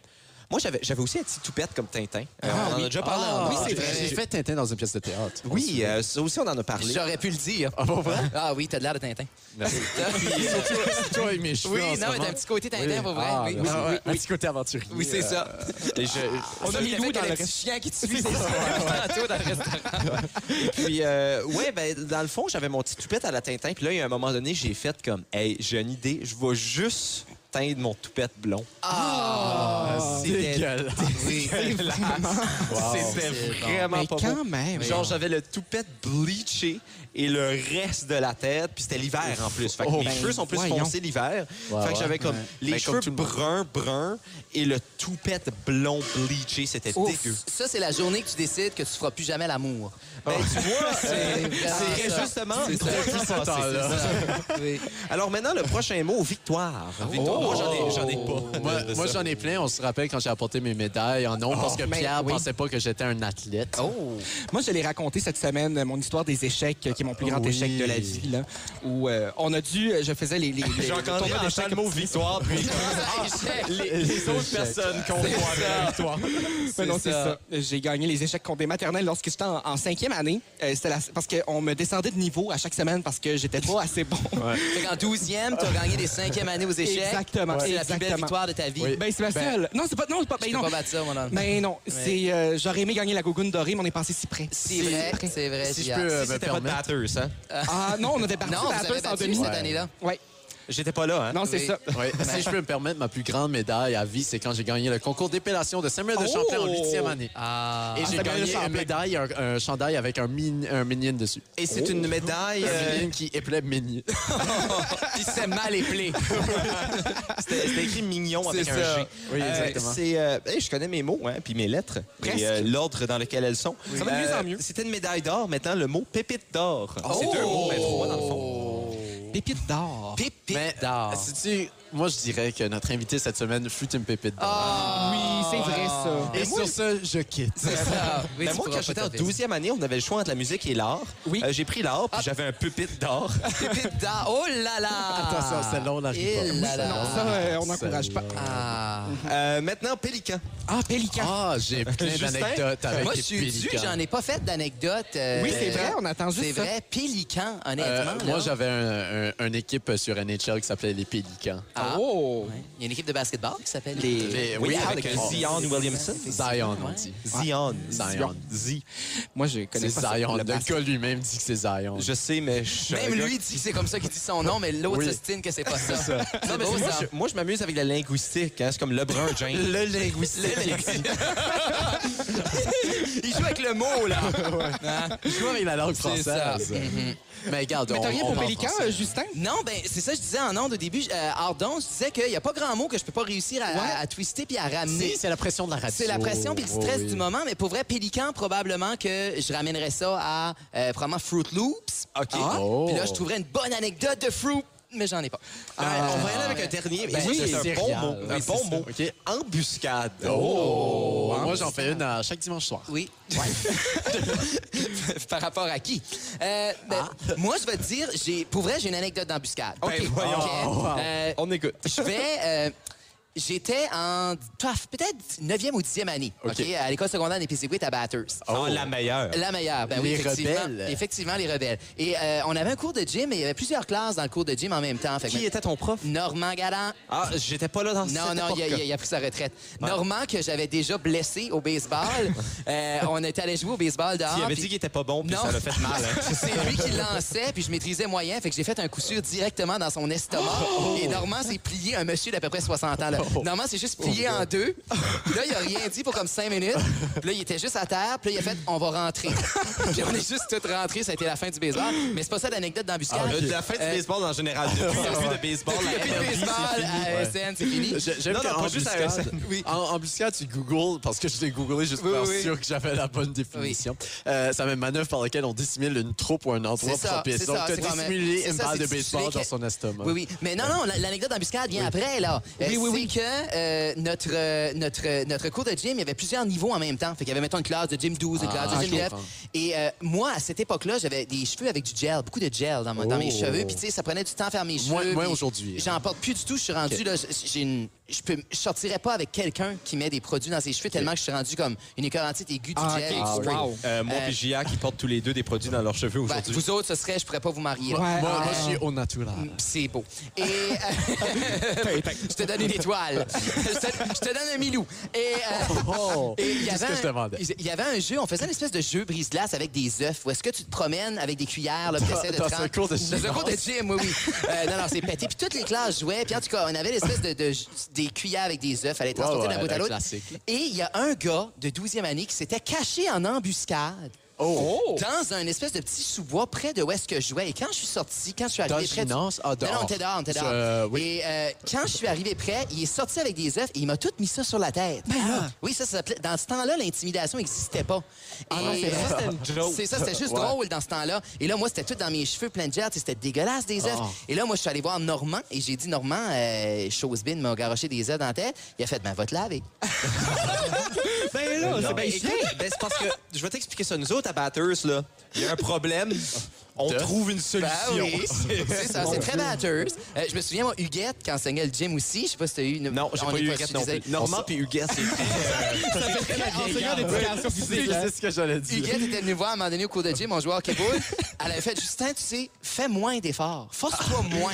[SPEAKER 1] Moi, j'avais j'avais aussi un petit toupette comme Tintin. Euh, on en a déjà parlé en
[SPEAKER 3] Ah,
[SPEAKER 1] bas.
[SPEAKER 5] c'est vrai.
[SPEAKER 3] J'ai fait Tintin dans une pièce de théâtre.
[SPEAKER 1] Oui, euh, ça aussi, on en a parlé.
[SPEAKER 5] J'aurais pu le dire.
[SPEAKER 3] Ah, bon, vrai?
[SPEAKER 5] Ah oui, t'as de l'air de Tintin. *laughs*
[SPEAKER 3] Merci. C'est toi avec mes cheveux.
[SPEAKER 5] Oui,
[SPEAKER 3] en
[SPEAKER 5] non, mais
[SPEAKER 3] ce moment.
[SPEAKER 5] t'as un petit côté Tintin,
[SPEAKER 3] Oui.
[SPEAKER 5] pour vrai.
[SPEAKER 3] Ah,
[SPEAKER 5] oui,
[SPEAKER 3] ben,
[SPEAKER 5] oui,
[SPEAKER 3] ah,
[SPEAKER 5] oui,
[SPEAKER 3] ouais, Un petit côté aventurier. euh.
[SPEAKER 5] oui, c'est
[SPEAKER 1] Euh,
[SPEAKER 5] ça.
[SPEAKER 1] *laughs* Et je-
[SPEAKER 4] On a mis
[SPEAKER 5] Lou
[SPEAKER 4] Lou dans
[SPEAKER 5] le
[SPEAKER 4] le
[SPEAKER 5] petit
[SPEAKER 4] reste.
[SPEAKER 5] chien qui te suit, c'est ça. Tantôt dans le restaurant.
[SPEAKER 1] Puis, euh, ouais, ben, dans le fond, j'avais mon petit toupette à la Tintin. Puis là, il y a un moment donné, j'ai fait comme, hey, j'ai une idée, je vais juste teindre mon toupette blond.
[SPEAKER 5] Ah!
[SPEAKER 1] C'était-
[SPEAKER 5] *laughs*
[SPEAKER 3] Dégueulasse.
[SPEAKER 5] Oui.
[SPEAKER 1] C'était vraiment
[SPEAKER 4] Mais
[SPEAKER 1] pas beau.
[SPEAKER 4] quand même.
[SPEAKER 1] Genre, j'avais le toupette bleaché et le reste de la tête. Puis c'était l'hiver en plus. Fait que
[SPEAKER 3] Oh,
[SPEAKER 1] mes
[SPEAKER 3] ben,
[SPEAKER 1] cheveux sont plus
[SPEAKER 4] voyons.
[SPEAKER 1] foncés l'hiver.
[SPEAKER 3] Ouais,
[SPEAKER 1] fait que
[SPEAKER 3] ouais.
[SPEAKER 1] j'avais comme les
[SPEAKER 3] Ben,
[SPEAKER 1] cheveux
[SPEAKER 3] comme tout le monde.
[SPEAKER 1] bruns, bruns et le toupette blond bleaché. C'était
[SPEAKER 5] Ouf.
[SPEAKER 1] dégueu.
[SPEAKER 5] Ça, c'est la journée que tu décides que tu feras plus jamais l'amour.
[SPEAKER 1] Ben, tu vois, c'est
[SPEAKER 5] C'est
[SPEAKER 1] c'est justement trois ans passés,
[SPEAKER 3] temps-là.
[SPEAKER 1] c'est ça. Alors maintenant, le prochain mot, victoire.
[SPEAKER 3] Ah
[SPEAKER 1] Victoire. Moi, j'en ai, j'en ai
[SPEAKER 3] Oh,
[SPEAKER 1] pas.
[SPEAKER 3] Moi, moi, j'en ai plein. On se rappelle quand j'ai apporté mes médailles en nombre parce que
[SPEAKER 4] mais
[SPEAKER 3] Pierre
[SPEAKER 4] oui.
[SPEAKER 3] pensait pas que j'étais un athlète.
[SPEAKER 5] ben Oh!
[SPEAKER 4] Moi, je l'ai raconté cette semaine, euh, mon histoire des échecs, euh, qui est mon plus grand
[SPEAKER 3] Oui.
[SPEAKER 4] échec de la vie, là, où euh, on a dû, euh, je faisais les, les, les- le tournoi d'échecs.
[SPEAKER 1] le mot victoire,
[SPEAKER 3] *laughs*
[SPEAKER 1] puis
[SPEAKER 5] Ah.
[SPEAKER 1] les, autres personnes qu'on voit
[SPEAKER 4] Mais non, c'est ça. J'ai gagné les échecs contre des maternelles lorsque j'étais en, en cinquième année. Euh, c'était la- parce qu'on me descendait de niveau à chaque semaine parce que j'étais pas assez bon. *laughs*
[SPEAKER 5] Fait qu'en 12e, t'as gagné les 5e années aux échecs.
[SPEAKER 4] Exactement,
[SPEAKER 5] C'est la plus belle
[SPEAKER 4] exactement.
[SPEAKER 5] victoire de ta vie.
[SPEAKER 4] Ben, c'est ma seule. Non, c'est pas. Non, c'est pas. Ben,
[SPEAKER 5] Je peux
[SPEAKER 4] non.
[SPEAKER 5] pas battre ça, mon homme.
[SPEAKER 4] Ben, non. C'est, euh, j'aurais aimé gagner la Gogoune dorée, mais on est passé si près.
[SPEAKER 5] C'est vrai, *laughs*
[SPEAKER 4] près.
[SPEAKER 5] c'est vrai,
[SPEAKER 3] Si je
[SPEAKER 5] Gia.
[SPEAKER 3] peux euh, me
[SPEAKER 1] C'était pas de
[SPEAKER 3] permettre.
[SPEAKER 1] batters, hein?
[SPEAKER 4] Ah, non, on avait battu
[SPEAKER 5] Non, vous
[SPEAKER 4] la
[SPEAKER 5] avez
[SPEAKER 4] Batters en
[SPEAKER 5] battu
[SPEAKER 4] demi.
[SPEAKER 5] cette année-là.
[SPEAKER 4] Ouais.
[SPEAKER 1] J'étais pas là, hein?
[SPEAKER 4] Non, c'est
[SPEAKER 5] Oui.
[SPEAKER 4] ça.
[SPEAKER 3] Ouais,
[SPEAKER 5] ben
[SPEAKER 3] si je peux me permettre, ma plus grande médaille à vie, c'est quand j'ai gagné le concours d'épellation de Samuel de Champlain en huitième année.
[SPEAKER 5] Oh! Ah.
[SPEAKER 3] Et j'ai
[SPEAKER 4] Samuel
[SPEAKER 3] gagné
[SPEAKER 4] Champlain.
[SPEAKER 3] une médaille, un, un chandail avec un, min, un minion dessus.
[SPEAKER 1] Et c'est
[SPEAKER 3] Oh.
[SPEAKER 1] une médaille.
[SPEAKER 3] Un
[SPEAKER 1] euh,
[SPEAKER 3] minion qui épelait
[SPEAKER 5] *laughs*
[SPEAKER 3] minion.
[SPEAKER 5] Il s'est mal éplé.
[SPEAKER 1] C'était c'était écrit mignon avec
[SPEAKER 3] C'est
[SPEAKER 1] un
[SPEAKER 3] ça.
[SPEAKER 1] G.
[SPEAKER 3] Oui, exactement.
[SPEAKER 1] c'est, euh, hey, je connais mes mots, hein, puis mes lettres, et euh, l'ordre dans lequel elles sont.
[SPEAKER 4] Ça va de mieux en mieux.
[SPEAKER 1] Euh, C'était une médaille d'or. Maintenant, le mot pépite d'or. C'est deux mots, mais trois dans le fond.
[SPEAKER 5] Oh.
[SPEAKER 4] Pépite d'or.
[SPEAKER 5] Pépite
[SPEAKER 3] Mais,
[SPEAKER 5] d'or.
[SPEAKER 3] sais-tu, moi, je dirais que notre invité cette semaine fut une pépite d'or.
[SPEAKER 4] oui, c'est vrai, ça.
[SPEAKER 3] Et sur ce, je quitte.
[SPEAKER 5] Ah, oui,
[SPEAKER 1] Ben,
[SPEAKER 5] tu
[SPEAKER 1] moi,
[SPEAKER 5] pourras
[SPEAKER 1] quand
[SPEAKER 5] pas
[SPEAKER 1] j'étais en
[SPEAKER 5] taper ça.
[SPEAKER 1] 12e année, on avait le choix entre la musique et l'art.
[SPEAKER 4] Oui.
[SPEAKER 1] Euh, J'ai pris l'art, puis j'avais un pépite *laughs* d'or.
[SPEAKER 5] Pépite d'or. Oh là là!
[SPEAKER 3] Attention, celle-là, on n'arrive pas.
[SPEAKER 5] Il là là.
[SPEAKER 4] Non, ça, euh, on n'encourage pas.
[SPEAKER 5] Ah.
[SPEAKER 1] Euh, maintenant, Pélican.
[SPEAKER 4] Ah, Pélican.
[SPEAKER 3] Ah, *laughs* j'ai plein
[SPEAKER 1] Justin?
[SPEAKER 3] d'anecdotes avec
[SPEAKER 5] Moi,
[SPEAKER 3] les
[SPEAKER 5] je suis dû,
[SPEAKER 3] pélicans.
[SPEAKER 5] j'en ai pas fait d'anecdote. euh,
[SPEAKER 4] Oui, c'est vrai, on attend juste
[SPEAKER 5] C'est
[SPEAKER 4] ça.
[SPEAKER 5] vrai, pélican,
[SPEAKER 3] Euh,
[SPEAKER 5] honnêtement.
[SPEAKER 3] moi,
[SPEAKER 5] là.
[SPEAKER 3] j'avais un, un- une équipe sur NHL qui s'appelait les Pélicans.
[SPEAKER 5] Ah.
[SPEAKER 4] Oh.
[SPEAKER 5] Ouais. Il y a une équipe de basketball qui s'appelle Euh,
[SPEAKER 4] Les-
[SPEAKER 3] Les-
[SPEAKER 1] Oui,
[SPEAKER 3] oui,
[SPEAKER 1] avec
[SPEAKER 3] avec
[SPEAKER 1] un Z. Zion Williamson?
[SPEAKER 3] Zion, on dit.
[SPEAKER 1] Zion.
[SPEAKER 3] Zion.
[SPEAKER 1] Z.
[SPEAKER 4] Moi, je connais
[SPEAKER 3] C'est
[SPEAKER 4] pas ça,
[SPEAKER 3] Zion.
[SPEAKER 4] le
[SPEAKER 3] Le
[SPEAKER 4] basket.
[SPEAKER 3] gars lui-même dit que c'est Zion.
[SPEAKER 1] Je sais, mais je.
[SPEAKER 5] Même lui dit que c'est comme ça qu'il dit son nom, mais l'autre
[SPEAKER 3] Oui.
[SPEAKER 5] s'estime que c'est pas ça.
[SPEAKER 1] Non,
[SPEAKER 5] C'est
[SPEAKER 1] mais
[SPEAKER 5] beau,
[SPEAKER 1] moi,
[SPEAKER 5] ça.
[SPEAKER 1] je, moi, je m'amuse avec la linguistique. hein. C'est comme Lebrun James. Le linguistique. *laughs*
[SPEAKER 5] Il joue avec le mot, là.
[SPEAKER 3] joue avec la langue française.
[SPEAKER 5] Mhm.
[SPEAKER 3] Mais regarde,
[SPEAKER 4] Mais
[SPEAKER 3] on-
[SPEAKER 4] t'as rien
[SPEAKER 3] on
[SPEAKER 4] pour
[SPEAKER 3] va en
[SPEAKER 4] Pélican,
[SPEAKER 3] français.
[SPEAKER 4] euh, Justin?
[SPEAKER 5] Non, ben c'est ça que je disais en ondes au début. Je- euh, hors d'ondes, je disais qu'il n'y a pas grand mot que je peux pas réussir à, à- à twister puis à ramener.
[SPEAKER 3] C'est c'est la pression de la radio.
[SPEAKER 5] C'est la pression puis le
[SPEAKER 3] Oh,
[SPEAKER 5] stress
[SPEAKER 3] oui.
[SPEAKER 5] du moment, mais pour vrai, Pélican, probablement que je ramènerais ça à euh, probablement Fruit Loops.
[SPEAKER 1] OK.
[SPEAKER 5] Ah.
[SPEAKER 3] Oh.
[SPEAKER 5] Puis là, je trouverais une bonne anecdote de Fruit, mais j'en ai pas. Euh,
[SPEAKER 1] Ben, on va y aller avec un dernier.
[SPEAKER 5] Ben,
[SPEAKER 1] Ça, c'est un
[SPEAKER 3] céréales.
[SPEAKER 1] bon mot.
[SPEAKER 3] Oui,
[SPEAKER 1] un
[SPEAKER 3] c'est
[SPEAKER 1] bon
[SPEAKER 3] ça.
[SPEAKER 1] mot.
[SPEAKER 3] OK.
[SPEAKER 1] Embuscade.
[SPEAKER 3] Oh! Moi, j'en fais une euh, chaque dimanche soir.
[SPEAKER 5] Oui. *laughs* Par rapport à qui? Euh, ben, Moi, je vais te dire, j'ai, pour vrai, j'ai une anecdote d'embuscade.
[SPEAKER 1] Ah. Ben, voyons.
[SPEAKER 5] OK. Euh,
[SPEAKER 1] On écoute. *laughs*
[SPEAKER 5] je vais. euh, J'étais en paf, peut-être 9e ou 10e année, OK,
[SPEAKER 3] OK.
[SPEAKER 5] à l'école secondaire des Pisiguit à Batters.
[SPEAKER 1] Oh, la meilleure.
[SPEAKER 5] La meilleure, ben oui,
[SPEAKER 3] Les
[SPEAKER 5] effectivement.
[SPEAKER 3] rebelles.
[SPEAKER 5] Effectivement, les rebelles. Et euh, on avait un cours de gym et il y avait plusieurs classes dans le cours de gym en même temps. Fait que
[SPEAKER 1] Qui était ton prof?
[SPEAKER 5] Normand Galant.
[SPEAKER 1] Ah, j'étais pas là dans
[SPEAKER 5] Non,
[SPEAKER 1] cette
[SPEAKER 5] non, il a,
[SPEAKER 1] époque.
[SPEAKER 5] il a- il a pris sa retraite. Normand, que j'avais déjà blessé
[SPEAKER 1] *laughs*
[SPEAKER 5] au baseball, euh, on était allé jouer au baseball dehors.
[SPEAKER 1] Il avait
[SPEAKER 5] puis-
[SPEAKER 1] dit qu'il était pas bon, puis ça l'a fait
[SPEAKER 5] *laughs*
[SPEAKER 1] mal. hein.
[SPEAKER 5] c'est lui qui lançait, puis je maîtrisais moyen, fait que j'ai fait un coup sûr directement dans son estomac.
[SPEAKER 1] Oh!
[SPEAKER 5] Et Normand s'est plié, un monsieur d'à peu près 60 ans. Là. Normand s'est juste plié
[SPEAKER 1] Oh,
[SPEAKER 5] en deux. Puis là, il a rien dit pour comme 5 minutes. Puis là, il était juste à terre, puis là, il a fait « On va
[SPEAKER 1] *laughs*
[SPEAKER 5] rentrer ». Puis on est juste tous rentrés, ça a été la fin du baseball. Mais c'est pas ça l'anecdote d'embuscade.
[SPEAKER 1] Le- la fin du
[SPEAKER 5] Euh,
[SPEAKER 1] baseball en général. Depuis le début de baseball, la
[SPEAKER 5] Depuis le
[SPEAKER 1] MLB,
[SPEAKER 5] baseball
[SPEAKER 1] Ah, c'est fini.
[SPEAKER 5] à ESN, c'est fini.
[SPEAKER 3] Je- J'aime
[SPEAKER 1] Non,
[SPEAKER 3] que
[SPEAKER 1] non,
[SPEAKER 3] en
[SPEAKER 1] pas juste à
[SPEAKER 3] buscade-
[SPEAKER 1] RSM. Oui.
[SPEAKER 3] En, en buscade, tu googles, parce que je l'ai googlé juste pour
[SPEAKER 5] Oui,
[SPEAKER 3] être
[SPEAKER 5] oui.
[SPEAKER 3] sûr que j'avais la bonne définition. Euh, c'est la même manœuvre par laquelle on dissimule une troupe ou un endroit
[SPEAKER 5] C'est ça,
[SPEAKER 3] propice.
[SPEAKER 5] c'est
[SPEAKER 3] Donc,
[SPEAKER 5] ça,
[SPEAKER 3] t'as
[SPEAKER 5] c'est quand même-
[SPEAKER 3] dissimulé
[SPEAKER 5] c'est
[SPEAKER 3] une
[SPEAKER 5] ça,
[SPEAKER 3] balle de
[SPEAKER 5] c'est
[SPEAKER 3] baseball
[SPEAKER 5] dissimulé
[SPEAKER 3] dans
[SPEAKER 5] que-
[SPEAKER 3] son estomac.
[SPEAKER 5] Oui, oui. Mais non, non, la- l'anecdote d'embuscade vient après, là. Euh,
[SPEAKER 4] Oui, oui, oui.
[SPEAKER 5] C'est que euh, notre, euh, notre, euh, notre cours de gym, il y avait plusieurs niveaux en même temps. Fait qu'il y avait, mettons, une classe de gym 12, une
[SPEAKER 3] Ah,
[SPEAKER 5] classe de
[SPEAKER 3] je
[SPEAKER 5] gym 9.
[SPEAKER 3] comprends.
[SPEAKER 5] Et euh, moi, à cette époque-là, j'avais des cheveux avec du gel, beaucoup de gel dans, mon- dans mes
[SPEAKER 3] Oh.
[SPEAKER 5] cheveux. Puis, tu sais, ça prenait du temps à faire mes cheveux.
[SPEAKER 3] Moins- moins
[SPEAKER 5] puis
[SPEAKER 3] aujourd'hui. hein.
[SPEAKER 5] J'en porte plus du tout. Je suis rendu, là, j- j'ai une- Je peux, je sortirais pas avec quelqu'un qui met des produits dans ses cheveux tellement que je suis rendu comme une écœurantite aiguë du
[SPEAKER 4] Ah,
[SPEAKER 5] gel.
[SPEAKER 4] ok.
[SPEAKER 5] du spray.
[SPEAKER 4] Wow.
[SPEAKER 1] Euh, moi
[SPEAKER 5] Euh,
[SPEAKER 1] et Gia qui portent tous les deux des produits dans leurs cheveux *laughs*
[SPEAKER 5] Ben,
[SPEAKER 1] aujourd'hui.
[SPEAKER 5] vous autres, ce serait, je pourrais pas vous marier. là.
[SPEAKER 4] Ouais,
[SPEAKER 3] Moi, moi,
[SPEAKER 4] ah,
[SPEAKER 3] je suis au naturel.
[SPEAKER 5] C'est beau.
[SPEAKER 3] *laughs*
[SPEAKER 5] Et euh, *laughs* je te donne une étoile. je, te, je te donne un milou. Et euh,
[SPEAKER 3] Oh,
[SPEAKER 5] et il y
[SPEAKER 3] c'est ce
[SPEAKER 5] avait
[SPEAKER 3] que je
[SPEAKER 5] un-
[SPEAKER 3] demandais.
[SPEAKER 5] Il y avait un jeu, on faisait une espèce de jeu brise-glace avec des œufs. Où est-ce que tu te promènes avec des cuillères, là, puis
[SPEAKER 3] Dans-
[SPEAKER 5] t'essaies de
[SPEAKER 3] dans
[SPEAKER 5] te rendre-
[SPEAKER 3] un cours de
[SPEAKER 5] Dans un
[SPEAKER 3] gymnase.
[SPEAKER 5] cours de gym, oui, oui. Euh, non, non, c'est pété. Puis toutes les classes jouaient. Puis en tout cas, on avait l'espèce de, de- des cuillères avec des œufs. Fallait transporter
[SPEAKER 3] ouais,
[SPEAKER 5] d'un bout
[SPEAKER 3] un
[SPEAKER 5] à l'autre.
[SPEAKER 3] classique.
[SPEAKER 5] Et il y a un gars de 12e année qui s'était caché en embuscade. Oh,
[SPEAKER 3] Oh!
[SPEAKER 5] Dans un espèce de petit sous-bois près de où est-ce que je jouais. Et quand je suis sorti, quand je suis
[SPEAKER 3] Dans
[SPEAKER 5] arrivé
[SPEAKER 3] le
[SPEAKER 5] près du-
[SPEAKER 3] gymnase? Ah,
[SPEAKER 5] Non,
[SPEAKER 3] dehors.
[SPEAKER 5] non, t'es dehors, t'es dehors.
[SPEAKER 3] Euh, oui.
[SPEAKER 5] Et euh, quand je suis arrivé près, il est sorti avec des œufs et il m'a tout mis ça sur la tête.
[SPEAKER 3] Ben
[SPEAKER 5] Ah. Oui, ça, ça s'appelait- Dans ce temps-là, l'intimidation n'existait pas.
[SPEAKER 3] Ah
[SPEAKER 5] Et, euh, c'est ça, c'était juste drôle dans ce temps-là. Et là, moi, c'était tout dans mes cheveux plein de gel. tu sais, C'était dégueulasse, des
[SPEAKER 3] Ah.
[SPEAKER 5] œufs. Et là, moi, je suis allé voir Normand et j'ai dit, Normand, euh, Chosebin m'a garoché des œufs dans la tête. Il a fait, ben, va te laver.
[SPEAKER 4] ben là, c'est
[SPEAKER 1] Ben,
[SPEAKER 4] bien
[SPEAKER 1] écoute, ben, c'est parce que je vais t'expliquer ça. Nous autres, à Batters, là, il y a un problème. On trouve une solution.
[SPEAKER 5] Ben oui, c'est- c'est ça, c'est très batteuse. Euh, je me souviens, moi, Huguette, qui enseignait le gym aussi, je sais pas si t'as eu une...
[SPEAKER 1] Non, j'ai
[SPEAKER 5] On
[SPEAKER 1] pas
[SPEAKER 5] est
[SPEAKER 1] eu
[SPEAKER 5] je
[SPEAKER 1] Huguette
[SPEAKER 5] suis
[SPEAKER 1] non
[SPEAKER 5] désolé.
[SPEAKER 1] plus. Normand puis Huguette, c'est
[SPEAKER 4] Enseignant d'éducation physique. hein.
[SPEAKER 3] C'est ce que j'allais dire.
[SPEAKER 5] Huguette était venue voir à un moment donné au cours de gym, on jouait au hockey-ball. Elle avait fait, Justin, tu sais, fais moins d'efforts. Force-toi
[SPEAKER 3] Ah.
[SPEAKER 5] moins.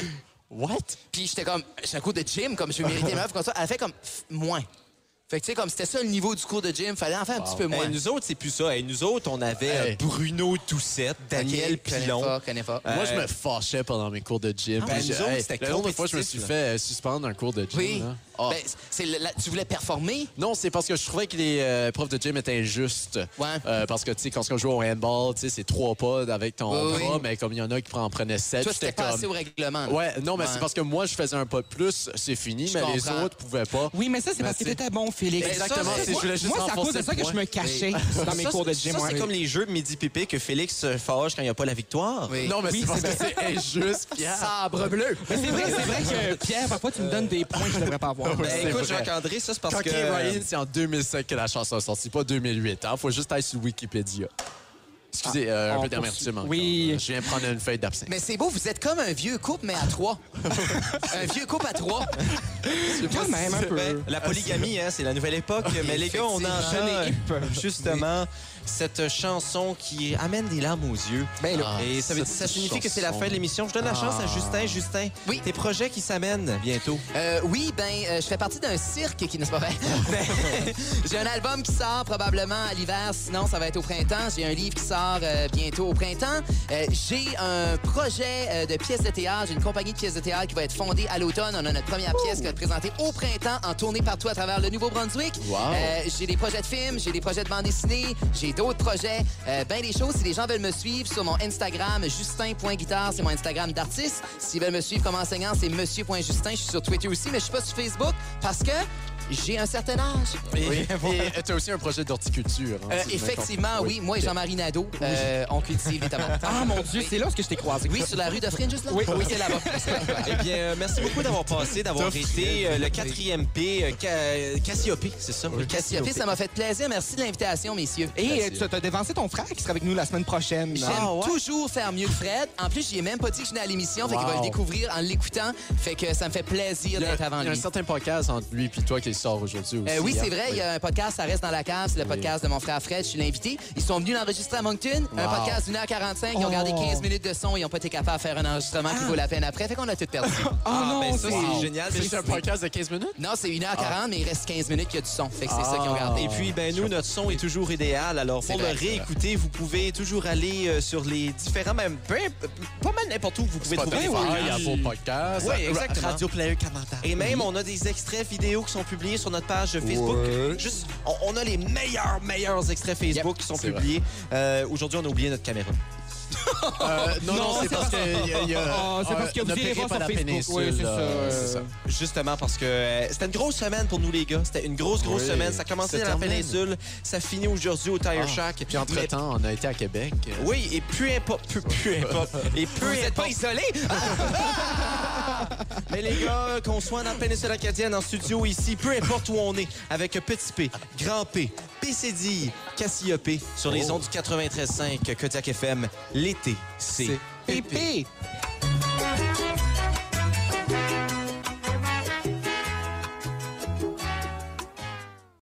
[SPEAKER 3] What?
[SPEAKER 5] Puis j'étais comme, c'est un cours de gym, comme je veux mériter meuf, comme ça. Elle fait comme, F- moins. Fait que tu sais, comme c'était ça le niveau du cours de gym, fallait en faire un petit peu moins.
[SPEAKER 1] Hey, nous autres, c'est plus ça. Hey, nous autres, on avait
[SPEAKER 3] Hey.
[SPEAKER 1] euh, Bruno Toussette, Daniel
[SPEAKER 5] Ok, connais
[SPEAKER 1] Pilon.
[SPEAKER 5] pas, connais pas.
[SPEAKER 3] Moi, je me fâchais pendant mes cours de gym.
[SPEAKER 5] Ah,
[SPEAKER 1] ben,
[SPEAKER 3] Puis je-
[SPEAKER 1] nous autres, c'était
[SPEAKER 3] la nombre de fois, je me suis
[SPEAKER 1] compétitif,
[SPEAKER 3] fait euh, suspendre un cours de gym.
[SPEAKER 5] Oui.
[SPEAKER 3] là. Ah.
[SPEAKER 5] Ben, c'est le- la- tu voulais performer?
[SPEAKER 3] Non, c'est parce que je trouvais que les euh, profs de gym étaient injustes.
[SPEAKER 5] Ouais.
[SPEAKER 3] Euh, parce que, tu sais, quand on joue au handball, tu sais, c'est trois pas avec ton
[SPEAKER 5] Oui, oui.
[SPEAKER 3] bras, mais comme il y en a qui en prenaient sept,
[SPEAKER 5] Toi,
[SPEAKER 3] Euh, j'étais
[SPEAKER 5] c'était pas
[SPEAKER 3] comme...
[SPEAKER 5] assez au règlement. là.
[SPEAKER 3] Ouais, non, mais
[SPEAKER 5] Ouais.
[SPEAKER 3] c'est parce que moi, je faisais un pas de plus, c'est fini, mais les
[SPEAKER 5] comprends.
[SPEAKER 3] autres pouvaient pas.
[SPEAKER 4] Oui, mais ça, c'est parce que
[SPEAKER 3] c'est-
[SPEAKER 4] t'étais bon, Félix.
[SPEAKER 3] Exactement,
[SPEAKER 4] Ça,
[SPEAKER 3] c'est- je voulais juste
[SPEAKER 4] Moi, c'est à cause
[SPEAKER 3] renforcer
[SPEAKER 4] de ça
[SPEAKER 3] le
[SPEAKER 4] que je me cachais dans mes
[SPEAKER 1] Ça,
[SPEAKER 4] cours de
[SPEAKER 1] c'est-
[SPEAKER 4] gym.
[SPEAKER 1] ça,
[SPEAKER 4] ouais.
[SPEAKER 1] c'est comme les jeux midi pépé que Félix se fâche quand il n'y a pas la victoire.
[SPEAKER 5] Oui.
[SPEAKER 3] Non, mais
[SPEAKER 4] Oui,
[SPEAKER 3] c'est parce
[SPEAKER 4] c'est
[SPEAKER 3] que c'est injuste, Pierre.
[SPEAKER 5] Sabre bleu.
[SPEAKER 4] Mais c'est vrai, c'est vrai que Pierre, parfois, tu me donnes des points que je devrais pas avoir.
[SPEAKER 1] Ben,
[SPEAKER 3] c'est
[SPEAKER 1] écoute,
[SPEAKER 3] vrai.
[SPEAKER 1] Jacques-André, ça, c'est parce
[SPEAKER 3] Quand
[SPEAKER 1] que...
[SPEAKER 3] King Ryan, c'est en 2005 que la chanson est sortie, pas 2008. Hein? Faut juste aller sur Wikipédia. Excusez, euh, un
[SPEAKER 4] on
[SPEAKER 3] peu d'amertume. encore.
[SPEAKER 4] Oui.
[SPEAKER 3] Euh, Je viens prendre une feuille d'absinthe.
[SPEAKER 5] Mais c'est beau, vous êtes comme un vieux couple, mais à trois. un vieux couple à trois.
[SPEAKER 4] Quand même, un peu.
[SPEAKER 1] Ben, la polygamie, hein, c'est la nouvelle époque. Mais les gars, on
[SPEAKER 5] Effectivement.
[SPEAKER 1] enchaîne justement cette chanson qui amène des larmes aux yeux.
[SPEAKER 5] Ben là.
[SPEAKER 1] Et ça, veut dire-
[SPEAKER 3] cette
[SPEAKER 1] ça signifie que c'est la
[SPEAKER 3] chanson.
[SPEAKER 1] fin de l'émission. Je donne la chance à Justin. Justin,
[SPEAKER 5] Oui.
[SPEAKER 1] tes projets qui s'amènent bientôt.
[SPEAKER 5] Euh, oui, ben, euh, je fais partie d'un cirque qui n'est pas vrai. Ben, J'ai un album qui sort probablement à l'hiver, sinon ça va être au printemps. J'ai un livre qui sort euh, bientôt au printemps. Euh, J'ai un projet euh, de pièces de théâtre. J'ai une compagnie de pièces de théâtre qui va être fondée à l'automne. On a notre première pièce qui va être présentée au printemps en tournée partout à travers le Nouveau-Brunswick.
[SPEAKER 3] Wow.
[SPEAKER 5] Euh, j'ai des projets de films, j'ai des projets de bande dessinée, j'ai d'autres projets, euh, ben des choses. Si les gens veulent me suivre sur mon Instagram, justin.guitare, c'est mon Instagram d'artiste. S'ils veulent me suivre comme enseignant, c'est monsieur.justin. Je suis sur Twitter aussi, mais je suis pas sur Facebook parce que j'ai un certain âge.
[SPEAKER 3] Et et t'as aussi un projet d'horticulture. hein,
[SPEAKER 5] Euh,
[SPEAKER 3] si je me trompe.
[SPEAKER 5] effectivement, oui. Moi et Jean-Marie Nadeau, euh, on cultive les tomates.
[SPEAKER 4] Ah, mon Dieu, c'est là ce que je t'ai croisé.
[SPEAKER 5] Oui, sur la rue de Fringe, juste là? Oui, oui. C'est là-bas. C'est là-bas.
[SPEAKER 1] Eh bien, euh, merci beaucoup d'avoir passé, d'avoir été euh, le quatrième P, euh, Ca- euh, Cassiope, c'est ça? Oui,
[SPEAKER 5] Cassiopée, ça m'a fait plaisir. Merci de l'invitation, messieurs.
[SPEAKER 4] Et Ah, euh, tu as dévancé ton frère qui sera avec nous la semaine prochaine.
[SPEAKER 5] J'aime toujours faire mieux que Fred. En plus, j'y ai même pas dit que je venais à l'émission, fait qu'il va
[SPEAKER 3] Wow.
[SPEAKER 5] le découvrir en l'écoutant. Fait que ça me fait plaisir
[SPEAKER 3] Il y a,
[SPEAKER 5] d'être avant
[SPEAKER 3] il y a un
[SPEAKER 5] lui.
[SPEAKER 3] certain podcast entre lui et toi qui sort aujourd'hui aussi.
[SPEAKER 5] Euh, oui,
[SPEAKER 3] hein.
[SPEAKER 5] c'est vrai, il y a un podcast, ça reste dans la cave, c'est le podcast de mon frère Fred, je suis l'invité. Ils sont venus l'enregistrer à Moncton, un
[SPEAKER 3] Wow.
[SPEAKER 5] podcast d'une heure 45, ils ont gardé 15 minutes de son, ils n'ont pas été capables de faire un enregistrement qui vaut la peine après, fait qu'on a tout perdu.
[SPEAKER 1] Ah, ben ça, c'est
[SPEAKER 3] Wow.
[SPEAKER 1] génial.
[SPEAKER 3] C'est juste un podcast de 15 minutes?
[SPEAKER 5] non, c'est 1h40, mais il reste 15 minutes qu'il y a du son, fait que c'est ça qu'ils ont gardé.
[SPEAKER 1] Et puis, ben nous, notre son est toujours idéal. Alors,
[SPEAKER 5] C'est
[SPEAKER 1] pour
[SPEAKER 5] vrai,
[SPEAKER 1] le
[SPEAKER 5] c'est vrai.
[SPEAKER 1] réécouter, vous pouvez toujours aller euh, sur les différents, même peu- pas mal n'importe où vous pouvez trouver.
[SPEAKER 3] Spotify, Ah, Apple Podcast.
[SPEAKER 1] Oui, exactement.
[SPEAKER 3] Radio Player Canada.
[SPEAKER 1] Et même, on a des extraits vidéo qui sont publiés sur notre page Facebook. Juste, on, on a les meilleurs, meilleurs extraits Facebook qui sont
[SPEAKER 3] c'est vrai.
[SPEAKER 1] publiés. Euh, Aujourd'hui, on a oublié notre caméra.
[SPEAKER 3] Euh, non, non,
[SPEAKER 4] Non,
[SPEAKER 3] c'est
[SPEAKER 4] c'est
[SPEAKER 3] parce que... y a- y a-
[SPEAKER 4] Ah, c'est parce que
[SPEAKER 3] euh,
[SPEAKER 4] vous
[SPEAKER 3] ne
[SPEAKER 4] irez
[SPEAKER 3] payez
[SPEAKER 4] voir
[SPEAKER 3] pas
[SPEAKER 4] sur
[SPEAKER 3] la
[SPEAKER 4] Facebook.
[SPEAKER 3] péninsule,
[SPEAKER 4] Oui, c'est ça,
[SPEAKER 3] euh,
[SPEAKER 4] euh,
[SPEAKER 3] c'est ça.
[SPEAKER 1] Justement, parce que euh, c'était une grosse semaine pour nous, les gars. C'était une grosse, grosse
[SPEAKER 3] Oui,
[SPEAKER 1] semaine. Ça a commencé
[SPEAKER 3] ça
[SPEAKER 1] dans la
[SPEAKER 3] termine.
[SPEAKER 1] péninsule. Ça finit aujourd'hui au Tire
[SPEAKER 3] Ah,
[SPEAKER 1] Shack.
[SPEAKER 3] Puis entre-temps, on a été à Québec.
[SPEAKER 1] Mais- Oui, et peu importe. Peu, peu importe. Et peu
[SPEAKER 5] Vous êtes
[SPEAKER 1] importe.
[SPEAKER 5] pas isolés?
[SPEAKER 1] *laughs* Mais les gars, qu'on soit dans la péninsule acadienne, en studio, ici, peu importe où on est, avec Petit P, Grand P, PCD, E
[SPEAKER 5] Oh.
[SPEAKER 1] Cassiope, sur les ondes du 93.5 Kodiak FM, l'été, c'est
[SPEAKER 4] Pépé!